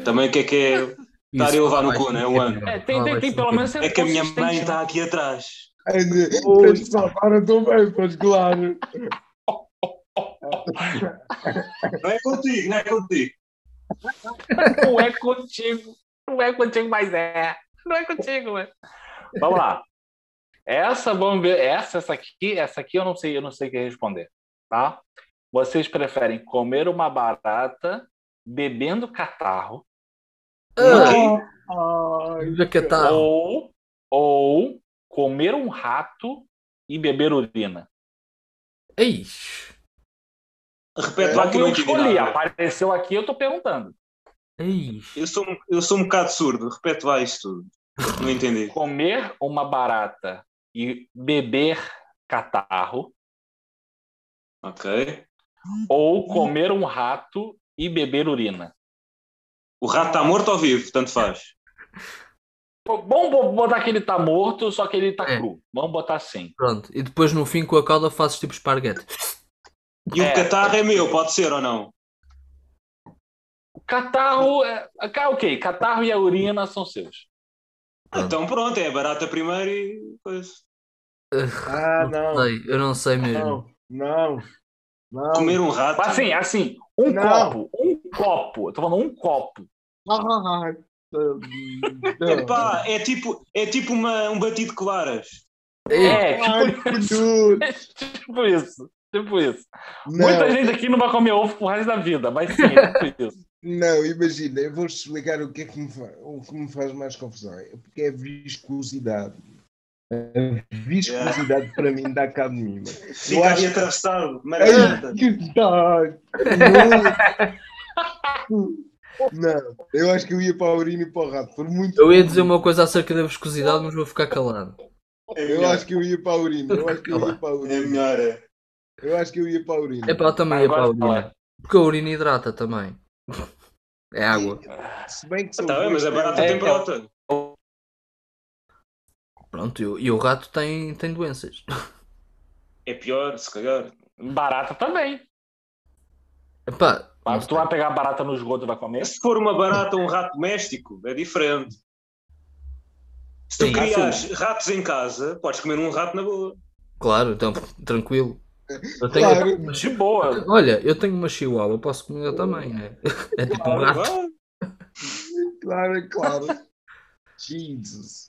também o que é que é? Dar
Isso,
e levar no
vai,
cu, né,
sim,
o ano.
É, tem,
Vai,
tem,
vai,
tem
sim,
pelo
sim.
menos ser
É que a minha
consistente,
mãe
né?
está aqui atrás.
Ai, de-
Oi.
Para te salvar, eu estou bem, pois claro.
Não é contigo, não é contigo.
Não é contigo. Não é contigo, mas é. Não é contigo, mas. Vamos lá. Essa, vamos ver. Essa, essa aqui, essa aqui eu não sei, eu não sei o que responder. Tá? Vocês preferem comer uma barata bebendo catarro um
Ah,
Ok?
Ah,
olha que
Ah.
tá.
ou, ou comer um rato e beber urina?
Ei,
Repete lá
Só
que
que
eu não né?
eu
entendi
escolhi,
nada.
apareceu aqui, eu tô perguntando.
ei.
Eu sou, um- eu sou um bocado surdo, repete lá isto tudo. Não entendi.
Comer uma barata e beber catarro
Ok?
ou comer um rato e beber urina?
O rato está morto ou vivo, tanto faz.
Bom, Vamos botar que ele tá morto, só que ele tá
É.
cru. Vamos botar assim.
Pronto, e depois no fim com a cauda fazes tipo esparguete.
E
É.
o catarro é meu, pode ser ou não?
O Catarro, é... ca- ok, catarro e a urina são seus.
Pronto.
Então pronto, é barata primeiro e coisa.
Ah, não,
Sei, eu não sei mesmo.
não, não, não.
Comer um rato.
Mas assim, assim, um
Não.
copo, um copo, eu tô falando um copo.
Ah,
Epá, é tipo, é tipo uma, um batido de claras.
Ei,
É,
Ai,
tipo,
que duro.
tipo isso, tipo isso. Muita
Não,
gente aqui não vai comer ovo pro resto da vida, mas sim, é tipo isso.
não, imagina, eu vou-te explicar o que é que me, fa- o que me faz mais confusão. É Porque é viscosidade. A viscosidade para mim dá cabo de mim. mano. Eu
Fica ali
acho- É,
atravessado, maravilha.
Ai, que dá. Não. Não, eu acho que eu ia para a urina e para o rato. Por muito
Eu ia dizer uma coisa acerca da viscosidade, mas vou ficar calado.
É
Eu
melhor.
acho que eu ia para a urina. Eu acho que eu ia para a
É
urina.
melhor. é.
Eu acho que eu ia para a urina.
É para também é para a
Agora
urina.
fala.
Porque a urina hidrata também. É água.
Se bem que são
Tá bem, mas
dois
a barata
É,
tem
é.
prota.
Pronto, e o, e o rato tem, tem doenças.
É pior, se calhar.
Barata também.
Epá, não
Mas tu
sei.
vai pegar barata no esgoto e vai comer?
É Se for uma barata ou um rato doméstico, é diferente. Se tu
Sim.
criares ratos em casa, podes comer um rato na boa.
claro, então tranquilo. Eu tenho,
Claro.
uma chi-
De boa.
olha, eu tenho uma chihuahua, posso comer também. É, é tipo um rato.
Ah,
Claro, é claro. Jesus.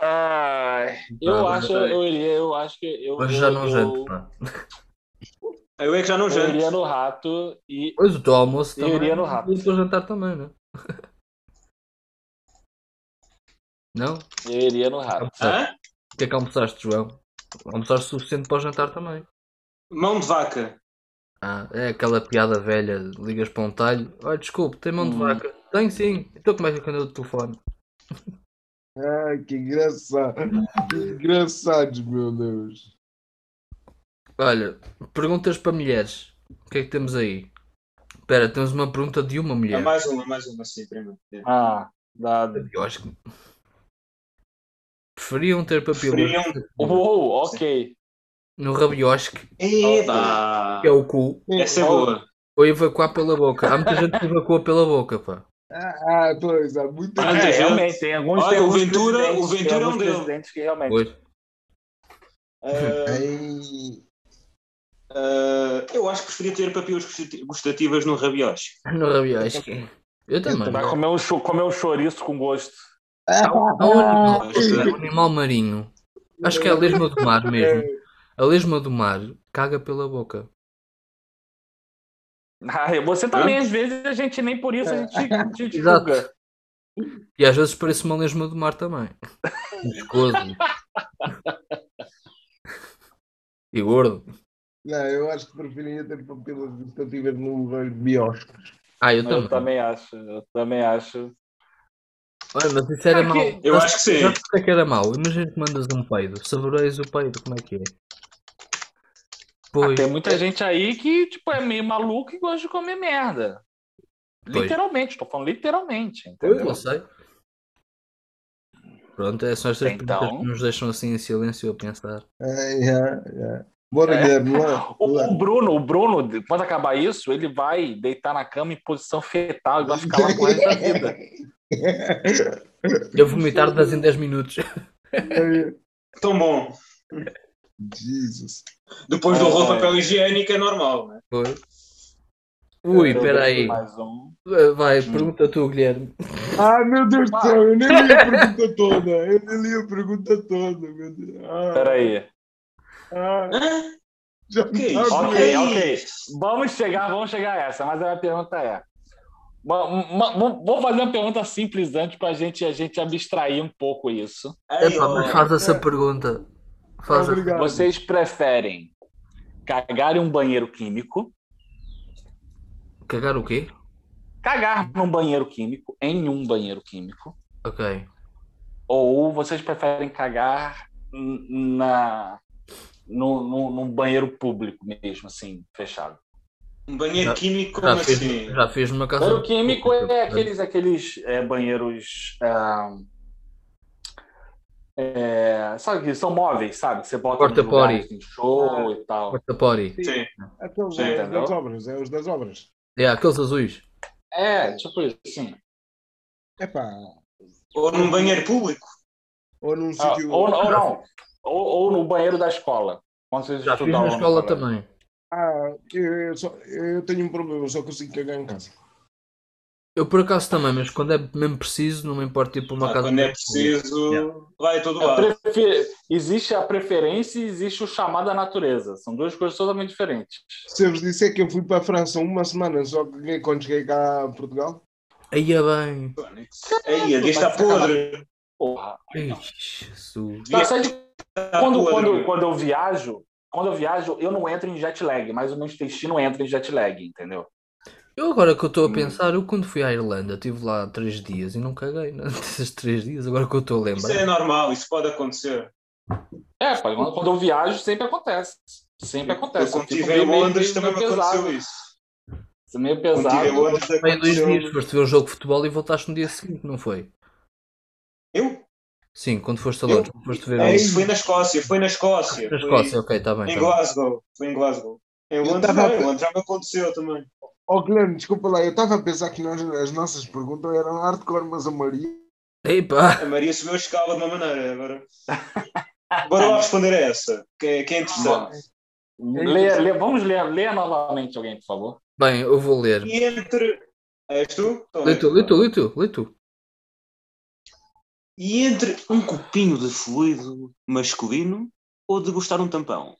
Ai, eu
Tá,
acho,
tá aí.
eu iria, eu acho que eu,
Mas
eu,
já não né?
eu,
janto. pá.
Eu é que já não
eu
janto.
iria no rato e
Pois o teu almoço
Eu
também.
iria no rato.
E o teu jantar também, não? é? Não? O
eu iria no rato.
Hã?
que é que almoçaste, João? Almoçaste o suficiente para o jantar também.
Mão de vaca.
Ah, é aquela piada velha, ligas para um talho. Olha, desculpe, tem mão de
Hum.
vaca. Tenho sim. Então como é que eu ando do telefone?
Ai, que engraçado. Que engraçados, meu Deus.
Olha, perguntas para mulheres. O que é que temos aí? Espera, temos uma pergunta de uma
É
mulher.
mais uma, mais uma, sim, primeiro. É.
Ah, dado.
Eu acho que. Preferiam ter papilas
Preferiam-
Uou, ok.
no rabiosque,
Eba!
que é o cu,
Essa é boa.
ou evacuar pela boca. Há muita gente que evacua pela boca, pá.
Ah, ah, pois, há muita
Ah,
É,
gente.
gente.
realmente, tem alguns,
Olha,
tem
o
alguns
Ventura-
presidentes-
o Ventura
tem
é um
alguns
deles.
presidentes que realmente.
Pois.
Ah,
Ai,
ah, eu acho que preferia ter papilas gustati- gustativas no rabiosque.
No rabiosque. Eu também.
Vai comer um, cho- comer um chouriço com gosto.
Ah,
Há um animal,
Ah,
um animal marinho. Acho que é a lesma do mar mesmo. A lesma do mar caga pela boca.
Ah, você também, às vezes, a gente nem por isso a
É.
gente te
Exato.
julga.
E às vezes parece uma lesma do mar também. Um Viscoso. e gordo.
Não, eu acho que preferia ter papilas gustativas num lugar biótico.
Ah, eu também.
Eu também acho, eu também acho.
Olha, mas isso era
Aqui,
mau.
Eu acho que sim.
Já sei que era mau. Imagina que mandas um peido. Saboreias o peido, como é que é? Pois.
Ah, Tem muita gente aí que, tipo, é meio maluco e gosta de comer merda.
Pois.
Literalmente, tô falando literalmente,
Eu
entendeu?
não sei. Pronto, é só estas
Então.
perguntas que nos deixam assim em silêncio a pensar.
Ah, yeah, yeah. Bora,
É.
Guilherme, lá.
O,
lá.
o Bruno, o Bruno, quando acabar isso, ele vai deitar na cama em posição fetal e vai ficar lá com ele da vida.
Eu vomitar de 10 em 10 minutos.
Tão bom.
Jesus.
Depois do
Ah,
rolo
é.
papel higiênico é normal, né?
Foi. Ui,
Eu
peraí.
Mais um.
Vai, pergunta tu, Guilherme.
Ah, meu Deus do céu, eu nem li a pergunta toda. Eu nem li a pergunta toda, meu Deus. Ah,
Peraí.
ah,
Hã?
já
Que
tá
isso?
doendo.
Ok, ok. Vamos chegar, vamos chegar a essa, mas a minha pergunta é. ma- ma- ma- Vou fazer uma pergunta simples antes para gente, a gente abstrair um pouco isso.
Aí,
Epá, mas
ó.
faz essa pergunta. Faz a...
Obrigado.
Vocês preferem cagar em um banheiro químico,
Cagar o quê?
cagar num banheiro químico, em um banheiro químico,
Ok.
ou vocês preferem cagar n- na, no, no, num banheiro público mesmo, assim, fechado?
Um banheiro
Já-
químico, como
Já fiz,
assim?
já fiz numa casa.
Banheiro químico é aqueles, aqueles é, banheiros. ah, é, sabe que são móveis, sabe? Que Você bota
Porta Ah.
nos lugares
potty.
de show e tal.
Porta Potty.
Sim.
Aqueles
Sim,
é os
entendeu?
das obras, é os das obras.
É, aqueles azuis.
É, tipo isso, sim.
Epá,
Ou num banheiro público.
ou num
Ah,
sítio.
ou, ou não. Ou, ou no banheiro da escola. Quando vocês
Ah,
Já fiz
estudavam
um
na
no
escola
colégio.
tá
também.
Ah, eu, só, eu tenho um problema, eu só consigo cagar em casa.
Eu por acaso também, mas quando é mesmo preciso, não me importo ir para uma
Ah,
casa.
quando é
muito
preciso, vai todo
É,
lado.
prefe- Existe a preferência e existe o chamado à natureza. São duas coisas totalmente diferentes.
Se eu vos disser que eu fui para a França uma semana só caguei quando cheguei cá a Portugal,
boa. Aí é bem.
Aí, ali
é
está podre.
Porra.
Ai,
Então.
Jesus.
Tá, sabe de
Está
quando,
podre.
quando, quando eu viajo, quando eu viajo, eu não entro em jet lag, mas o meu intestino entra em jet lag, entendeu?
Eu agora que eu
Hum.
estou a pensar, eu quando fui à Irlanda, estive lá três dias e não caguei nesses três dias, agora que eu estou a
Isso
lembrar.
é normal, isso pode acontecer.
É, pá, quando quando eu viajo, sempre acontece. Sempre
Eu,
acontece.
quando
Eu fico
estive em
meio- meio-
Londres
meio
também me
tipo, pesado.
aconteceu isso.
Meio
Quando estive em
pesado.
Londres
Bem, dois dias,
aconteceu.
foste ver o jogo de futebol e voltaste no dia seguinte, não foi?
Eu?
Sim, quando foste a
Eu-
Londres, foste ver
É
o...
isso, foi na Escócia, foi na Escócia.
Na
foi
Escócia, ok, está bem.
Em
Tá bem.
Glasgow, foi em Glasgow. Em Londres,
tava-
não, em Londres já me aconteceu também.
oh Guilherme, desculpa lá, eu estava a pensar que nós, as nossas perguntas eram hardcore, mas a Maria.
Epá,
A Maria subiu a escala de uma maneira agora. Bora lá responder a essa, que é, que é interessante.
Lê, lê- vamos ler, lê novamente alguém, por favor.
bem, eu vou ler.
E entre. És tu? Então,
Lê tu, lê tu, lê tu, lê tu.
E entre um copinho de fluido masculino ou degustar um tampão?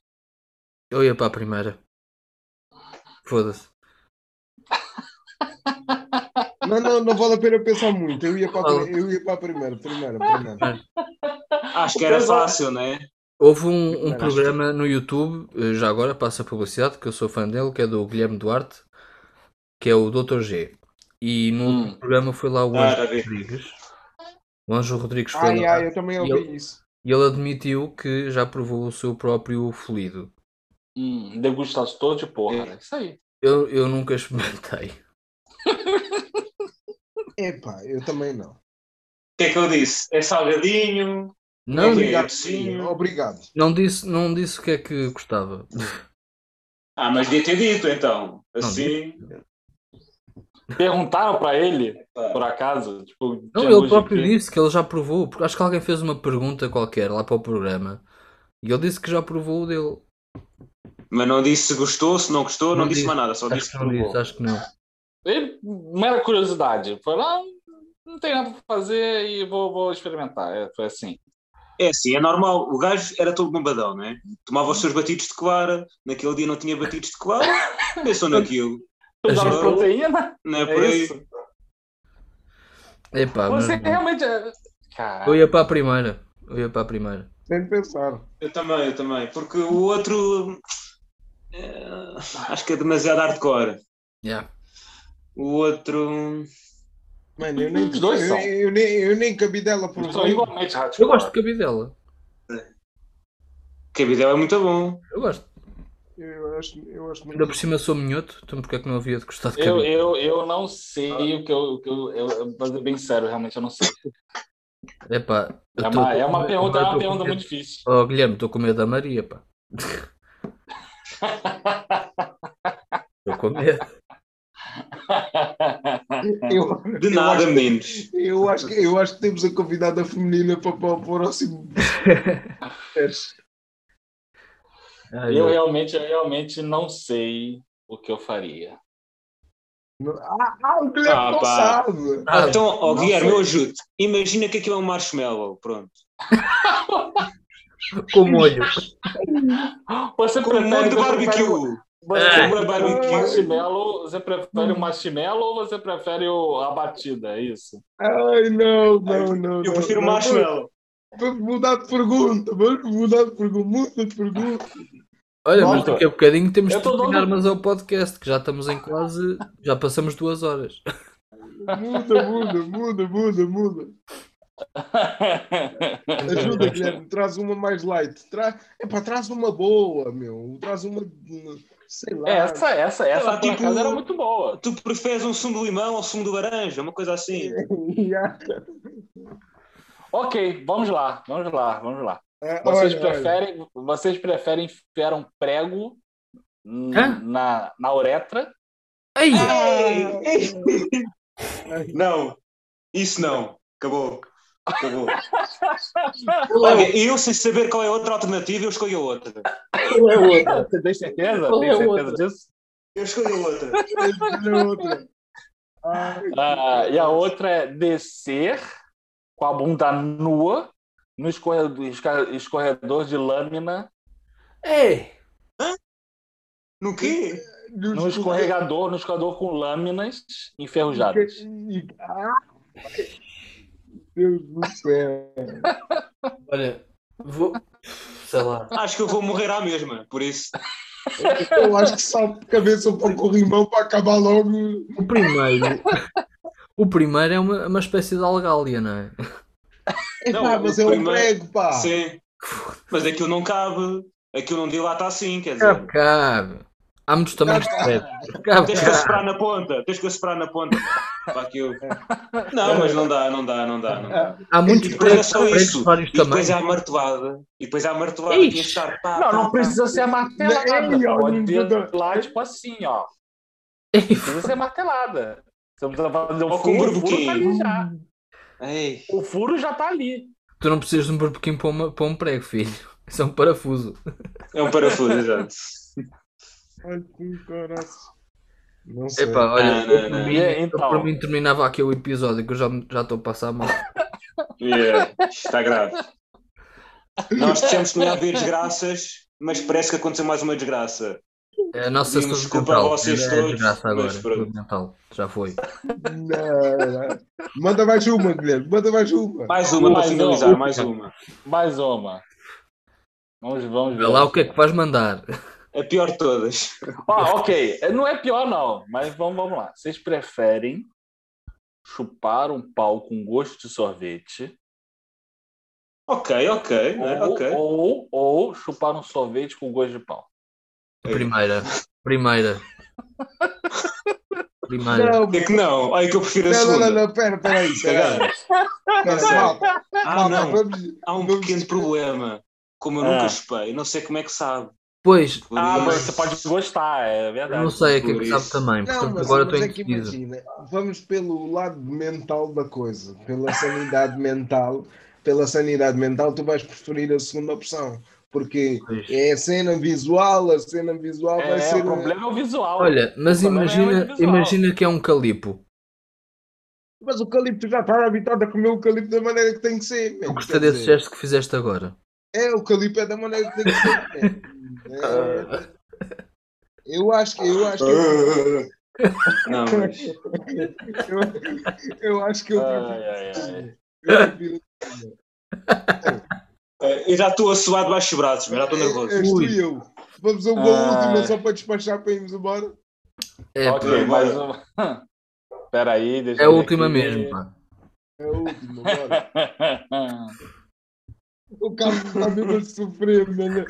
Eu ia para a primeira. Foda-se.
Não, não, não vale a pena pensar muito. Eu ia para a,
Fala.
pri- eu ia para a primeira, primeira, primeira.
Acho que era
Pesado.
fácil, não é?
Houve um, um
Caralho.
programa no YouTube, eh, já agora passa a publicidade, que eu sou fã dele, que é do Guilherme Duarte, que é o Dr. G. E no
Hum.
programa foi lá o
Ah,
Anjo
já vi.
Rodrigues. O Anjo Rodrigues foi
Ai,
lá
ai, eu também ouvi isso.
e ele admitiu que já provou o seu próprio fluido.
Hum, degustação todo de porra. É isso aí.
Eu, eu nunca experimentei.
Epá, eu também não.
O que é que eu disse? É salgadinho?
Não,
Ninguém-
Obrigado,
sim.
sim. Obrigado.
não, disse, não disse o que é que gostava.
Ah, mas devia ter dito então. Assim.
Perguntaram pra ele,
pá.
por acaso, tipo, de
Não,
hoje
ele próprio
em dia.
disse que ele já provou, porque acho que alguém fez uma pergunta qualquer lá para o programa e ele disse que já provou o dele.
Mas não disse se gostou, se não gostou, não,
Não
disse
disse.
mais nada, só
Acho
disse
que
que
não
provou.
disse, acho que não.
Ele, mera curiosidade, foi lá, "Ah, não tem nada pra fazer e vou, vou experimentar. É, foi assim.
É assim, é normal. O gajo era todo bombadão, é? né? Tomava os seus batidos de clara, naquele dia não tinha batidos de clara, pensou naquilo.
É
Tu dá
gente-
proteína?
Não é
É
por aí.
isso?
Epá, mas
Você
bom.
realmente. é- Caralho.
Eu ia para a primeira. Eu ia para a primeira.
Sem pensar.
Eu também, eu também. Porque o outro. eh, acho que é demasiado hardcore.
Yeah.
O outro.
Mano, eu nem,
Os dois
eu,
são.
eu, nem, eu nem cabi dela por
Eles São
bem.
igualmente ratos.
Eu gosto de cabidela.
Cabidel é muito bom.
Eu gosto.
Eu acho, eu acho
Ainda
muito.
por cima sou minhoto, então porque é que não havia de gostar de
Eu,
cabidela?
eu, eu não sei o que eu. O que eu, eu, eu vou ser bem sério, realmente eu não sei.
Epá, eu
É
tô-
uma, é uma
eu
pergunta, é
tô
uma
com
pergunta
medo.
muito difícil.
Oh, Guilherme, estou com medo da Maria, pá. Estou com medo. É,
Eu,
De nada, meninos.
eu, acho que, eu acho que temos a convidada feminina para, para o próximo.
Ai,
Eu
ai.
realmente, eu realmente não sei o que eu faria.
Ah, ah, o Guilherme
Ah,
não
pá.
sabe.
Ah,
então, ó,
não
Guilherme,
sei.
eu ajudo. Imagina que aquilo é um marshmallow. Pronto.
com molho.
Você
Com um
prefere,
monte de
você prefere,
barbecue.
o- você
Ah.
prefere o
Barbecue.
marshmallow, você prefere o marshmallow ou você prefere o- a batida? É isso?
Ai, não, não, não.
Eu
não,
prefiro
não.
marshmallow.
Vamos mudar de pergunta, vamos mudar de pergunta, muda de pergunta.
Olha, mas
Malta,
daqui a bocadinho temos de
eu tô
terminar,
dando-
mas é o podcast, que já estamos em quase. Já passamos duas horas.
Muda, muda, muda, muda, muda. Ajuda, Guilherme, traz uma mais light. Tra... Epá, traz uma boa, meu. Traz uma. Sei lá.
É, Essa, essa, essa
lá,
por
tipo-
acaso era muito boa.
Tu preferes um sumo de limão ou sumo de laranja? Uma coisa assim.
Yeah.
Ok, vamos lá, vamos lá, vamos lá.
Ah,
Vocês
olha,
preferem, vocês preferem enfiar um prego n-
Hã?
na, na uretra?
Ei!
É. Ah,
Não. Isso não. Acabou. Acabou.
Qual
Olha, eu sem saber qual é a outra alternativa, eu escolho a outra.
é a outra?
Você tem certeza?
Qual
Tem
é a
certeza
outra?
disso?
Eu escolho a outra.
olha outra. Ai,
Ah, e a outra é descer com a bunda nua no escorredor, esca- escorredor de lâmina,
Ei!
No quê?
Deus,
no escorregador, no escorregador com lâminas enferrujadas.
Ah, Deus do céu.
Olha, vou. Sei lá.
Acho que eu vou morrer à mesma, por isso.
Eu acho que salto de cabeça um pouco o rimão para acabar logo.
O primeiro. O primeiro é uma, uma espécie de algália, não é?
Epá,
o
mas é um
primeiro-
prego, pá.
Sim. Mas aquilo não cabe. Aquilo não dilata assim, quer dizer.
Cabe, cabe. Há muitos tamanhos de prego. Cabe,
Tens que
cabe.
assoprar na ponta. Tens que assoprar na ponta. Para aquilo. Não, mas não dá, não dá, não dá. Não dá.
Ah,
Há
E
muitos
depois é
pregos,
só
pregos
isso.
de vários
E depois
tamanhos.
há a martelada. E depois há a martelada.
Ixi.
Tem que é estar. Pá,
Não,
pá,
não
pá.
precisa ser martelada.
é
Ei, ó,
Pode
menino.
ter lá, tipo assim, ó.
Ei,
Precisa ser martelada. Você precisa fazer um
Ou com
furo, o furo
burbuquinho.
tá ali já.
Ei.
O furo já tá ali.
Tu não precisas de um burbequim para, uma- para um prego, filho. Isso é um parafuso.
É um parafuso, exato.
Ai, que caraças. Não sei.
Epá, olha, um
Não, não,
eu por
não.
mim-
E,
eu
então?
por mim terminava aqui o episódio que eu já me- já estou a passar mal.
Yeah, Está grave. Nós dissemos que não havia desgraças, mas parece que aconteceu mais uma desgraça.
É a nossa
Pedimos
saúde
desculpa
mental.
a vocês
É
todos,
desgraça
mas
agora,
pronto.
saúde mental. Já foi.
Não, não. Manda mais uma, Guilherme. Manda mais uma.
Mais uma
Mais
para finalizar,
uma.
mais uma.
Mais uma. Vamos, vamos ver.
Vê lá o que é que vais mandar.
A pior de todas.
Ah, ok. Não é pior, não. Mas vamos, vamos lá. Vocês preferem chupar um pau com gosto de sorvete
Ok, ok, né?
ou,
ok.
ou, ou chupar um sorvete com gosto de pau?
Primeira. Primeira. Primeira.
Não,
É que não, olha que eu prefiro a
não, não,
segunda.
não, não, pera, pera aí. Pera,
Cagada.
pera, malta,
Ah,
malta,
não,
vamos-
há um
vamos-
pequeno problema. Como eu
Ah.
nunca chupei, não sei como é que sabe.
Pois,
Por
Ah,
isso-
mas você pode gostar, é
eu
verdade.
não sei a que é que
por
sabe
isso.
também.
Não,
Portanto,
mas,
agora estou
mas é que
indeciso.
imagina, vamos pelo lado mental da coisa, pela sanidade mental, pela sanidade mental tu vais preferir a segunda opção, porque
Pois.
é a cena visual, a cena visual vai
É,
ser
o problema é o visual.
Olha, mas
O problema é
imagina,
audiovisual.
imagina que é um calipo.
Mas o calipto já está habitado a comer o calipto da maneira que tem que ser.
Eu
mesmo,
gostei
quer
desse
dizer,
gesto que fizeste agora.
É, o calipto é da maneira que É, tem que ser. mesmo. É, eu acho que eu acho que
Não, mas.
Eu, eu acho que eu prefiro.
Ai, ai, ai.
Eu prefiro-
eh, Eu já estou a suar debaixo dos braços, mas já estou nervoso.
É, És tu e eu. Vamos a um uma
Ah.
última é só para despachar para irmos embora.
É,
ok,
pá,
mais uma. Espera aí, deixa
é a
eu ver
última
aqui.
mesmo, pá.
É a última, bora. O Carlos está mesmo a sofrer, mano.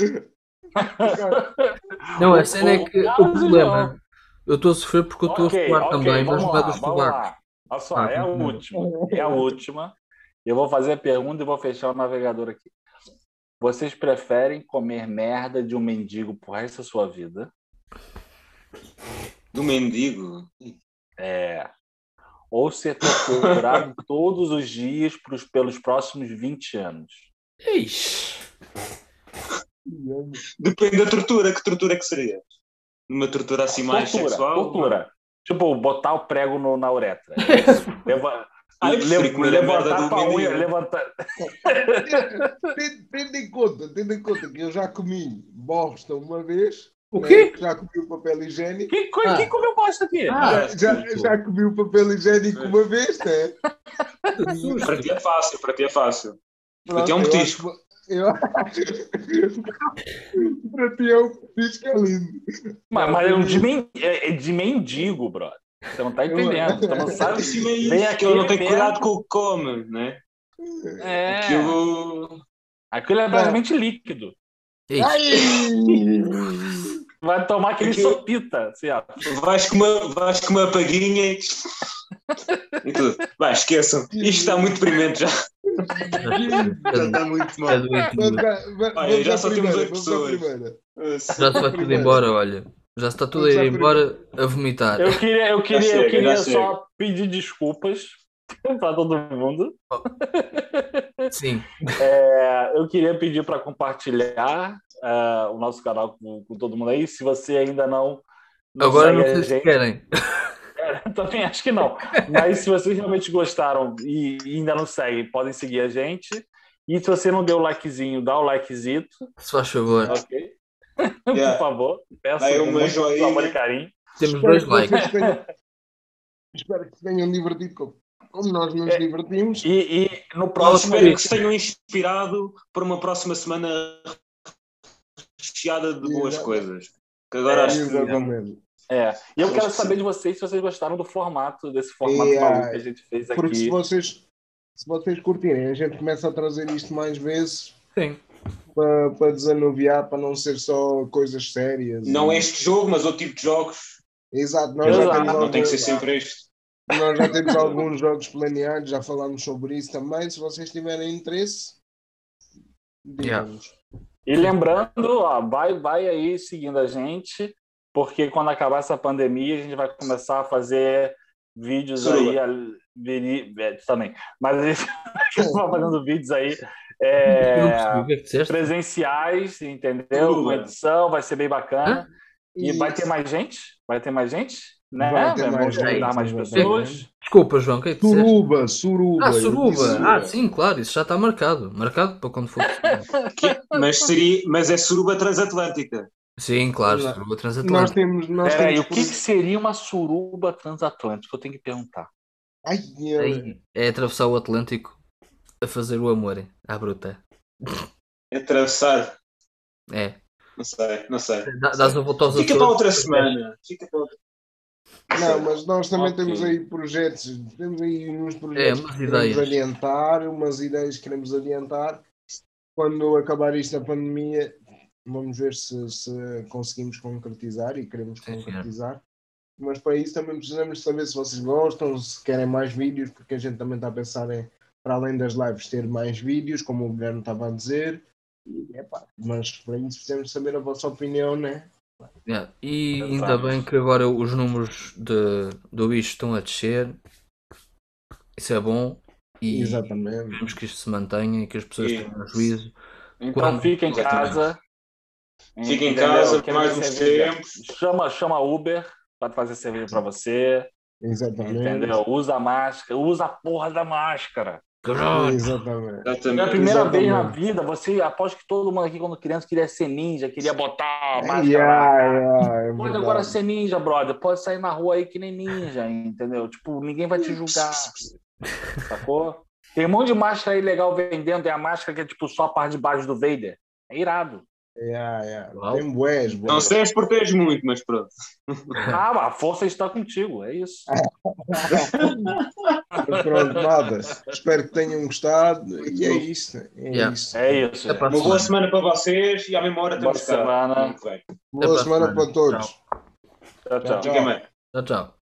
Não, a cena é que o
Carlos
problema. Eu estou a sofrer porque eu estou
Ok,
a suar
ok,
também, mas
vamos
não é
lá,
dos
vamos
tubacos.
lá. Olha só,
Ah,
é a
continua.
última. É a última. Eu vou fazer a pergunta e vou fechar o navegador aqui. Vocês preferem comer merda de um mendigo pro resto da sua vida?
Do mendigo.
É. Ou ser torturado todos os dias pros, pelos próximos 20 anos?
Ixi.
Depende da tortura, que tortura é que seria? Uma tortura assim mais
tortura,
sexual?
tortura. Tipo, botar o prego no- na uretra. Leva,
Ah, eu prefiro
le-
comer a merda
levantar
do
com a unha,
mendigo.
levantar.
Tendo, tendo em conta, tendo em conta que eu já comi bosta uma vez.
O
né,
quê?
que Já comi o papel higiênico.
Quem, co- quem comeu bosta aqui?
Ah,
Já, já comi o papel
É.
higiênico uma vez, né?
Para ti é fácil, para ti é fácil. Para ti é um
Pronto, eu
petisco.
acho- Eu... Para ti é um petisco é lindo.
Mas, mas é, um de men- é- é de mendigo, brother. Você não tá entendendo. Você não sabe
Sabe
se.
se é
Vem
isso,
aqui
que eu não tenho
mesmo.
cuidado com o que come, né?
É.
Que eu...
Aquilo é basicamente líquido. Vai tomar aquele
Aquilo-
sopita, assim, ó.
vais, com uma, vais com uma paguinha e... e tudo. Vai, esqueçam. Isto está muito deprimente já. Já está muito
É
mal.
doente.
Vamos à- va-
Olha,
vamos
já
à
só temos
primeira, vamos à
oito pessoas.
primeira.
Ah,
Já se vai tudo
Primeiro.
embora, olha. Já se está tudo a
Já
ir embora a vomitar.
Eu queria, eu queria,
chega,
eu queria
já
só pedir desculpas para todo mundo.
Sim.
É, eu queria pedir para compartilhar é, o nosso canal com, com todo mundo aí. Se você ainda não.
Agora não
segue a
sei se
gente,
querem.
Também acho que não. Mas se vocês realmente gostaram e e ainda não seguem, podem seguir a gente. E se você não deu o likezinho, dá o likezito,
Se faz favor.
ok?
Yeah.
Por favor, peço
Dá É. aí né?
com
uma
muito
joinha.
amor e carinho.
Temos
Espero
dois
que
likes.
vocês tenham- Espero que se tenham divertido como, como nós nos
É.
divertimos.
E, e no
Eu
próximo
espero que se tenham inspirado para uma próxima semana recheada de boas
Exato.
coisas. Que agora acho que
Exatamente.
É. E eu
Acho
quero
que
saber de vocês se vocês gostaram do formato, desse formato
E, ah,
é,
maluco que a gente fez
Porque se
aqui.
vocês, se vocês curtirem, a gente começa a trazer isto mais vezes
Sim.
para, para desanuviar, para não ser só coisas sérias.
não é este jogo, mas outro tipo de jogos.
Exato, nós já
Exato,
temos
Não tem que
alguns-
ser sempre este.
Nós já temos alguns jogos planeados, já falámos sobre isso também. Se vocês tiverem interesse, digam-nos.
E lembrando, ó, vai, vai aí seguindo a gente, porque quando acabar essa pandemia, a gente vai começar a fazer vídeos
Suruba.
aí. al- veri- é, também. Mas a gente vai fazendo vídeos aí. é,
Eu não percebi o que é que disseste.
presenciais, entendeu? Com
Suruba.
edição, vai ser bem bacana. E
Isso.
vai ter mais gente? Vai ter mais gente? Né?
Vai ter
Vamos
mais
convidar
gente,
mais
vai ter
pessoas.
Desculpa, João, o que é que disseste?
Suruba, suruba.
Ah,
eu disse
suruba.
suruba.
Ah, sim, claro, isso já está marcado. Marcado para quando for possível.
Mas, seria, mas é suruba transatlântica.
Sim, claro,
Não.
suruba
Nós
transatlântica.
temos. Nós
Peraí, o
temos
que, que seria uma suruba transatlântica? Eu tenho que perguntar.
Ai, eu-
Aí É atravessar o Atlântico a fazer o amor à bruta.
É atravessar.
É.
Não sei, não sei.
Dá- Dás a volta aos
Fica para
Açores.
outra semana. Fica para outra
Não, mas nós também
Ok.
temos aí projetos. Temos aí uns
É,
projetos
umas
que queremos
ideias.
adiantar, umas ideias que queremos adiantar. Quando acabar isto a pandemia, vamos ver se, se conseguimos concretizar e queremos
Sim, senhor.
concretizar. Mas para isso também precisamos saber se vocês gostam, se querem mais vídeos, porque a gente também está a pensar em, para além das lives, ter mais vídeos, como o Guilherme estava a dizer. E, epá, mas para isso precisamos saber a vossa opinião, né?
Yeah. E
Exato.
ainda bem que agora os números de, do bicho estão a descer. Isso é bom. E
Exatamente.
esperemos que isto se mantenha e que as pessoas
Sim.
tenham juízo.
Então
Quando?
fica em
Exatamente.
casa.
Fica em
Entendeu?
casa,
Quem
mais
vai
uns
cerveja?
tempos.
Chama, chama Uber para fazer cerveja para você.
Exatamente.
Entendeu? Usa a máscara, usa a porra da máscara.
Caralho.
Exatamente.
É a
Exatamente.
primeira
Exatamente.
vez na vida, você aposto que todo mundo aqui, quando criança, queria ser ninja, queria botar a máscara.
É, Yeah, yeah, é
Pode
verdade.
é agora ser ninja, brother. Pode sair na rua aí que nem ninja, entendeu? Tipo, ninguém vai te julgar, sacou? Tem um monte de máscara aí legal vendendo. Tem a máscara que é tipo só a parte de baixo do Vader. É irado.
Yeah, yeah.
Uau.
Tem bués, bué.
Não sei se protege muito, mas pronto.
Ah, mas a força está contigo, é isso.
Pronto, nada. Espero que tenham gostado. E é isto. É
Yeah.
isto.
É isso.
Até
é. gente.
para a
Uma boa
semana.
semana para vocês e à mesma hora
Boa
estamos cá.
semana.
Muito bem.
Boa
Até para a
semana
semana.
para todos.
Tchau, tchau.
Tchau.
Fiquem bem.
Tchau, tchau.